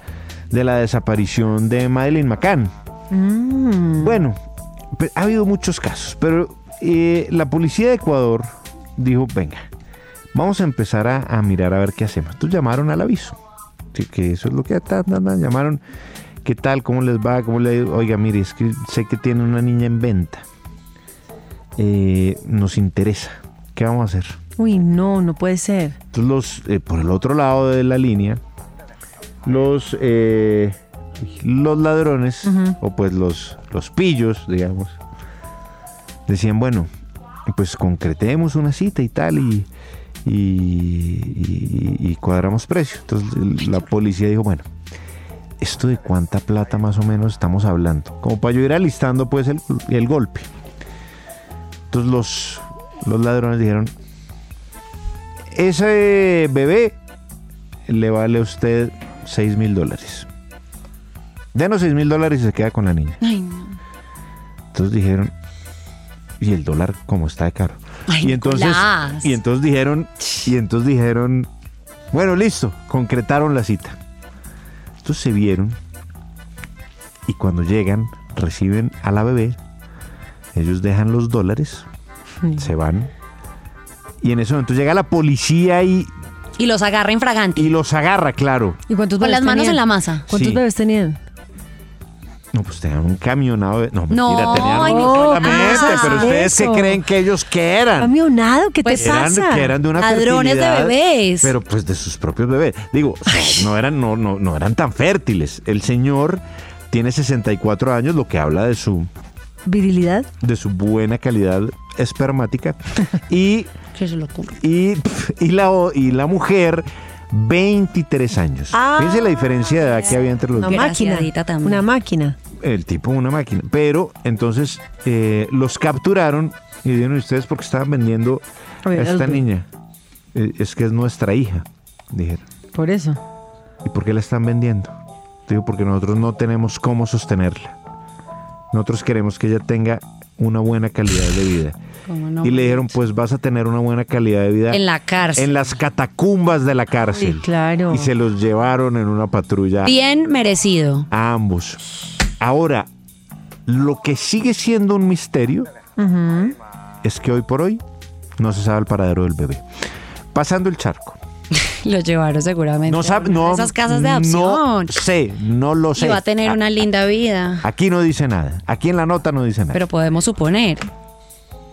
Speaker 4: de la desaparición de Madeleine McCann.
Speaker 6: Mm.
Speaker 4: Bueno, pe- ha habido muchos casos, pero eh, la policía de Ecuador dijo, venga, vamos a empezar a, a mirar a ver qué hacemos. Entonces llamaron al aviso, que, que eso es lo que tan, tan, tan, llamaron, qué tal, cómo les va, cómo le ha ido? oiga, mire, es que sé que tiene una niña en venta, Eh, nos interesa, ¿qué vamos a hacer?
Speaker 6: Uy, no, no puede ser.
Speaker 4: Entonces, los, eh, por el otro lado de la línea, los, eh, los ladrones, o pues los, los pillos, digamos, decían, bueno, pues concretemos una cita y tal, y, y, y- y cuadramos precio. Entonces el- la policía dijo, bueno, ¿esto de cuánta plata más o menos estamos hablando? Como para yo ir alistando pues el, el golpe. Entonces los, los ladrones dijeron, ese bebé le vale a usted 6 mil dólares. Denos 6 mil dólares y se queda con la niña.
Speaker 9: Ay, no.
Speaker 4: Entonces dijeron, y el dólar como está de caro.
Speaker 9: Ay,
Speaker 4: y entonces,
Speaker 9: Nicolás.
Speaker 4: y entonces dijeron, y entonces dijeron, bueno, listo, concretaron la cita. Entonces se vieron y cuando llegan, reciben a la bebé, ellos dejan los dólares, se van. Y en ese momento llega la policía y,
Speaker 5: Y los agarra infragante.
Speaker 4: y los agarra, claro.
Speaker 6: ¿Y cuántos
Speaker 5: Con
Speaker 6: bebés
Speaker 5: las manos
Speaker 6: tenían?
Speaker 5: en la masa.
Speaker 6: ¿Cuántos
Speaker 4: Sí.
Speaker 6: bebés tenían?
Speaker 4: No, pues tenían un camionado. de- No,
Speaker 6: No,
Speaker 4: mentira, tenían
Speaker 6: ay,
Speaker 4: no,
Speaker 6: Nicolás,
Speaker 4: claramente, pero ustedes
Speaker 6: eso.
Speaker 4: que creen que ellos que eran.
Speaker 6: Camionado, ¿qué
Speaker 5: Pues,
Speaker 6: te
Speaker 4: Pues eran,
Speaker 6: pasa?
Speaker 4: que eran de una fertilidad, Pero pues de sus propios bebés. Digo, o sea, no eran, no, no, no eran tan fértiles. El señor tiene 64 años, lo que habla de su,
Speaker 6: Virilidad.
Speaker 4: de su buena calidad espermática. Y, y, pf, y, la, o- y la mujer, 23 años.
Speaker 6: Ah.
Speaker 4: Fíjense la diferencia de edad que había entre los
Speaker 6: Una
Speaker 4: dos.
Speaker 6: máquina. Una máquina.
Speaker 4: El tipo una máquina. Pero entonces eh, los capturaron y dijeron "¿Y ustedes porque estaban vendiendo a
Speaker 6: Oye,
Speaker 4: esta
Speaker 6: el-
Speaker 4: niña. Eh, Es que es nuestra hija, dijeron.
Speaker 6: Por eso.
Speaker 4: ¿Y por qué la están vendiendo? Digo, porque nosotros no tenemos cómo sostenerla. Nosotros queremos que ella tenga una buena calidad de vida.
Speaker 5: ¿Cómo no?
Speaker 4: y le dijeron, pues vas a tener una buena calidad de vida.
Speaker 5: En la cárcel.
Speaker 4: En las catacumbas de la cárcel.
Speaker 6: claro.
Speaker 4: Y se los llevaron en una patrulla
Speaker 5: Bien merecido.
Speaker 4: a ambos. Ahora, lo que sigue siendo un misterio es que hoy por hoy no se sabe el paradero del bebé. Pasando el charco.
Speaker 9: Lo llevaron seguramente.
Speaker 4: No
Speaker 9: a
Speaker 4: sab-
Speaker 9: una de
Speaker 4: no-
Speaker 9: esas casas de adopción.
Speaker 4: No sé, no lo sé.
Speaker 9: Y va a tener
Speaker 4: A-
Speaker 9: una linda vida.
Speaker 4: Aquí no dice nada. Aquí en la nota no dice nada.
Speaker 5: Pero podemos suponer.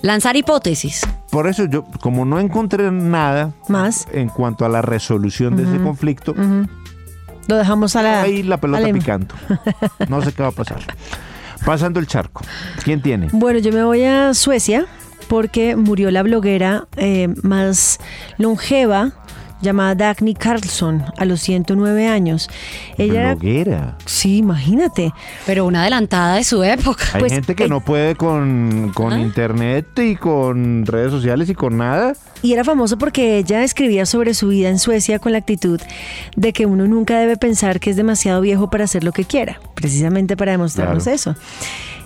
Speaker 5: Lanzar hipótesis.
Speaker 4: Por eso yo, como no encontré nada
Speaker 6: más
Speaker 4: en cuanto a la resolución de ese
Speaker 6: Ujú.
Speaker 4: conflicto,
Speaker 6: Ujú. Lo dejamos a la.
Speaker 4: ahí la pelota
Speaker 6: al em-
Speaker 4: picando. No sé qué va a pasar. Pasando el charco. ¿Quién tiene?
Speaker 6: Bueno, yo me voy a Suecia porque murió la bloguera eh, más longeva llamada Dagny Carlson a los 109 años. Ella era-
Speaker 4: Bloguera.
Speaker 6: Sí, imagínate. Pues, eh,
Speaker 5: Pero una adelantada de su época.
Speaker 4: Hay gente que no puede con, con
Speaker 6: Ah.
Speaker 4: internet y con redes sociales y con nada.
Speaker 6: Y era famoso porque ella escribía sobre su vida en Suecia con la actitud de que uno nunca debe pensar que es demasiado viejo para hacer lo que quiera, precisamente para demostrarnos
Speaker 18: Claro.
Speaker 6: eso.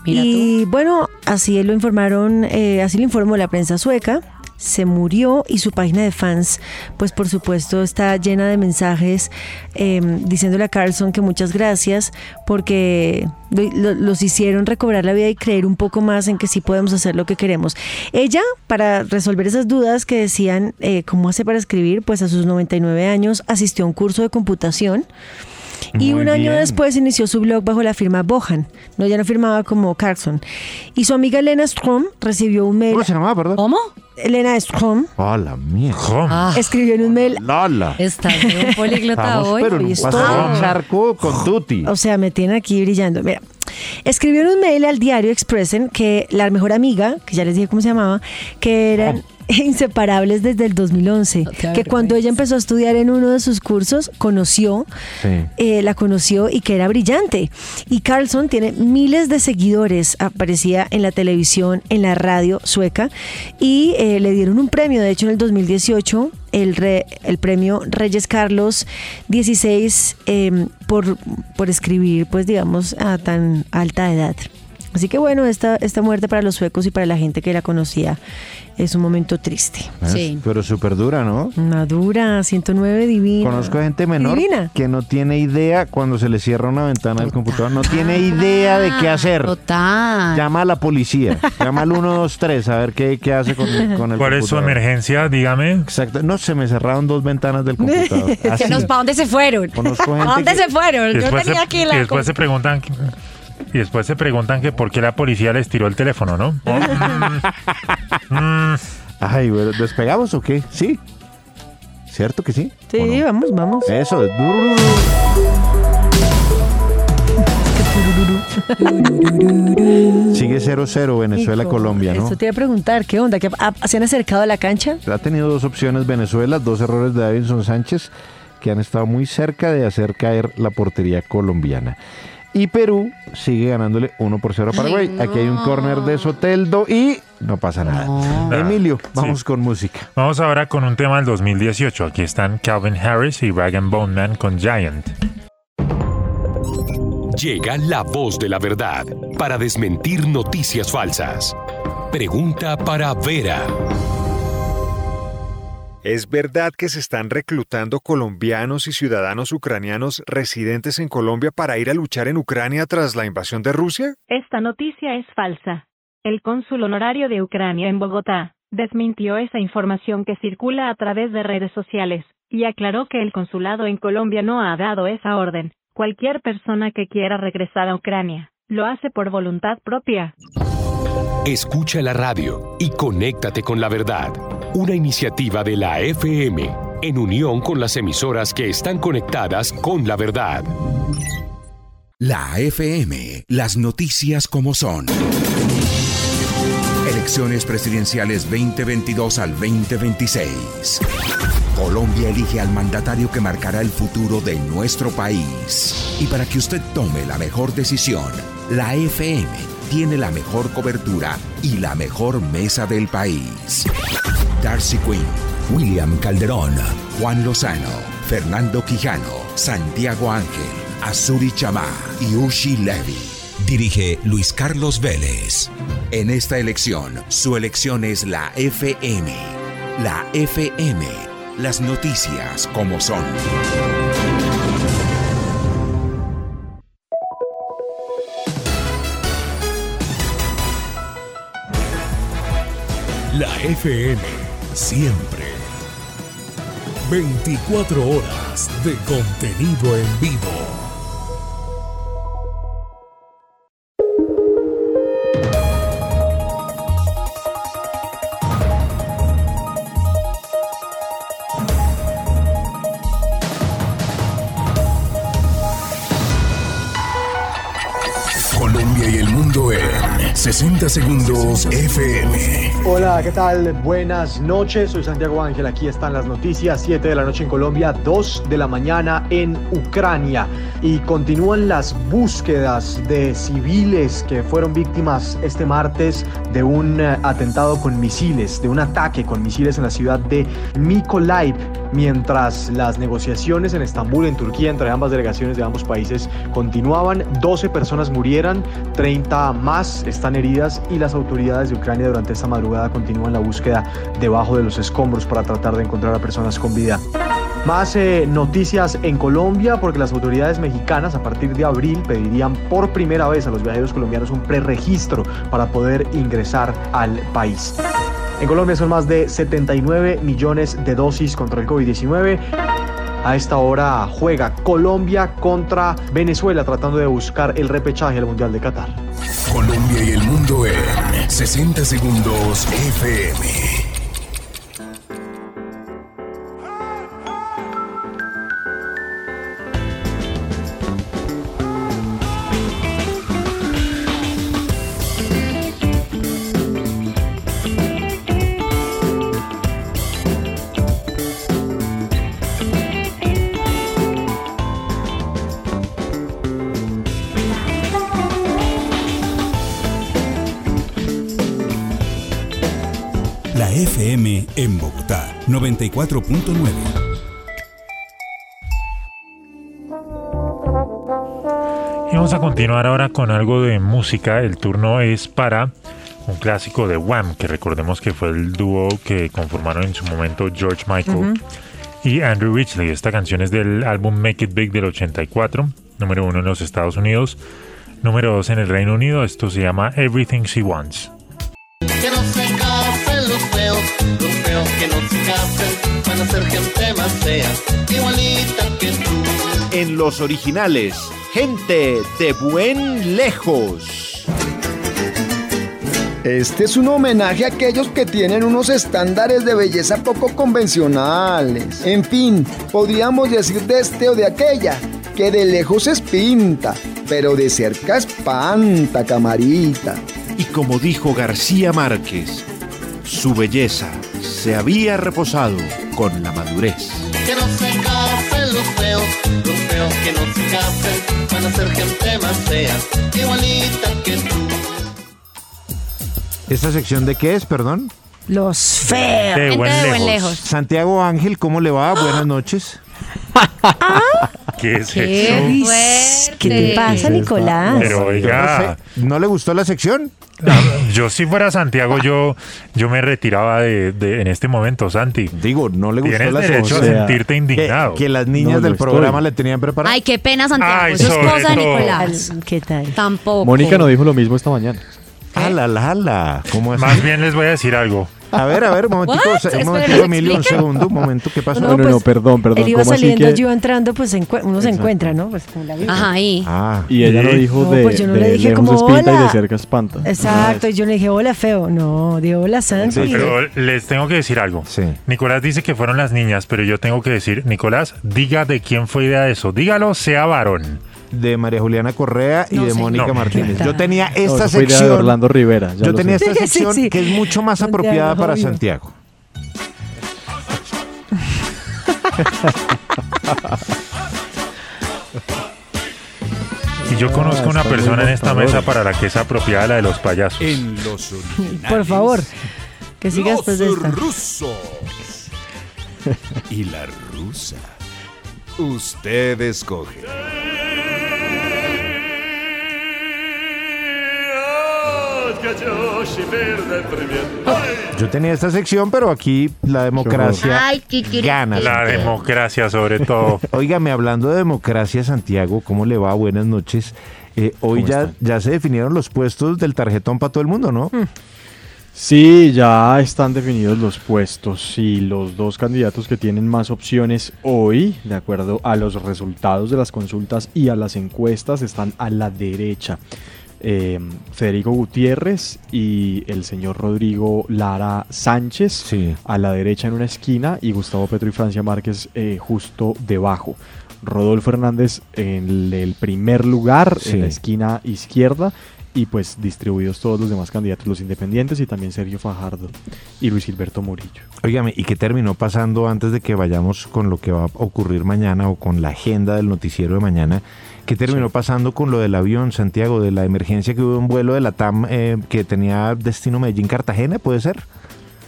Speaker 6: y bueno, así lo informaron, eh, así lo informó la prensa sueca. Se murió y su página de fans, pues por supuesto, está llena de mensajes eh, diciéndole a Carlson que muchas gracias porque lo- lo- los hicieron recobrar la vida y creer un poco más en que sí podemos hacer lo que queremos. Ella, para resolver esas dudas que decían eh, cómo hace para escribir, pues a sus 99 años asistió a un curso de computación. Y
Speaker 18: Muy
Speaker 6: un año
Speaker 18: bien.
Speaker 6: después inició su blog bajo la firma Bohan. No, ya no firmaba como Carlson. Y su amiga Elena Strom recibió un mail. ¿Cómo se
Speaker 4: llamaba, perdón?
Speaker 6: ¿Cómo? Elena Strom
Speaker 4: ¡Ah, la mierda!
Speaker 6: escribió en un mail.
Speaker 4: ¡Lala!
Speaker 6: Estás de un políglota
Speaker 4: Estamos,
Speaker 6: hoy,
Speaker 4: Pero en
Speaker 6: hoy
Speaker 4: un
Speaker 6: es
Speaker 4: pasado
Speaker 6: todo.
Speaker 4: el charco con Tuti.
Speaker 6: O sea, me tienen aquí brillando. Mira, escribió en un mail al diario Expressen que la mejor amiga, que ya les dije cómo se llamaba, que eran inseparables desde el 2011, que cuando ella empezó a estudiar en uno de sus cursos, conoció,
Speaker 4: Sí.
Speaker 6: eh, la conoció y que era brillante. Y Carlson tiene miles de seguidores, aparecía en la televisión, en la radio sueca, y eh, le dieron un premio, de hecho en el 2018, el, re- el premio Reyes Carlos 16 eh, por, por escribir, pues digamos, a tan alta edad. Así que bueno, esta, esta muerte para los suecos y para la gente que la conocía es un momento triste.
Speaker 4: Es- Pero súper dura, ¿no?
Speaker 6: Madura, 109, divina.
Speaker 4: Conozco gente menor
Speaker 6: Divina.
Speaker 4: que no tiene idea cuando se le cierra una ventana del computador, no tiene idea de
Speaker 9: Ah,
Speaker 4: qué hacer.
Speaker 19: Total.
Speaker 4: Llama a la policía, llama al 123 a ver qué, qué hace con, con el computador.
Speaker 7: ¿Cuál es su emergencia? Dígame.
Speaker 4: Exacto. No, se me cerraron dos ventanas del computador. Así.
Speaker 19: Que nos- ¿Para dónde se fueron?
Speaker 4: Conozco
Speaker 19: ¿Para
Speaker 4: gente
Speaker 19: dónde
Speaker 4: que-
Speaker 19: se fueron? Yo tenía
Speaker 7: se,
Speaker 19: aquí
Speaker 7: y
Speaker 19: la...
Speaker 7: después se preguntan que- y después se preguntan que por qué la policía les tiró el teléfono, ¿no? Oh, mm,
Speaker 4: Ay, bueno, ¿despegamos o qué? Sí. ¿Cierto que sí?
Speaker 6: Sí, vamos, vamos.
Speaker 4: Eso. Sigue 0-0 Venezuela-Colombia, ¿no?
Speaker 6: Eso te iba a preguntar, ¿qué onda? ¿Qué, ah, ¿Se han acercado a la cancha?
Speaker 4: Ha tenido dos opciones Venezuela, dos errores de Davinson Sánchez que han estado muy cerca de hacer caer la portería colombiana. Y Perú sigue ganándole 1 por 0 a Paraguay. Aquí hay un córner de Soteldo y no pasa nada. Emilio, vamos con música.
Speaker 7: Vamos ahora con un tema del 2018. Aquí están Calvin Harris y Rag Bone Man con Giant.
Speaker 18: Llega la voz de la verdad para desmentir noticias falsas. Pregunta para Vera.
Speaker 2: ¿Es verdad que se están reclutando colombianos y ciudadanos ucranianos residentes en Colombia para ir a luchar en Ucrania tras la invasión de Rusia?
Speaker 9: Esta noticia es falsa. El cónsul honorario de Ucrania en Bogotá desmintió esa información que circula a través de redes sociales y aclaró que el consulado en Colombia no ha dado esa orden. Cualquier persona que quiera regresar a Ucrania lo hace por voluntad propia.
Speaker 18: Escucha la radio y conéctate con la verdad. Una iniciativa de la FM en unión con las emisoras que están conectadas con la verdad.
Speaker 20: La FM, las noticias como son. Elecciones presidenciales 2022 al 2026. Colombia elige al mandatario que marcará el futuro de nuestro país. Y para que usted tome la mejor decisión, la FM tiene la mejor cobertura y la mejor mesa del país. Darcy Quinn, William Calderón, Juan Lozano, Fernando Quijano, Santiago Ángel, Azuri Chamá y Ushi Levy. Dirige Luis Carlos Vélez. En esta elección, su elección es la FM. La FM, las noticias como son.
Speaker 21: La FM, siempre. 24 horas de contenido en vivo.
Speaker 13: Colombia y el mundo en 60 segundos FM.
Speaker 15: Hola, ¿qué tal? Buenas noches, soy Santiago Ángel, aquí están las noticias, 7 de la noche en Colombia, 2 de la mañana en Ucrania y continúan las búsquedas de civiles que fueron víctimas este martes de un eh, atentado con misiles, de un ataque con misiles en la ciudad de Mykolaiv, mientras las negociaciones en Estambul, en Turquía, entre ambas delegaciones de ambos países continuaban, 12 personas murieron, 30 más están heridas y las autoridades de Ucrania durante esta madrugada continúan la búsqueda debajo de los escombros para tratar de encontrar a personas con vida. Más eh, noticias en Colombia porque las autoridades mexicanas a partir de abril pedirían por primera vez a los viajeros colombianos un preregistro para poder ingresar al país. En Colombia son más de 79 millones de dosis contra el COVID-19. A esta hora juega Colombia contra Venezuela tratando de buscar el repechaje al Mundial de Qatar.
Speaker 13: Colombia y el mundo en 60 segundos FM. La FM en Bogotá, 94.9.
Speaker 7: Y vamos a continuar ahora con algo de música. El turno es para un clásico de Wham, que recordemos que fue el dúo que conformaron en su momento George Michael
Speaker 5: Ujú.
Speaker 7: y Andrew Ridgely. Esta canción es del álbum Make It Big del 84, número uno en los Estados Unidos, número dos en el Reino Unido. Esto se llama Everything She Wants.
Speaker 22: Que no se casen los feos, los feos que no se casen, van a ser gente más fea, igualita que tú.
Speaker 23: En los originales, gente de buen lejos.
Speaker 24: Este es un homenaje a aquellos que tienen unos estándares de belleza poco convencionales. En fin, podríamos decir de este o de aquella, que de lejos es pinta, pero de cerca espanta, camarita.
Speaker 23: Y como dijo García Márquez, su belleza se había reposado con la madurez.
Speaker 22: Que no se casen los feos, los feos que no se casen, van a ser gente más fea, igualita que tú.
Speaker 4: ¿Esta sección de qué es, perdón?
Speaker 9: Los feos.
Speaker 4: Gente de buen Gente de buen lejos. lejos. Santiago Ángel, ¿cómo le va? Buenas noches.
Speaker 7: ¿Qué es
Speaker 4: ¿Qué
Speaker 6: ¿Qué te pasa, Nicolás?
Speaker 7: Pero oiga.
Speaker 4: Yo No, sé, ¿no le gustó la sección?
Speaker 7: Yo si fuera Santiago, yo, yo me retiraba de, de- en este momento, Santi. Digo, no le
Speaker 4: gustó
Speaker 7: Tienes
Speaker 4: la
Speaker 7: derecho a
Speaker 4: sección.
Speaker 7: sentirte indignado.
Speaker 4: Que las niñas del programa le tenían preparado.
Speaker 9: Ay, qué pena, Santiago.
Speaker 4: Ay,
Speaker 9: Eso es
Speaker 4: sobre
Speaker 9: cosa de
Speaker 4: todo.
Speaker 9: Nicolás.
Speaker 6: ¿Qué tal?
Speaker 9: Tampoco.
Speaker 4: Mónica no
Speaker 15: dijo lo mismo esta mañana.
Speaker 4: ¡Hala, Ah, la, la! ¿Cómo así?
Speaker 7: Más bien les voy a decir algo.
Speaker 4: A ver, a ver, un momentico,
Speaker 6: What?
Speaker 4: se- un
Speaker 6: Espera,
Speaker 4: momentico, Emilio, un
Speaker 6: explica.
Speaker 4: segundo, un momento, ¿qué pasó?
Speaker 6: No, No, no, no, pues,
Speaker 15: perdón, perdón.
Speaker 6: Él iba
Speaker 15: ¿cómo así
Speaker 6: saliendo,
Speaker 15: que-
Speaker 6: yo entrando, pues se encue- uno se encuentra, ¿no? Pues como la vida.
Speaker 9: Ajá, ahí.
Speaker 4: Ah.
Speaker 15: y ella no dijo
Speaker 6: No,
Speaker 15: de,
Speaker 6: pues yo no
Speaker 15: de
Speaker 6: le dije
Speaker 15: lejos
Speaker 6: como
Speaker 15: espinta y
Speaker 6: hola.
Speaker 15: de cerca espanta.
Speaker 6: Exacto, y yo le dije, hola, feo. No, de hola, Santi.
Speaker 7: pero les tengo que decir algo. Nicolás dice que fueron las niñas, pero yo tengo que decir, Nicolás, diga de quién fue idea de eso. Dígalo, sea varón.
Speaker 4: De María Juliana Correa y de Mónica Martínez. Yo tenía
Speaker 15: No,
Speaker 4: esta
Speaker 15: eso fue idea de
Speaker 4: sección.
Speaker 15: Orlando Rivera. ya
Speaker 4: Yo
Speaker 15: lo
Speaker 4: tenía
Speaker 15: sé.
Speaker 4: esta sección que es mucho más
Speaker 15: Santiago,
Speaker 4: apropiada para
Speaker 15: obvio.
Speaker 4: Santiago.
Speaker 7: Y yo conozco
Speaker 4: Ah,
Speaker 7: una
Speaker 4: está muy
Speaker 7: persona en esta
Speaker 4: montadora.
Speaker 7: mesa para la que es apropiada la de los payasos.
Speaker 6: Por favor, que siga después de esta.
Speaker 2: rusos y la rusa. Usted escoge.
Speaker 4: Yo tenía esta sección, pero aquí la democracia gana.
Speaker 7: La
Speaker 4: Santiago.
Speaker 7: democracia, sobre todo.
Speaker 4: Óigame, hablando de democracia, Santiago, ¿cómo le va? Buenas noches. Eh, hoy
Speaker 15: ¿Cómo
Speaker 4: ya,
Speaker 15: están? Mm.
Speaker 4: ya se definieron los puestos del tarjetón para todo el mundo, ¿no?
Speaker 15: Sí, ya están definidos los puestos y los dos candidatos que tienen más opciones hoy, de acuerdo a los resultados de las consultas y a las encuestas, están a la derecha. Eh, Federico Gutiérrez y el señor Rodrigo Lara Sánchez a la derecha en una esquina y Gustavo Petro y Francia Márquez eh, justo debajo. Rodolfo Hernández en el primer lugar,
Speaker 4: Sí.
Speaker 15: en la esquina izquierda, y pues distribuidos todos los demás candidatos, los independientes y también Sergio Fajardo y Luis Gilberto Murillo.
Speaker 4: Óigame, ¿y qué terminó pasando antes de que vayamos con lo que va a ocurrir mañana o con la agenda del noticiero de mañana? ¿Qué terminó pasando con lo del avión, Santiago, de la emergencia que hubo un vuelo de la TAM eh, que tenía destino Medellín-Cartagena, puede ser?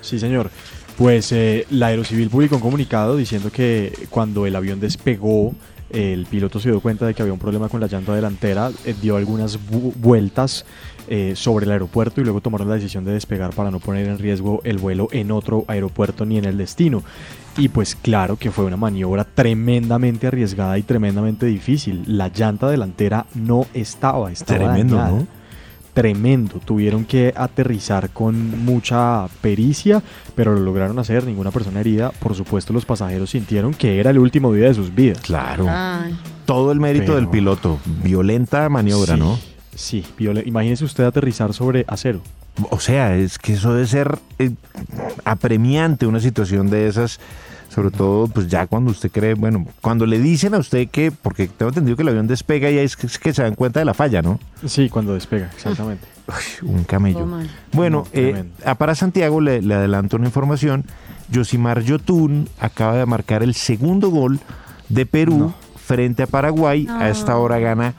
Speaker 15: Sí, señor. Pues eh, la Aerocivil publicó un comunicado diciendo que cuando el avión despegó, el piloto se dio cuenta de que había un problema con la llanta delantera, eh, dio algunas vu- vueltas eh, sobre el aeropuerto y luego tomaron la decisión de despegar para no poner en riesgo el vuelo en otro aeropuerto ni en el destino. Y pues claro que fue una maniobra tremendamente arriesgada y tremendamente difícil. La llanta delantera no estaba, estaba
Speaker 4: Tremendo,
Speaker 15: dañada
Speaker 4: ¿no?
Speaker 15: tremendo. Tuvieron que aterrizar con mucha pericia, pero lo lograron hacer, ninguna persona herida. Por supuesto, los pasajeros sintieron que era el último día de sus vidas.
Speaker 4: Claro.
Speaker 15: Ah.
Speaker 4: Todo el mérito del piloto. Violenta maniobra,
Speaker 15: Sí,
Speaker 4: ¿no?
Speaker 15: Sí, viole- imagínese usted aterrizar sobre acero.
Speaker 4: O sea, es que eso debe ser eh, apremiante una situación de esas, sobre todo pues ya cuando usted cree, bueno, cuando le dicen a usted que, porque tengo entendido que el avión despega y ahí es que, es que se dan cuenta de la falla, ¿no?
Speaker 15: Sí, cuando despega, exactamente.
Speaker 4: Un camello.
Speaker 15: Todo mal.
Speaker 4: Bueno,
Speaker 15: No,
Speaker 4: eh,
Speaker 15: Mm, tremendo.
Speaker 4: a para Santiago le, le adelanto una información. Josimar Yotun acaba de marcar el segundo gol de Perú frente a Paraguay.
Speaker 25: No.
Speaker 4: A esta hora gana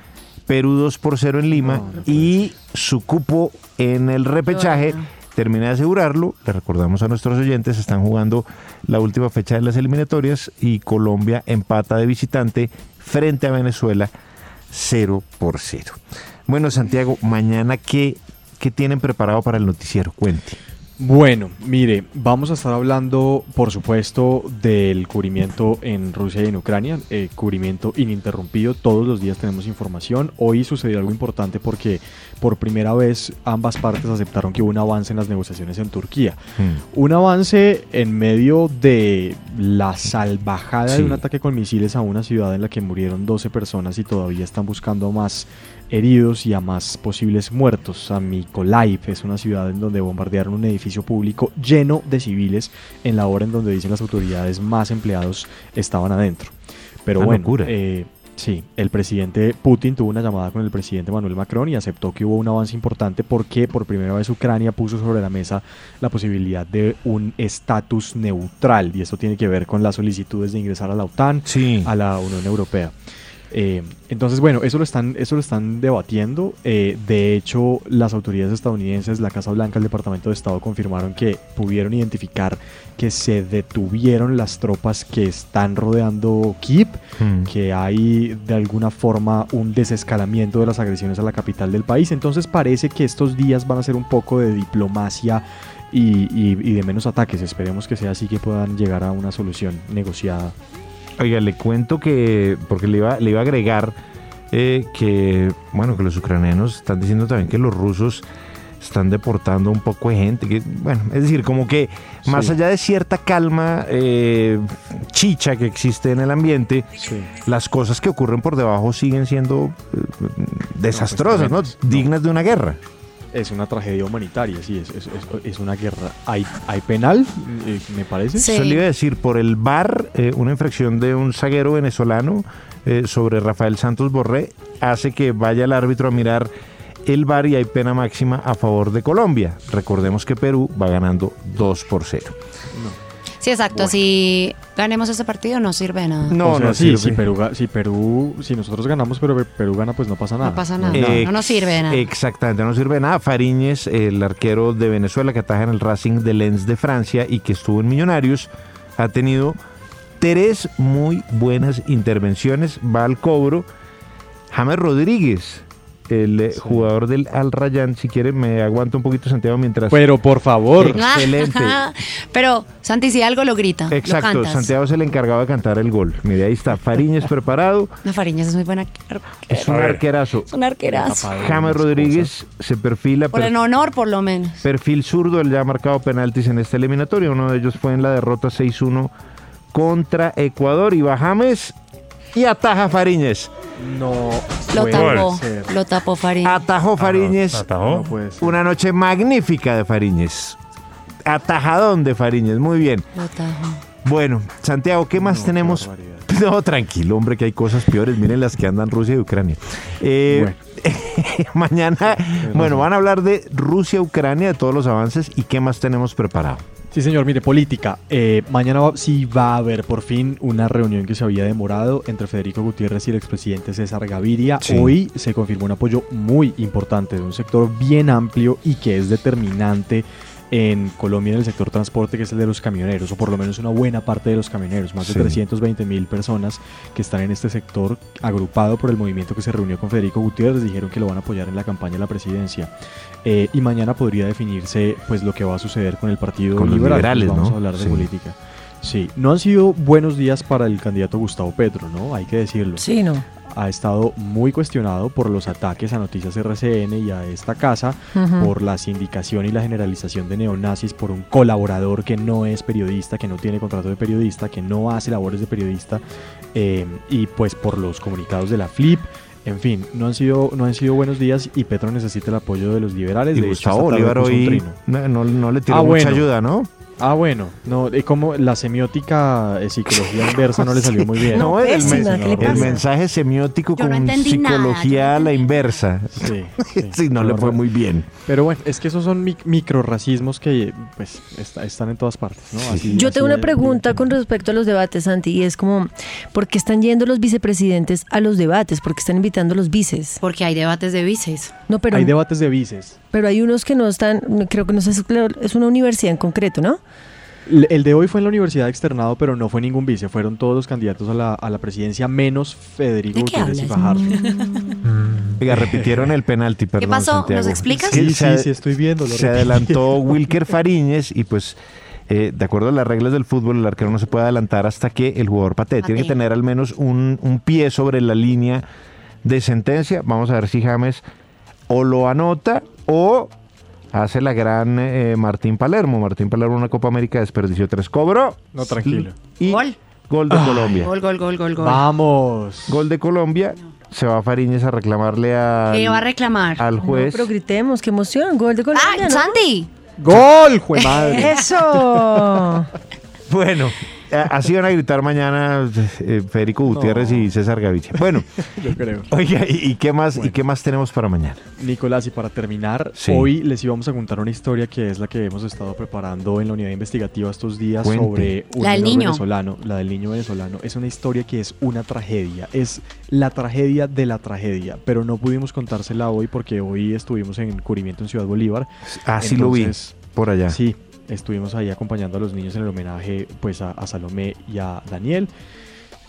Speaker 4: Perú 2 por 0 en Lima y su cupo en el repechaje termina de asegurarlo. Le recordamos a nuestros oyentes, están jugando la última fecha de las eliminatorias y Colombia empata de visitante frente a Venezuela 0 por 0. Bueno, Santiago, mañana qué, qué tienen preparado para el noticiero? Cuente.
Speaker 15: Bueno, mire, vamos a estar hablando, por supuesto, del cubrimiento en Rusia y en Ucrania, eh, cubrimiento ininterrumpido, todos los días tenemos información. Hoy sucedió algo importante porque por primera vez ambas partes aceptaron que hubo un avance en las negociaciones en Turquía.
Speaker 4: Hmm.
Speaker 15: Un avance en medio de la salvajada
Speaker 4: Sí.
Speaker 15: de un ataque con misiles a una ciudad en la que murieron 12 personas y todavía están buscando a más heridos y a más posibles muertos. A Mykolaiv es una ciudad en donde bombardearon un edificio público lleno de civiles en la hora en donde dicen las autoridades más empleados estaban adentro. Pero
Speaker 4: Una
Speaker 15: bueno,
Speaker 4: locura.
Speaker 15: eh, sí, el presidente Putin tuvo una llamada con el presidente Manuel Macron y aceptó que hubo un avance importante porque por primera vez Ucrania puso sobre la mesa la posibilidad de un estatus neutral y esto tiene que ver con las solicitudes de ingresar a la OTAN, a la Unión Europea. Eh, entonces, bueno, eso lo están, eso lo están debatiendo. Eh, de hecho, las autoridades estadounidenses, la Casa Blanca, el Departamento de Estado confirmaron que pudieron identificar que se detuvieron las tropas que están rodeando Kiev,
Speaker 4: Hmm.
Speaker 15: que hay de alguna forma un desescalamiento de las agresiones a la capital del país. Entonces parece que estos días van a ser un poco de diplomacia y, y- y de menos ataques. Esperemos que sea así que puedan llegar a una solución negociada.
Speaker 4: Oiga, le cuento que, porque le iba, le iba a agregar eh, que, bueno, que los ucranianos están diciendo también que los rusos están deportando un poco de gente. Que, bueno, es decir, como que más Sí. allá de cierta calma eh, chicha que existe en el ambiente, las cosas que ocurren por debajo siguen siendo eh, desastrosas, ¿no?
Speaker 15: tremendas.
Speaker 4: Dignas de una guerra.
Speaker 15: Es una tragedia humanitaria, sí, es, es- es- es una guerra. ¿Hay, hay penal, eh, me parece?
Speaker 4: Eso le iba a decir, por el bar, eh, una infracción de un zaguero venezolano eh, sobre Rafael Santos Borré hace que vaya el árbitro a mirar el bar y hay pena máxima a favor de Colombia. Recordemos que Perú va ganando 2 por 0.
Speaker 9: Sí, exacto. Si ganemos ese partido, no sirve de nada.
Speaker 15: No, no,
Speaker 4: sirve.
Speaker 15: sí, si Perú, ga- si Perú, si nosotros ganamos, pero Perú gana, pues no pasa nada.
Speaker 9: No pasa nada. No nos sirve de nada.
Speaker 4: Exactamente, no sirve de nada. Fariñez, el arquero de Venezuela que ataja en el Racing de Lens de Francia y que estuvo en Millonarios, ha tenido tres muy buenas intervenciones. Va al cobro. James Rodríguez, el eh, jugador del Al Rayyan, si quiere me aguanta un poquito Santiago mientras...
Speaker 15: Pero, por favor.
Speaker 4: Excelente.
Speaker 9: Pero, Santi, si algo lo grita, lo
Speaker 4: Exacto,
Speaker 9: cantas.
Speaker 4: Santiago se le encargaba de cantar el gol. Mire, ahí está, Fariñez preparado.
Speaker 9: No, Fariñas es muy buena.
Speaker 4: Es un
Speaker 9: A ver.
Speaker 4: arquerazo.
Speaker 9: Es un arquerazo.
Speaker 4: James Rodríguez se perfila.
Speaker 9: Por
Speaker 4: per-
Speaker 9: el honor, por lo menos.
Speaker 4: Perfil zurdo, él ya ha marcado penaltis en esta eliminatoria. Uno de ellos fue en la derrota 6-1 contra Ecuador. Y va James y ataja Fariñez.
Speaker 15: No.
Speaker 9: Lo
Speaker 4: puede
Speaker 9: tapó.
Speaker 4: ser. Ah,
Speaker 9: Lo tapó Fariñas.
Speaker 4: Atajó Fariñez. Una noche magnífica de Fariñez. Atajadón de Fariñez. Muy bien.
Speaker 9: Lo tapó.
Speaker 4: Bueno, Santiago, ¿qué más tenemos? No, tranquilo, hombre, que hay cosas peores. Miren las que andan Rusia y Ucrania. Eh, mañana, bueno, van a hablar de Rusia, Ucrania, de todos los avances y qué más tenemos preparado.
Speaker 15: Sí, señor, mire, política. Eh, mañana va- sí va a haber por fin una reunión que se había demorado entre Federico Gutiérrez y el expresidente César Gaviria.
Speaker 4: Sí.
Speaker 15: Hoy se confirmó un apoyo muy importante de un sector bien amplio y que es determinante en Colombia en el sector transporte, que es el de los camioneros, o por lo menos una buena parte de los camioneros, más
Speaker 4: Sí.
Speaker 15: de 320 mil personas que están en este sector agrupado por el movimiento que se reunió con Federico Gutiérrez, dijeron que lo van a apoyar en la campaña de la presidencia. Eh, y mañana podría definirse pues lo que va a suceder con el partido
Speaker 4: Con los
Speaker 15: liberal,
Speaker 4: liberales,
Speaker 15: pues vamos
Speaker 4: ¿no?
Speaker 15: a hablar de
Speaker 4: Sí.
Speaker 15: política. Sí, no han sido buenos días para el candidato Gustavo Petro, ¿no? Hay que decirlo.
Speaker 6: Sí, no.
Speaker 15: Ha estado muy cuestionado por los ataques a Noticias RCN y a esta casa,
Speaker 6: Ujú.
Speaker 15: por la sindicación y la generalización de neonazis, por un colaborador que no es periodista, que no tiene contrato de periodista, que no hace labores de periodista, eh, y pues por los comunicados de la FLIP. En fin, no han sido, no han sido buenos días y Petro necesita el apoyo de los liberales.
Speaker 4: Y
Speaker 15: de hecho, esta
Speaker 4: Gustavo
Speaker 15: tarde
Speaker 4: Bolívar
Speaker 15: puso un
Speaker 4: hoy
Speaker 15: trino.
Speaker 4: no, no- no le tiró
Speaker 15: Ah,
Speaker 4: mucha
Speaker 15: bueno.
Speaker 4: ayuda, ¿no?
Speaker 15: Ah, bueno, no, eh, como la semiótica eh, psicología inversa no le salió muy bien.
Speaker 4: No, el, men-
Speaker 15: Señor
Speaker 4: el
Speaker 15: Rodríguez.
Speaker 4: mensaje semiótico
Speaker 15: Yo no
Speaker 4: con
Speaker 15: entendí nada, yo no
Speaker 4: psicología a la inversa.
Speaker 15: Sí,
Speaker 4: sí, no le fue muy bien.
Speaker 15: Pero bueno, es que esos son mic- microrracismos que pues está- están en todas partes, ¿no? Así-
Speaker 6: Yo
Speaker 15: así
Speaker 6: tengo una
Speaker 15: de-
Speaker 6: pregunta con respecto a los debates, Santi, y es como, ¿por qué están yendo los vicepresidentes a los debates? ¿Por qué están invitando a los vices?
Speaker 9: Porque hay debates de vices.
Speaker 6: No, pero
Speaker 15: Hay debates de vices.
Speaker 6: Pero hay unos que no están, creo que no sé, es una universidad en concreto, ¿no?
Speaker 15: L- El de hoy fue en la universidad externado, pero no fue ningún vice. Fueron todos los candidatos a la, a la presidencia, menos Federico
Speaker 9: ¿De qué
Speaker 15: Gutiérrez y
Speaker 9: hablas?
Speaker 15: Fajardo.
Speaker 4: Oiga, repitieron el penalti, perdón.
Speaker 9: pasó? ¿Nos
Speaker 4: Santiago.
Speaker 9: explicas?
Speaker 4: Es que
Speaker 15: Sí,
Speaker 4: se
Speaker 15: sí,
Speaker 4: ad-
Speaker 15: sí, estoy viendo, lo
Speaker 4: Se
Speaker 15: repito.
Speaker 4: adelantó Wilker Fariñez y pues, eh, de acuerdo a las reglas del fútbol, el arquero no se puede adelantar hasta que el jugador patee. Tiene que
Speaker 26: Patee.
Speaker 4: tener al menos un, un pie sobre la línea de sentencia. Vamos a ver si James o lo anota o hace la gran eh, Martín Palermo. Martín Palermo en la Copa América desperdició tres. Cobró.
Speaker 15: No, tranquilo.
Speaker 4: Y gol. Gol de Colombia.
Speaker 9: Gol, gol, gol, gol, gol.
Speaker 15: Vamos.
Speaker 4: Gol de Colombia. Se va Fariñez a reclamarle a.
Speaker 9: ¿Qué va a reclamar?
Speaker 4: Al juez.
Speaker 6: Pero gritemos, qué emoción, gol de Colombia.
Speaker 9: ¡Ah,
Speaker 6: ¿no?
Speaker 9: Sandy!
Speaker 15: ¡Gol, jue
Speaker 9: madre!
Speaker 6: ¡Eso!
Speaker 4: Bueno, a- así van a gritar mañana eh, Federico Gutiérrez y César Gaviria. Bueno,
Speaker 15: Yo creo.
Speaker 4: oiga, ¿y, y qué más, ¿y qué más tenemos para mañana?
Speaker 15: Nicolás, y para terminar,
Speaker 4: Sí.
Speaker 15: hoy les íbamos a contar una historia que es la que hemos estado preparando en la unidad investigativa estos días
Speaker 4: Cuente.
Speaker 15: sobre un
Speaker 9: La del
Speaker 15: menor
Speaker 9: niño.
Speaker 15: venezolano, la del niño venezolano. Es una historia que es una tragedia, es la tragedia de la tragedia, pero no pudimos contársela hoy porque hoy estuvimos en cubrimiento en Ciudad Bolívar.
Speaker 4: Ah, sí lo vi,
Speaker 15: Entonces,
Speaker 4: por allá.
Speaker 15: Sí, estuvimos ahí acompañando a los niños en el homenaje pues a, a Salomé y a Daniel,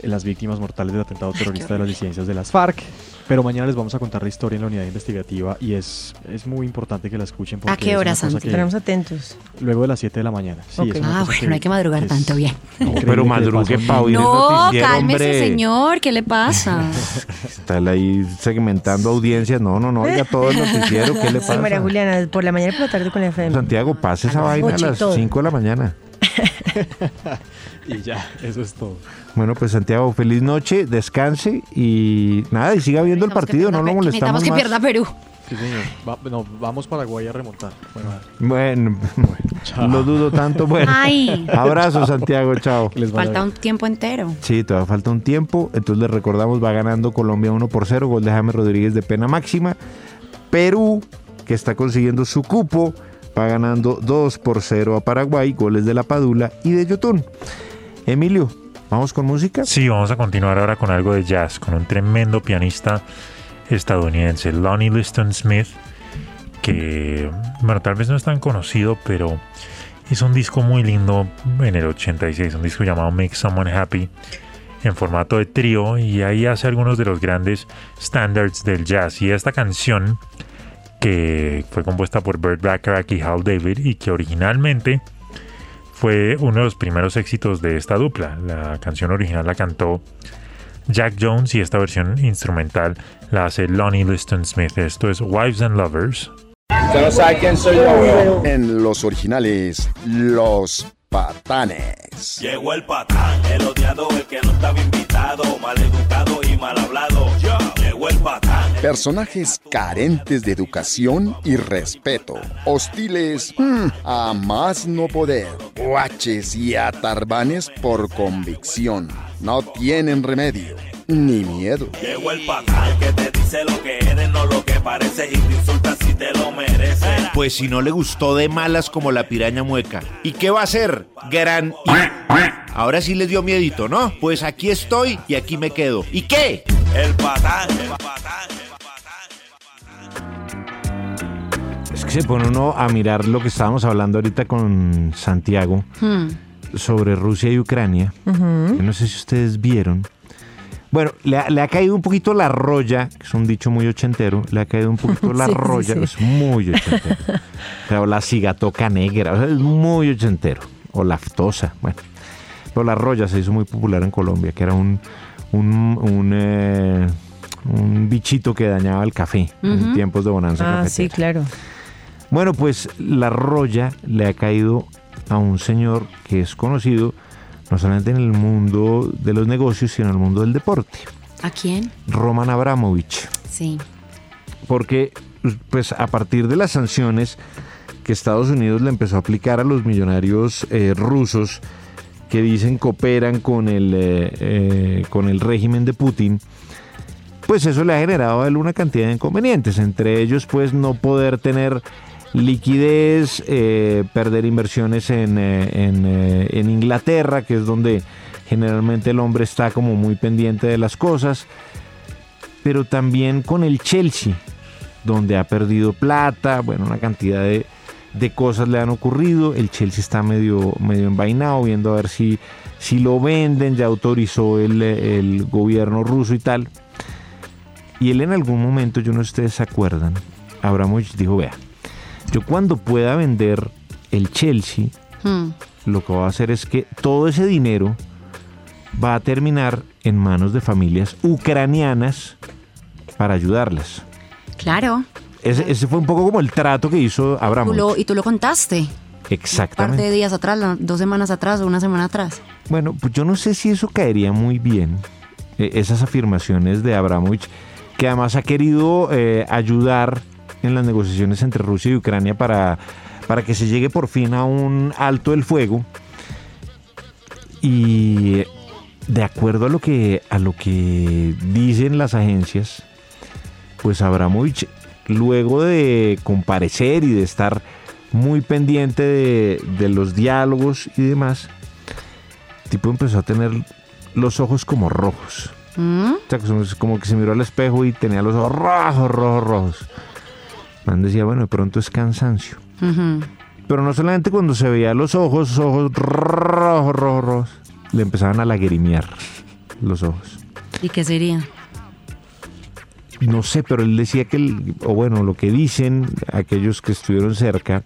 Speaker 15: eh, las víctimas mortales del atentado terrorista de las disidencias de las FARC. Pero mañana les vamos a contar la historia en la unidad investigativa y es, es muy importante que la escuchen porque
Speaker 9: ¿A qué
Speaker 15: es
Speaker 9: hora,
Speaker 15: una cosa
Speaker 9: Santi?
Speaker 15: que-
Speaker 6: Estaremos atentos.
Speaker 15: luego de las 7 de la mañana. Sí,
Speaker 6: Ok.
Speaker 15: es una
Speaker 9: Ah,
Speaker 15: cosa
Speaker 9: bueno, no hay que madrugar
Speaker 15: es
Speaker 9: tanto, bien.
Speaker 15: increíble
Speaker 4: pero
Speaker 15: que le
Speaker 4: madrugue,
Speaker 15: pasa a un
Speaker 4: Pau, y
Speaker 15: niño.
Speaker 9: No,
Speaker 4: noticiero,
Speaker 9: cálmese,
Speaker 4: hombre.
Speaker 9: señor, ¿qué le pasa?
Speaker 4: Está él ahí segmentando audiencias. No, no, no, oiga todo el noticiero, ¿qué le
Speaker 6: Sí, María
Speaker 4: pasa?
Speaker 6: Juliana, por la mañana y por la tarde con la FM.
Speaker 4: Santiago, pase esa
Speaker 6: A las
Speaker 4: vaina a
Speaker 6: ocho y
Speaker 4: las
Speaker 6: todo.
Speaker 4: 5 de la mañana.
Speaker 15: Y ya, eso es todo.
Speaker 4: Bueno, pues Santiago, feliz noche, descanse y nada, y siga viendo el Este partido, no lo molestamos
Speaker 9: Necesitamos que
Speaker 4: más.
Speaker 9: pierda Perú.
Speaker 15: Sí, señor. Va- no, vamos Paraguay a remontar. Bueno,
Speaker 4: Bueno, lo dudo tanto. Bueno,
Speaker 9: Ay.
Speaker 4: abrazo
Speaker 15: Chao.
Speaker 4: Santiago, chao.
Speaker 9: Falta un tiempo entero.
Speaker 4: Sí, todavía falta un tiempo. Entonces les recordamos, va ganando Colombia 1 por 0, gol de James Rodríguez de pena máxima. Perú, que está consiguiendo su cupo, va ganando 2 por 0 a Paraguay, goles de La Padula y de Yotun. Emilio, ¿vamos con música?
Speaker 7: Sí, vamos a continuar ahora con algo de jazz, con un tremendo pianista estadounidense, Lonnie Liston Smith, que, bueno, tal vez no es tan conocido, pero hizo un disco muy lindo en el 86, un disco llamado Make Someone Happy, en formato de trío, y ahí hace algunos de los grandes standards del jazz. Y esta canción, que fue compuesta por Burt Bacharach y Hal David, y que originalmente fue uno de los primeros éxitos de esta dupla. La canción original la cantó Jack Jones y esta versión instrumental la hace Lonnie Liston Smith. Esto es Wives and Lovers.
Speaker 8: Usted no sabe quién soy yo, weón. En los originales, los patanes.
Speaker 1: Llegó el patán, el odiado, el que no estaba invitado, maleducado y mal hablado. Llegó el patán.
Speaker 8: Personajes carentes de educación y respeto, hostiles mm, a más no poder, guaches y atarbanes por convicción. No tienen remedio ni miedo.
Speaker 1: Llegó el patán, que te dice lo que eres, no lo que pareces y te insulta si te lo mereces.
Speaker 26: Pues si no le gustó de malas como la piraña mueca. ¿Y qué va a hacer? Gran... Ahora sí les dio miedito, ¿no? Pues aquí estoy y aquí me quedo. ¿Y qué?
Speaker 1: El patán, el patán.
Speaker 4: Es que se pone uno a mirar lo que estábamos hablando ahorita con Santiago
Speaker 9: hmm.
Speaker 4: sobre Rusia y Ucrania. Yo no sé si ustedes vieron. Bueno, le ha, le ha caído un poquito la roya, que es un dicho muy ochentero, le ha caído un poquito la
Speaker 8: Sí, sí,
Speaker 4: roya,
Speaker 8: sí.
Speaker 4: es muy ochentero. Claro, la cigatoca negra, o sea, es muy ochentero. O laftosa, bueno. Pero la roya se hizo muy popular en Colombia, que era un, un, un, eh, un bichito que dañaba el café en
Speaker 6: Ujú.
Speaker 4: tiempos de bonanza
Speaker 6: Ah,
Speaker 4: cafetera.
Speaker 6: sí, claro.
Speaker 4: Bueno, pues la roya le ha caído a un señor que es conocido no solamente en el mundo de los negocios, sino en el mundo del deporte,
Speaker 9: ¿A quién?
Speaker 4: Roman Abramovich.
Speaker 9: Sí.
Speaker 4: Porque pues a partir de las sanciones que Estados Unidos le empezó a aplicar a los millonarios eh, rusos que dicen cooperan con el, eh, eh, con el régimen de Putin, pues eso le ha generado a él una cantidad de inconvenientes, entre ellos pues no poder tener liquidez, eh, perder inversiones en, eh, en, eh, en Inglaterra, que es donde generalmente el hombre está como muy pendiente de las cosas, pero también con el Chelsea, donde ha perdido plata, bueno, una cantidad de, de cosas le han ocurrido. El Chelsea está medio, medio envainado, viendo a ver si, si lo venden, ya autorizó el, el gobierno ruso y tal. Y él en algún momento, yo no sé si ustedes se acuerdan, Abramovich dijo, vea, yo cuando pueda vender el Chelsea,
Speaker 9: Hmm.
Speaker 4: lo que va a hacer es que todo ese dinero va a terminar en manos de familias ucranianas para ayudarlas.
Speaker 9: Claro.
Speaker 4: Ese, ese fue un poco como el trato que hizo
Speaker 9: Tú lo-
Speaker 4: Abramovich.
Speaker 9: y tú lo contaste. Un par
Speaker 4: Exactamente.
Speaker 9: de días atrás, la- dos semanas atrás o una semana atrás.
Speaker 4: Bueno, pues yo no sé si eso caería muy bien, eh, esas afirmaciones de Abramovich, que además ha querido eh, ayudar en las negociaciones entre Rusia y Ucrania para, para que se llegue por fin a un alto el fuego. Y eh, de acuerdo a lo que, a lo que dicen las agencias, pues Abramovich, luego de comparecer y de estar muy pendiente de, de los diálogos y demás, el tipo empezó a tener los ojos como rojos.
Speaker 9: Mm.
Speaker 4: O sea, que son- es como que se miró al espejo y tenía los ojos rojos, rojos, rojos. Man decía, bueno, de pronto es cansancio.
Speaker 9: Ujú.
Speaker 4: Pero no solamente cuando se veía los ojos, ojos rojos, rojos, rojos, le empezaban a lagrimear los ojos.
Speaker 9: ¿Y qué sería?
Speaker 4: No sé, pero él decía que, el- o bueno, lo que dicen aquellos que estuvieron cerca,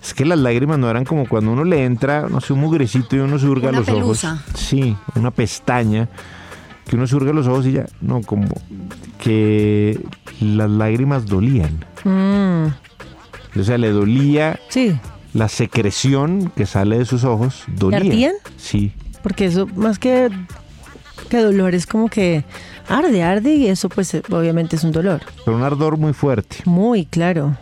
Speaker 4: es que las lágrimas no eran como cuando uno le entra, no sé, un mugrecito y uno se hurga
Speaker 9: Una
Speaker 4: los
Speaker 9: pelusa.
Speaker 4: ojos. Sí, una pestaña, que uno se hurga los ojos y ya, no, como que las lágrimas dolían.
Speaker 6: Mm,
Speaker 4: O sea, le dolía
Speaker 6: sí,
Speaker 4: la secreción que sale de sus ojos, dolía.
Speaker 6: ardían?
Speaker 4: Sí.
Speaker 6: porque eso más que, que dolor es como que arde, arde y eso pues eh, obviamente es un dolor.
Speaker 4: pero un ardor muy fuerte.
Speaker 6: Muy claro.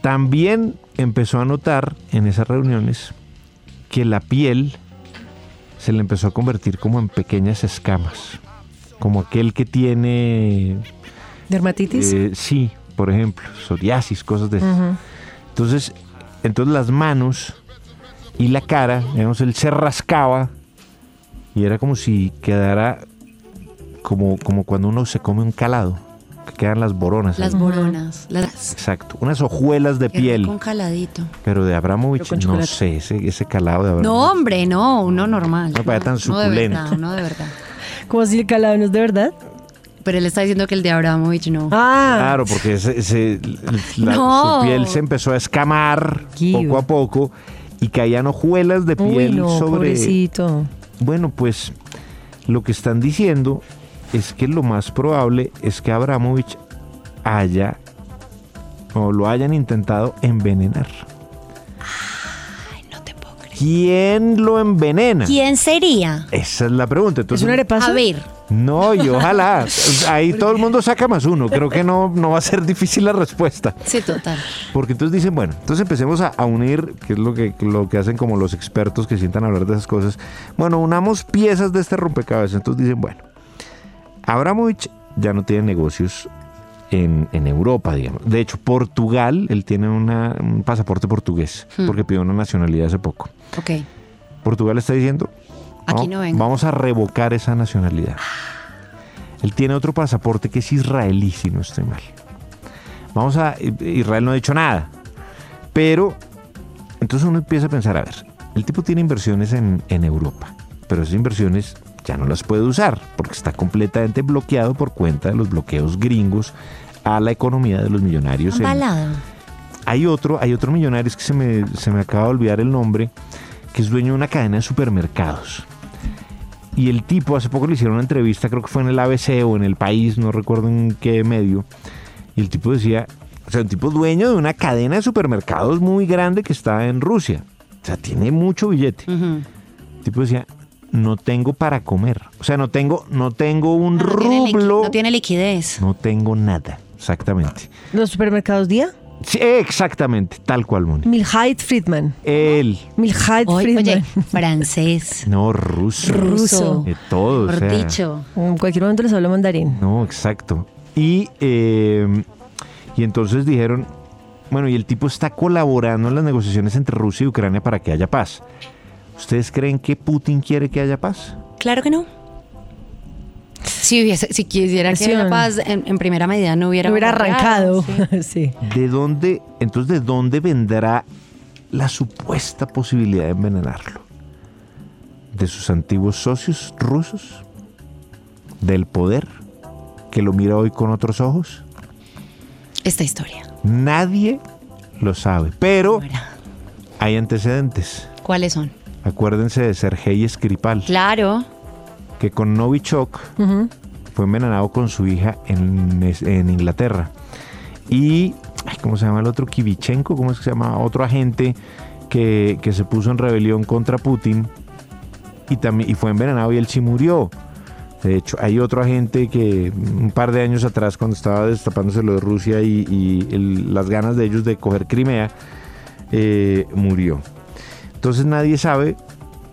Speaker 4: También empezó a notar en esas reuniones que la piel se le empezó a convertir como en pequeñas escamas, como aquel que tiene,
Speaker 6: ¿Dermatitis?
Speaker 4: eh, sí, por ejemplo, psoriasis, cosas de esas.
Speaker 6: Ujú.
Speaker 4: Entonces, entonces las manos y la cara, digamos, él se rascaba y era como si quedara como, como cuando uno se come un calado, que quedan las boronas.
Speaker 9: Las
Speaker 4: ahí.
Speaker 9: boronas. Las
Speaker 4: Exacto, unas hojuelas de piel.
Speaker 9: Con caladito.
Speaker 4: Pero de Abramovich,
Speaker 9: Pero con
Speaker 4: no
Speaker 9: chocolate.
Speaker 4: sé, ese, ese calado de Abramovich.
Speaker 9: No, hombre, no, uno normal.
Speaker 4: Me parece tan suculento.
Speaker 9: No, de verdad, no de verdad.
Speaker 6: Como si el calado no es de verdad.
Speaker 9: Pero él está diciendo que el de Abramovich no.
Speaker 6: Ah,
Speaker 4: Claro, porque ese- ese- la-
Speaker 9: No.
Speaker 4: su piel se empezó a escamar poco a poco y caían hojuelas de
Speaker 6: uy,
Speaker 4: piel
Speaker 6: no,
Speaker 4: sobre...
Speaker 6: pobrecito.
Speaker 4: Bueno, pues lo que están diciendo es que lo más probable es que Abramovich haya o lo hayan intentado envenenar. ¿Quién lo envenena?
Speaker 9: ¿Quién sería?
Speaker 4: Esa es la pregunta. Entonces,
Speaker 9: A ver,
Speaker 4: No, y ojalá. Ahí todo el mundo saca más uno. Creo que no, no va a ser difícil la respuesta.
Speaker 9: sí, total.
Speaker 4: Porque entonces dicen, bueno, entonces empecemos a, a unir, que es lo que, lo que hacen como los expertos que sientan a hablar de esas cosas. Bueno, unamos piezas de este rompecabezas. Entonces dicen, bueno, Abramovich ya no tiene negocios en, en Europa, digamos. De hecho, Portugal, él tiene una- un pasaporte portugués,
Speaker 9: Hmm.
Speaker 4: porque pidió una nacionalidad hace poco.
Speaker 9: Ok.
Speaker 4: Portugal está diciendo,
Speaker 9: Aquí
Speaker 4: "No,
Speaker 9: no vengo". Ah.
Speaker 4: vamos a revocar esa nacionalidad. Él tiene otro pasaporte que es israelí, si no estoy mal. Vamos a, eh, Israel no ha dicho nada. Pero, entonces uno empieza a pensar, a ver, el tipo tiene inversiones en, en Europa, pero esas inversiones ya no las puede usar, porque está completamente bloqueado por cuenta de los bloqueos gringos a la economía de los millonarios en,
Speaker 9: Balada.
Speaker 4: hay otro, hay otro millonario, es que se me, se me acaba de olvidar el nombre, que es dueño de una cadena de supermercados. Y el tipo, hace poco le hicieron una entrevista, creo que fue en el ABC o en el país, no recuerdo en qué medio. Y el tipo decía, o sea, un tipo dueño de una cadena de supermercados muy grande que está en Rusia. O sea, tiene mucho billete. El tipo decía, no tengo para comer. O sea, no tengo, no tengo un
Speaker 9: Tiene liqui-
Speaker 4: rublo.
Speaker 9: Ah, No tiene liquidez.
Speaker 4: No tengo nada, exactamente.
Speaker 6: ¿Los supermercados Día?
Speaker 4: Sí, exactamente, tal cual, Moni.
Speaker 6: Milhait Friedman.
Speaker 4: Él.
Speaker 6: Milhait
Speaker 9: Oye,
Speaker 6: Friedman.
Speaker 9: oye, francés.
Speaker 4: No, ruso.
Speaker 9: Ruso.
Speaker 4: De todo. o
Speaker 9: Por
Speaker 4: sea,
Speaker 9: dicho.
Speaker 6: En cualquier momento les hablo mandarín.
Speaker 4: No, exacto. Y, eh, y entonces dijeron, bueno, y el tipo está colaborando en las negociaciones entre Rusia y Ucrania para que haya paz. ¿Ustedes creen que Putin quiere que haya paz?
Speaker 9: Claro que no. Si, hubiese- si quisiera que la paz en, en primera medida no hubiera,
Speaker 6: Hubiera
Speaker 9: ocurrido.
Speaker 6: arrancado. sí.
Speaker 4: ¿De dónde, entonces, de dónde vendrá la supuesta posibilidad de envenenarlo? ¿De sus antiguos socios rusos? ¿Del poder que lo mira hoy con otros ojos?
Speaker 9: Esta historia.
Speaker 4: Nadie lo sabe, pero hay antecedentes.
Speaker 9: ¿Cuáles son?
Speaker 4: Acuérdense de Sergei Skripal,
Speaker 9: Claro.
Speaker 4: que con Novichok fue envenenado con su hija en, es- en Inglaterra. Y, ay, ¿cómo se llama el otro? Kivichenko, ¿cómo es que se llama? Otro agente que, que se puso en rebelión contra Putin y, también, y fue envenenado y él sí murió. De hecho, hay otro agente que un par de años atrás, cuando estaba destapándose lo de Rusia y, y el- las ganas de ellos de coger Crimea, eh, murió. Entonces nadie sabe,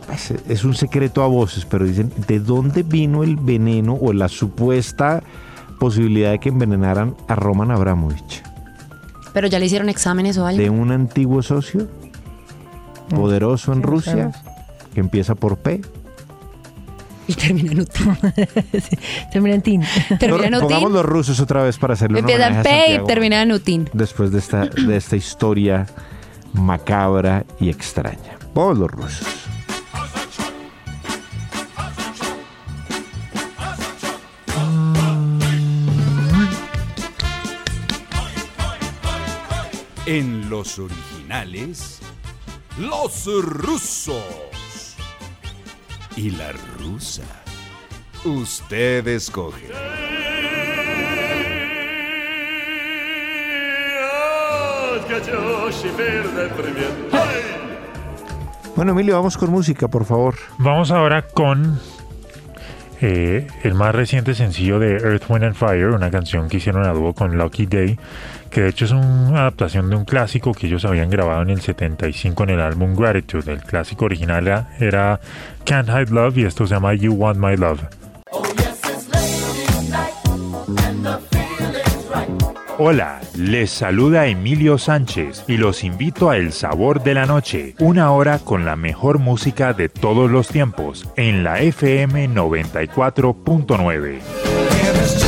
Speaker 4: pues, es un secreto a voces, pero dicen, ¿de dónde vino el veneno o la supuesta posibilidad de que envenenaran a Roman Abramovich?
Speaker 9: Pero ya le hicieron exámenes o algo.
Speaker 4: de un antiguo socio poderoso en
Speaker 9: sí, lo
Speaker 4: Rusia
Speaker 9: sabemos.
Speaker 4: que empieza por P.
Speaker 9: Y termina en Utin.
Speaker 6: termina en Tin.
Speaker 9: Termina en
Speaker 4: Por- Pongamos
Speaker 9: Utin.
Speaker 4: los rusos otra vez para hacerle un
Speaker 9: Empieza en
Speaker 4: homenaje a
Speaker 9: P y
Speaker 4: Santiago,
Speaker 9: termina en Utin.
Speaker 4: después de esta de esta historia macabra y extraña. Pongamos los rusos.
Speaker 2: En los originales, los rusos y la rusa. Usted escoge.
Speaker 4: Bueno, Emilio, vamos con música, por favor.
Speaker 27: Vamos ahora con eh, el más reciente sencillo de Earth, Wind and Fire, una canción que hicieron a dúo con Lucky Day, que de hecho es una adaptación de un clásico que ellos habían grabado en el 75 en el álbum Gratitude. El clásico original era- era Can't Hide Love y esto se llama You Want My Love.
Speaker 7: Hola, les saluda Emilio Sánchez y los invito a El Sabor de la Noche, una hora con la mejor música de todos los tiempos, en la FM 94.9.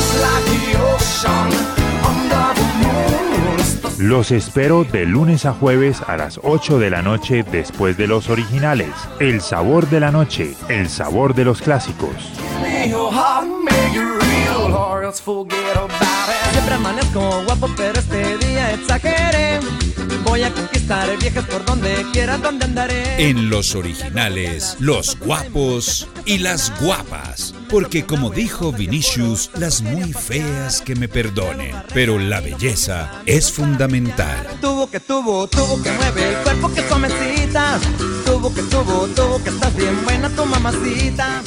Speaker 7: Los espero de lunes a jueves a las 8 de la noche después de los originales. El Sabor de la Noche, el sabor de los clásicos.
Speaker 5: Siempre amanezco guapo, pero este día exageré. Voy a conquistar viejas por donde quiera, donde andaré.
Speaker 2: En los originales, los guapos y las guapas. Porque como dijo Vinicius, las muy feas que me perdonen, pero la belleza es fundamental.
Speaker 5: Tuvo que tuvo, tuvo que mueve el cuerpo que somecitas. Tuvo que tuvo, tuvo que estás bien buena tu mamacita.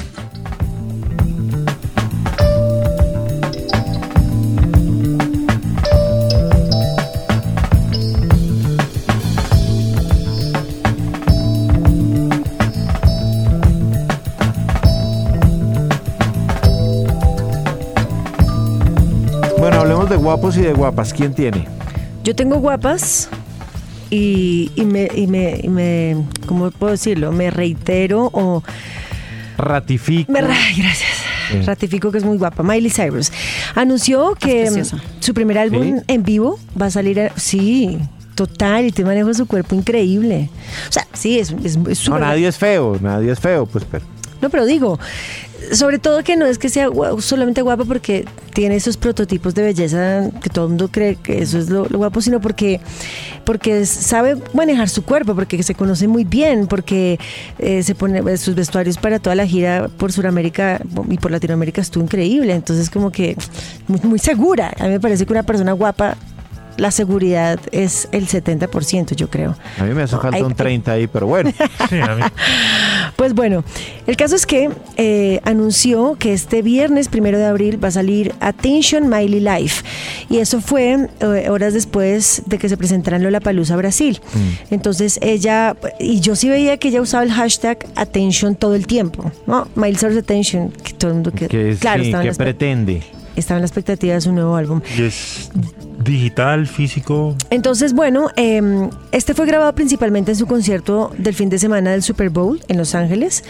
Speaker 4: Bueno, hablemos de guapos y de guapas. ¿Quién tiene?
Speaker 6: Yo tengo guapas y, y me, y me, y me- ¿cómo puedo decirlo? Me reitero o
Speaker 4: Ratifica.
Speaker 6: me, ra- ay, gracias.
Speaker 4: Sí.
Speaker 6: Ratifico que es muy guapa. Miley Cyrus anunció que
Speaker 9: preciosa.
Speaker 6: mm, su primer álbum
Speaker 9: Sí.
Speaker 6: en vivo va a salir, a- sí, total, y te manejo su cuerpo increíble. O sea, sí, es, es, es
Speaker 4: No,
Speaker 6: súper
Speaker 4: nadie es feo, nadie es feo, pues pero.
Speaker 6: No, pero digo, sobre todo que no es que sea gua- solamente guapa porque tiene esos prototipos de belleza que todo el mundo cree que eso es lo, lo guapo, sino porque, porque sabe manejar su cuerpo, porque se conoce muy bien, porque eh, se pone eh, sus vestuarios para toda la gira por Sudamérica y por Latinoamérica estuvo increíble. Entonces, como que muy, muy segura. A mí me parece que una persona guapa, la seguridad es el 70%, yo creo.
Speaker 4: A mí me hace falta
Speaker 6: hay-
Speaker 4: un 30 ahí, pero bueno.
Speaker 6: Pues bueno, el caso es que eh, anunció que este viernes primero de abril va a salir Attention Miley Life. Y eso fue eh, horas después de que se presentaran Lollapalooza Brasil.
Speaker 9: Mm.
Speaker 6: Entonces ella, y yo sí veía que ella usaba el hashtag Attention todo el tiempo, ¿no? Miley Cyrus Attention, que todo el mundo que.
Speaker 4: Que sí,
Speaker 6: estaba en
Speaker 4: ¿qué
Speaker 6: la, espe-
Speaker 4: pretende?
Speaker 6: estaba en la expectativa de su nuevo álbum.
Speaker 27: Y es
Speaker 7: digital, físico.
Speaker 6: Entonces, bueno, eh, este fue grabado principalmente en su concierto del fin de semana del Super Bowl en Los Ángeles.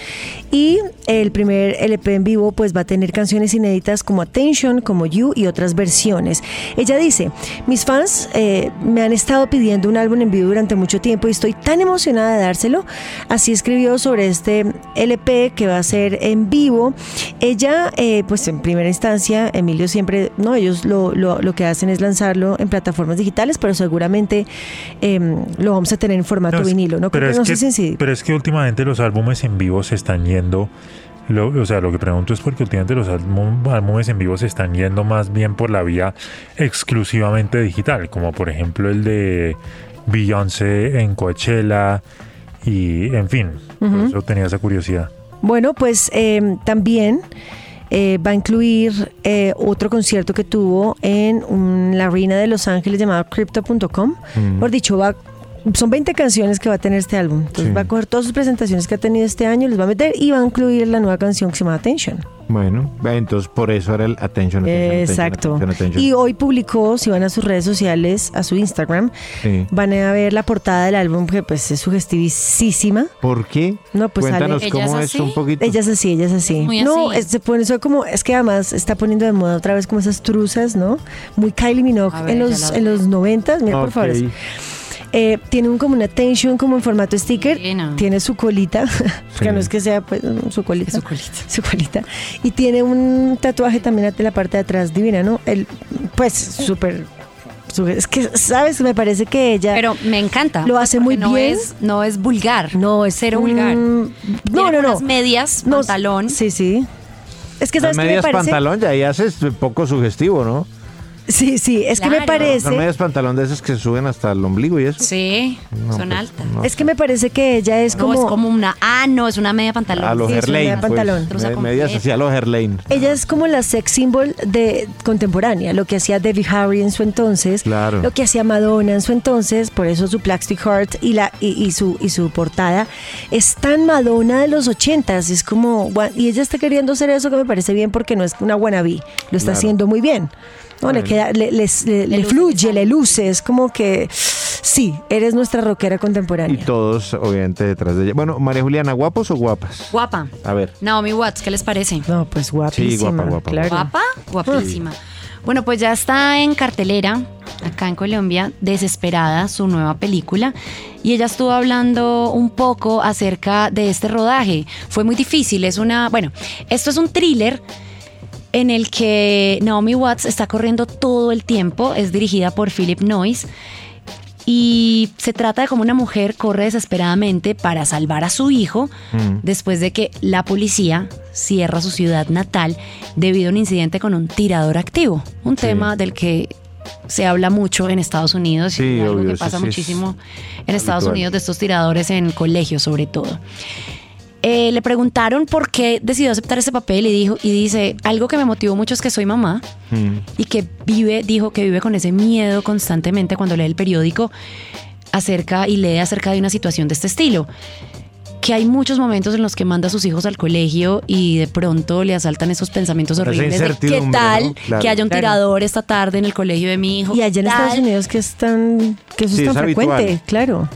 Speaker 6: Y el primer LP en vivo pues va a tener canciones inéditas como Attention, como You y otras versiones. Ella dice, mis fans eh, me han estado pidiendo un álbum en vivo durante mucho tiempo y estoy tan emocionada de dárselo. Así escribió sobre este LP que va a ser en vivo. Ella, eh, pues en primera instancia, Emilio siempre, no, ellos lo, lo, lo que hacen es lanzarlo en plataformas digitales, pero seguramente eh, lo vamos a tener en formato
Speaker 7: No, es-
Speaker 6: vinilo, ¿no? Creo que no sé si en CD.
Speaker 7: pero es que últimamente los álbumes en vivo se están yendo. lo- o sea, lo que pregunto es porque últimamente los álbum- álbumes en vivo se están yendo más bien por la vía exclusivamente digital, como por ejemplo el de Beyoncé en Coachella y en fin. Por
Speaker 6: Ujú.
Speaker 7: eso tenía esa curiosidad.
Speaker 6: Bueno, pues eh, también eh, va a incluir eh, otro concierto que tuvo en un- la arena de Los Ángeles llamado Crypto.com.
Speaker 10: Mm.
Speaker 6: Por dicho, va, son 20 canciones que va a tener este álbum. Entonces
Speaker 28: Sí.
Speaker 6: va a coger todas sus presentaciones que ha tenido este año, les va a meter y va a incluir la nueva canción que se llama Attention.
Speaker 28: Bueno, eh, entonces por eso era el attention. attention, attention,
Speaker 6: Exacto.
Speaker 28: attention, attention.
Speaker 6: Y hoy publicó, si van a sus redes sociales, a su Instagram,
Speaker 28: Sí.
Speaker 6: van a ver la portada del álbum que pues es sugestivísima.
Speaker 28: ¿Por qué?
Speaker 6: No, pues
Speaker 28: Cuéntanos
Speaker 6: Ale.
Speaker 28: cómo es, un poquito.
Speaker 6: Ella es así, ella es así.
Speaker 28: muy
Speaker 6: no,
Speaker 28: así.
Speaker 6: es- se pone eso como, es que además está poniendo de moda otra vez como esas truzas, ¿no? Muy Kylie Minogue
Speaker 9: A ver,
Speaker 6: en
Speaker 9: ya
Speaker 6: los
Speaker 9: la
Speaker 6: en los noventas, mira por
Speaker 28: Ok.
Speaker 6: favor. eso. Eh, tiene un, como una tension como en formato sticker, tiene su colita, que no es que sea pues, su colita, su colita, y tiene un tatuaje también en la parte de atrás divina, ¿no? El, pues súper, su- es que sabes, me parece que ella,
Speaker 9: Pero me encanta.
Speaker 6: lo hace muy
Speaker 9: no
Speaker 6: bien,
Speaker 9: es, no es vulgar.
Speaker 6: No, es
Speaker 9: cero vulgar.
Speaker 6: Mm,
Speaker 9: no, no, no. medias, pantalón.
Speaker 6: Sí, sí. Es que
Speaker 28: Las
Speaker 6: sabes que me
Speaker 28: medias
Speaker 6: parece.
Speaker 28: pantalón ya ahí haces poco sugestivo, ¿no?
Speaker 6: Sí, sí, es que me parece.
Speaker 28: Son medias pantalón de esas que suben hasta el ombligo y eso.
Speaker 9: Sí,
Speaker 28: No,
Speaker 9: son
Speaker 28: pues,
Speaker 9: altas.
Speaker 28: no.
Speaker 6: Es que me parece que ella es
Speaker 9: No,
Speaker 6: como.
Speaker 9: es como una. Ah, no, es una media pantalón.
Speaker 28: A los
Speaker 9: Sí, es una
Speaker 28: Herlane.
Speaker 9: media
Speaker 28: pues,
Speaker 9: pantalón. Trusa
Speaker 28: me-
Speaker 9: completa.
Speaker 28: medias así a los Herlane.
Speaker 6: Ella es como la sex symbol de contemporánea, lo que hacía Debbie Harry en su entonces,
Speaker 28: Claro.
Speaker 6: lo que hacía Madonna en su entonces, por eso su Plastic Heart y la y, y su y su portada es tan Madonna de los ochentas, es como gua- y ella está queriendo hacer eso que me parece bien porque no es una wannabe, lo está
Speaker 28: Claro.
Speaker 6: haciendo muy bien. No, le
Speaker 28: Bueno.
Speaker 6: queda, le, les- le- le fluye, le luce, es como que sí, eres nuestra rockera
Speaker 28: Y
Speaker 6: contemporánea.
Speaker 28: todos, obviamente, detrás de ella. Bueno, María Juliana, ¿guapos o guapas?
Speaker 9: Guapa.
Speaker 28: A ver.
Speaker 9: Naomi Watts, ¿qué les parece?
Speaker 6: No, pues guapísima.
Speaker 28: Sí, guapa, guapa, claro.
Speaker 9: Guapa, guapísima. Bueno, pues ya está en cartelera, acá en Colombia, Desesperada, su nueva película. Y ella estuvo hablando un poco acerca de este rodaje. Fue muy difícil, es una... Bueno, esto es un thriller en el que Naomi Watts está corriendo todo el tiempo. Es dirigida por Philip Noyce. Y se trata de cómo una mujer corre desesperadamente para salvar a su hijo después de que la policía cierra su ciudad natal debido a un incidente con un tirador activo. Un tema del que se habla mucho en Estados Unidos
Speaker 28: Sí,
Speaker 9: y algo
Speaker 28: obvio,
Speaker 9: que
Speaker 28: eso sí
Speaker 9: pasa
Speaker 28: es
Speaker 9: muchísimo en Estados
Speaker 28: habitual.
Speaker 9: Unidos de estos tiradores en colegios sobre todo. Eh, le preguntaron por qué decidió aceptar ese papel y dijo y dice algo que me motivó mucho es que soy mamá y que vive, dijo que vive con ese miedo constantemente cuando lee el periódico acerca y lee acerca de una situación de este estilo. Que hay muchos momentos en los que manda a sus hijos al colegio y de pronto le asaltan esos pensamientos
Speaker 28: Esa
Speaker 9: horribles de qué
Speaker 28: incertidumbre,
Speaker 9: tal
Speaker 28: ¿no? Claro.
Speaker 9: que haya un
Speaker 28: Claro.
Speaker 9: tirador esta tarde en el colegio de mi hijo.
Speaker 6: Y allá en
Speaker 9: ¿Qué tal?
Speaker 6: Estados Unidos que es tan que eso
Speaker 28: Sí,
Speaker 6: es tan
Speaker 28: es habitual.
Speaker 6: frecuente, claro.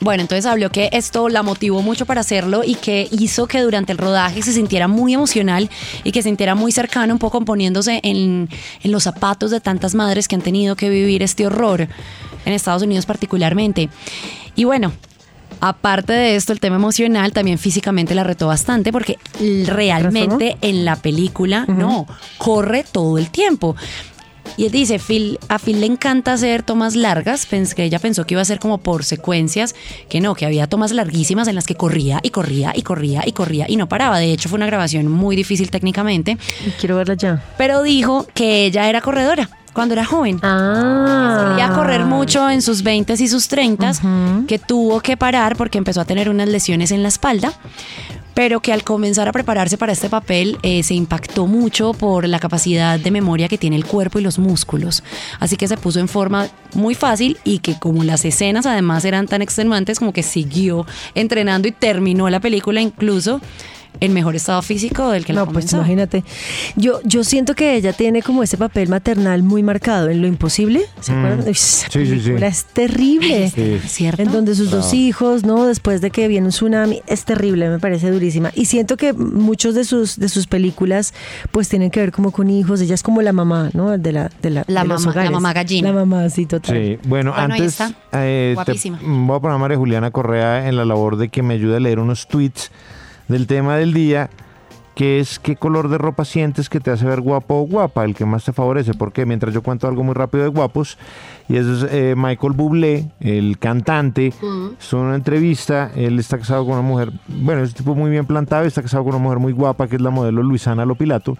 Speaker 9: Bueno, entonces habló que esto la motivó mucho para hacerlo y que hizo que durante el rodaje se sintiera muy emocional y que se sintiera muy cercano, un poco poniéndose en, en los zapatos de tantas madres que han tenido que vivir este horror, en Estados Unidos particularmente. Y bueno. Aparte de esto, el tema emocional también físicamente la retó bastante porque realmente en la película no, corre todo el tiempo. Y él dice, Phil, a Phil le encanta hacer tomas largas, pens- que ella pensó que iba a ser como por secuencias, que no, que había tomas larguísimas en las que corría y corría y corría y corría y no paraba. De hecho, fue una grabación muy difícil técnicamente,
Speaker 6: Y quiero verla ya.
Speaker 9: pero dijo que ella era corredora cuando era joven. Ah. Quería correr mucho en sus 20s y sus 30s, que tuvo que parar porque empezó a tener unas lesiones en la espalda pero que al comenzar a prepararse para este papel eh, se impactó mucho por la capacidad de memoria que tiene el cuerpo y los músculos. Así que se puso en forma muy fácil y que como las escenas además eran tan extenuantes como que siguió entrenando y terminó la película incluso en mejor estado físico del que la
Speaker 6: No, pues imagínate. Yo, yo siento que ella tiene como ese papel maternal muy marcado en Lo Imposible. ¿Se
Speaker 9: Mm.
Speaker 6: acuerdan? Uy, esa
Speaker 9: Sí, sí, sí.
Speaker 6: película es terrible.
Speaker 9: Sí. ¿Cierto?
Speaker 6: En donde sus dos
Speaker 9: Bravo.
Speaker 6: hijos, ¿no? Después de que viene un tsunami, es terrible, me parece durísima. Y siento que muchos de sus, de sus películas, pues tienen que ver como con hijos. Ella es como la mamá, ¿no? De la, de la,
Speaker 9: La
Speaker 6: de los
Speaker 9: mamá- la
Speaker 6: hogares.
Speaker 9: mamá gallina.
Speaker 6: La mamá, sí, total.
Speaker 4: Sí, bueno,
Speaker 9: Bueno, ahí
Speaker 4: antes
Speaker 9: está.
Speaker 4: eh, te-
Speaker 9: Guapísima.
Speaker 4: voy a poner a María Juliana Correa en la labor de que me ayude a leer unos tweets del tema del día, que es qué color de ropa sientes que te hace ver guapo o guapa, el que más te favorece, porque mientras yo cuento algo muy rápido de guapos, y eso es eh, Michael Bublé, el cantante,
Speaker 5: Ujú.
Speaker 4: hizo una entrevista, él está casado con una mujer, bueno, es un tipo muy bien plantado, está casado con una mujer muy guapa, que es la modelo Luisana Lopilato,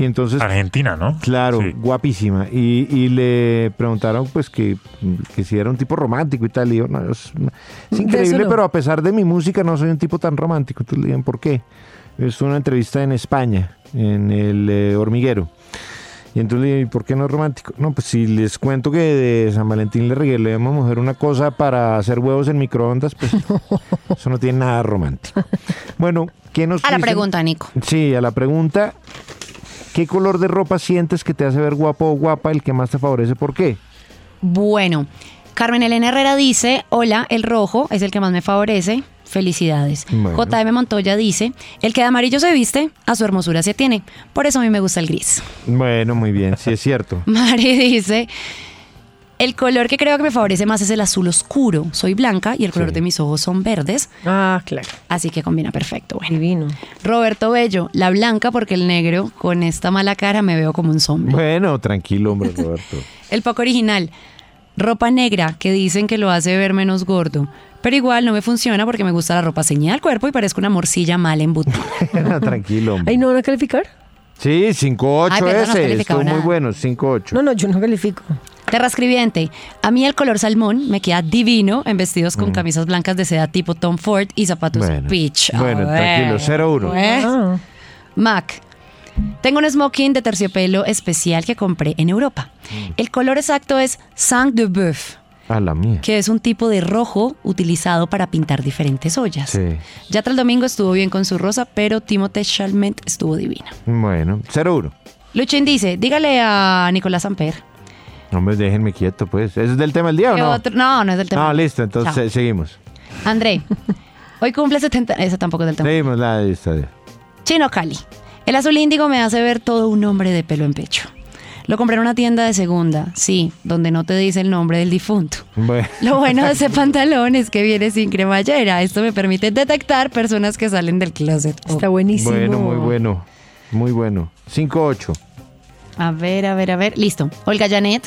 Speaker 4: y entonces...
Speaker 7: Argentina, ¿no?
Speaker 4: Claro, guapísima. Y, y le preguntaron pues que, que si era un tipo romántico y tal. Y yo, no, es, es
Speaker 2: De eso
Speaker 4: increíble,
Speaker 2: no.
Speaker 4: pero a pesar de mi música no soy un tipo tan romántico. Entonces le dijeron, ¿por qué? Es una entrevista en España, en el eh, hormiguero. Y entonces le dije, "¿Y ¿por qué no es romántico? No, pues si les cuento que de San Valentín le regalé a una mujer una cosa para hacer huevos en microondas, pues eso no tiene nada romántico. Bueno, ¿qué nos
Speaker 9: A la
Speaker 4: dicen?
Speaker 9: pregunta, Nico.
Speaker 4: Sí, a la pregunta, ¿qué color de ropa sientes que te hace ver guapo o guapa el que más te favorece? ¿Por qué?
Speaker 9: Bueno, Carmen Elena Herrera dice, hola, el rojo es el que más me favorece. Felicidades.
Speaker 4: Bueno.
Speaker 9: JM Montoya dice, el que de amarillo se viste, a su hermosura se tiene. Por eso a mí me gusta el gris.
Speaker 4: Bueno, muy bien, sí es cierto.
Speaker 9: Mari dice, el color que creo que me favorece más es el azul oscuro. Soy blanca y el color de mis ojos son verdes.
Speaker 6: Ah, claro.
Speaker 9: Así que combina perfecto. Bueno.
Speaker 6: Divino.
Speaker 9: Roberto Bello, la blanca porque el negro con esta mala cara me veo como un zombie.
Speaker 4: Bueno, tranquilo, hombre, Roberto.
Speaker 9: El Paco original, ropa negra que dicen que lo hace ver menos gordo. Pero igual no me funciona porque me gusta la ropa ceñida al cuerpo y parezco una morcilla mal embutida.
Speaker 4: tranquilo, hombre.
Speaker 6: ¿Ay, no van a calificar?
Speaker 4: Sí,
Speaker 9: Ay,
Speaker 4: 5-8
Speaker 9: Ah, perdón, no has
Speaker 4: ese,
Speaker 9: calificado
Speaker 4: estuvo muy
Speaker 9: nada.
Speaker 4: bueno, 5-8.
Speaker 6: No, no, yo no califico.
Speaker 9: Terrascribiente, a mí el color salmón me queda divino en vestidos con camisas blancas de seda tipo Tom Ford y zapatos
Speaker 4: Mm. Bueno,
Speaker 9: peach. A
Speaker 4: bueno,
Speaker 9: ver,
Speaker 4: tranquilo, Ah. 0-1.
Speaker 9: pues. Mac, tengo un smoking de terciopelo especial que compré en Europa. El color exacto es sang de bœuf,
Speaker 4: Mm. A la mía.
Speaker 9: que es un tipo de rojo utilizado para pintar diferentes ollas.
Speaker 4: Sí.
Speaker 9: Yatra el domingo estuvo bien con su rosa, pero Timothée Chalmette estuvo divina.
Speaker 4: Bueno, 0-1.
Speaker 9: Luchin dice, dígale a Nicolás Amper.
Speaker 4: Hombre, déjenme quieto, pues. ¿Es del tema del día o
Speaker 9: que
Speaker 4: no?
Speaker 9: otro- no, no es del tema.
Speaker 4: Ah, listo, entonces
Speaker 9: Chao.
Speaker 4: eh, seguimos.
Speaker 9: André, hoy cumple 70... Esa tampoco es del tema.
Speaker 4: Seguimos la lista. de-
Speaker 9: Chino Cali. El azul índigo me hace ver todo un hombre de pelo en pecho. Lo compré en una tienda de segunda, sí, donde no te dice el nombre del difunto.
Speaker 4: Bueno.
Speaker 9: Lo bueno de ese pantalón es que viene sin cremallera. Esto me permite detectar personas que salen del closet. Está
Speaker 4: buenísimo. Bueno, muy bueno. Muy bueno. 5-8.
Speaker 9: A ver, a ver, a ver. Listo. Olga Janet.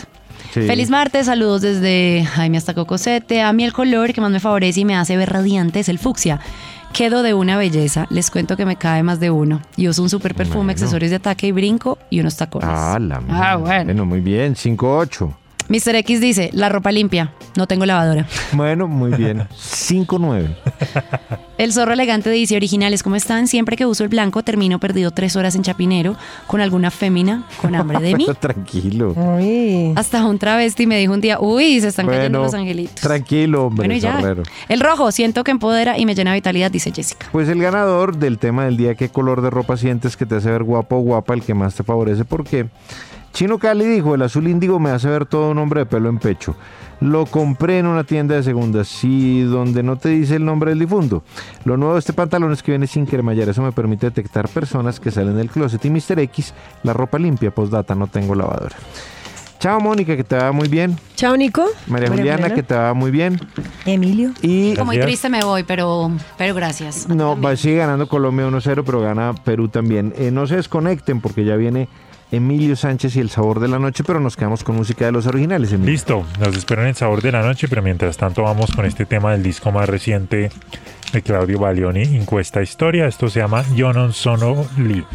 Speaker 4: Sí.
Speaker 9: Feliz martes, saludos desde Jaime hasta Cocosete. A mí el color que más me favorece y me hace ver radiante es el fucsia. Quedo de una belleza, les cuento que me cae más de uno. Y uso un super perfume, accesorios de ataque y brinco y unos tacones.
Speaker 4: Ah, la mía.
Speaker 9: bueno.
Speaker 4: muy bien, 5-8.
Speaker 9: Mr. X dice, la ropa limpia, no tengo lavadora.
Speaker 4: Bueno, muy bien, 5-9.
Speaker 9: El zorro elegante dice, originales, ¿cómo están? Siempre que uso el blanco termino perdido tres horas en Chapinero con alguna fémina con hambre de mí.
Speaker 4: Pero tranquilo.
Speaker 9: Hasta un travesti me dijo un día, uy, se están cayendo
Speaker 4: Bueno,
Speaker 9: los angelitos.
Speaker 4: Tranquilo, hombre,
Speaker 9: Bueno, y ya.
Speaker 4: zorrero.
Speaker 9: El rojo, siento que empodera y me llena de vitalidad, dice Jessica.
Speaker 4: Pues el ganador del tema del día, ¿qué color de ropa sientes que te hace ver guapo o guapa, el que más te favorece? Porque Chino Cali dijo, el azul índigo me hace ver todo un hombre de pelo en pecho. Lo compré en una tienda de segunda, sí, donde no te dice el nombre del difunto. Lo nuevo de este pantalón es que viene sin cremallera, eso me permite detectar personas que salen del closet. Y Mr. X, la ropa limpia, postdata, no tengo lavadora. Chao Mónica, que te va muy bien.
Speaker 6: Chao Nico.
Speaker 4: María
Speaker 6: María
Speaker 4: Juliana,
Speaker 6: Juliana.
Speaker 4: que te va muy bien.
Speaker 6: Emilio.
Speaker 4: Y
Speaker 9: Como muy triste me voy, pero, pero gracias.
Speaker 4: no, va, sigue ganando Colombia 1-0, pero gana Perú también. Eh, no se desconecten porque ya viene Emilio Sánchez y el sabor de la noche, pero nos quedamos con música de los originales. Emilio.
Speaker 7: Listo, nos esperan el sabor de la noche, pero mientras tanto vamos con este tema del disco más reciente de Claudio Balioni, Encuesta Historia. Esto se llama Yo non sono lì.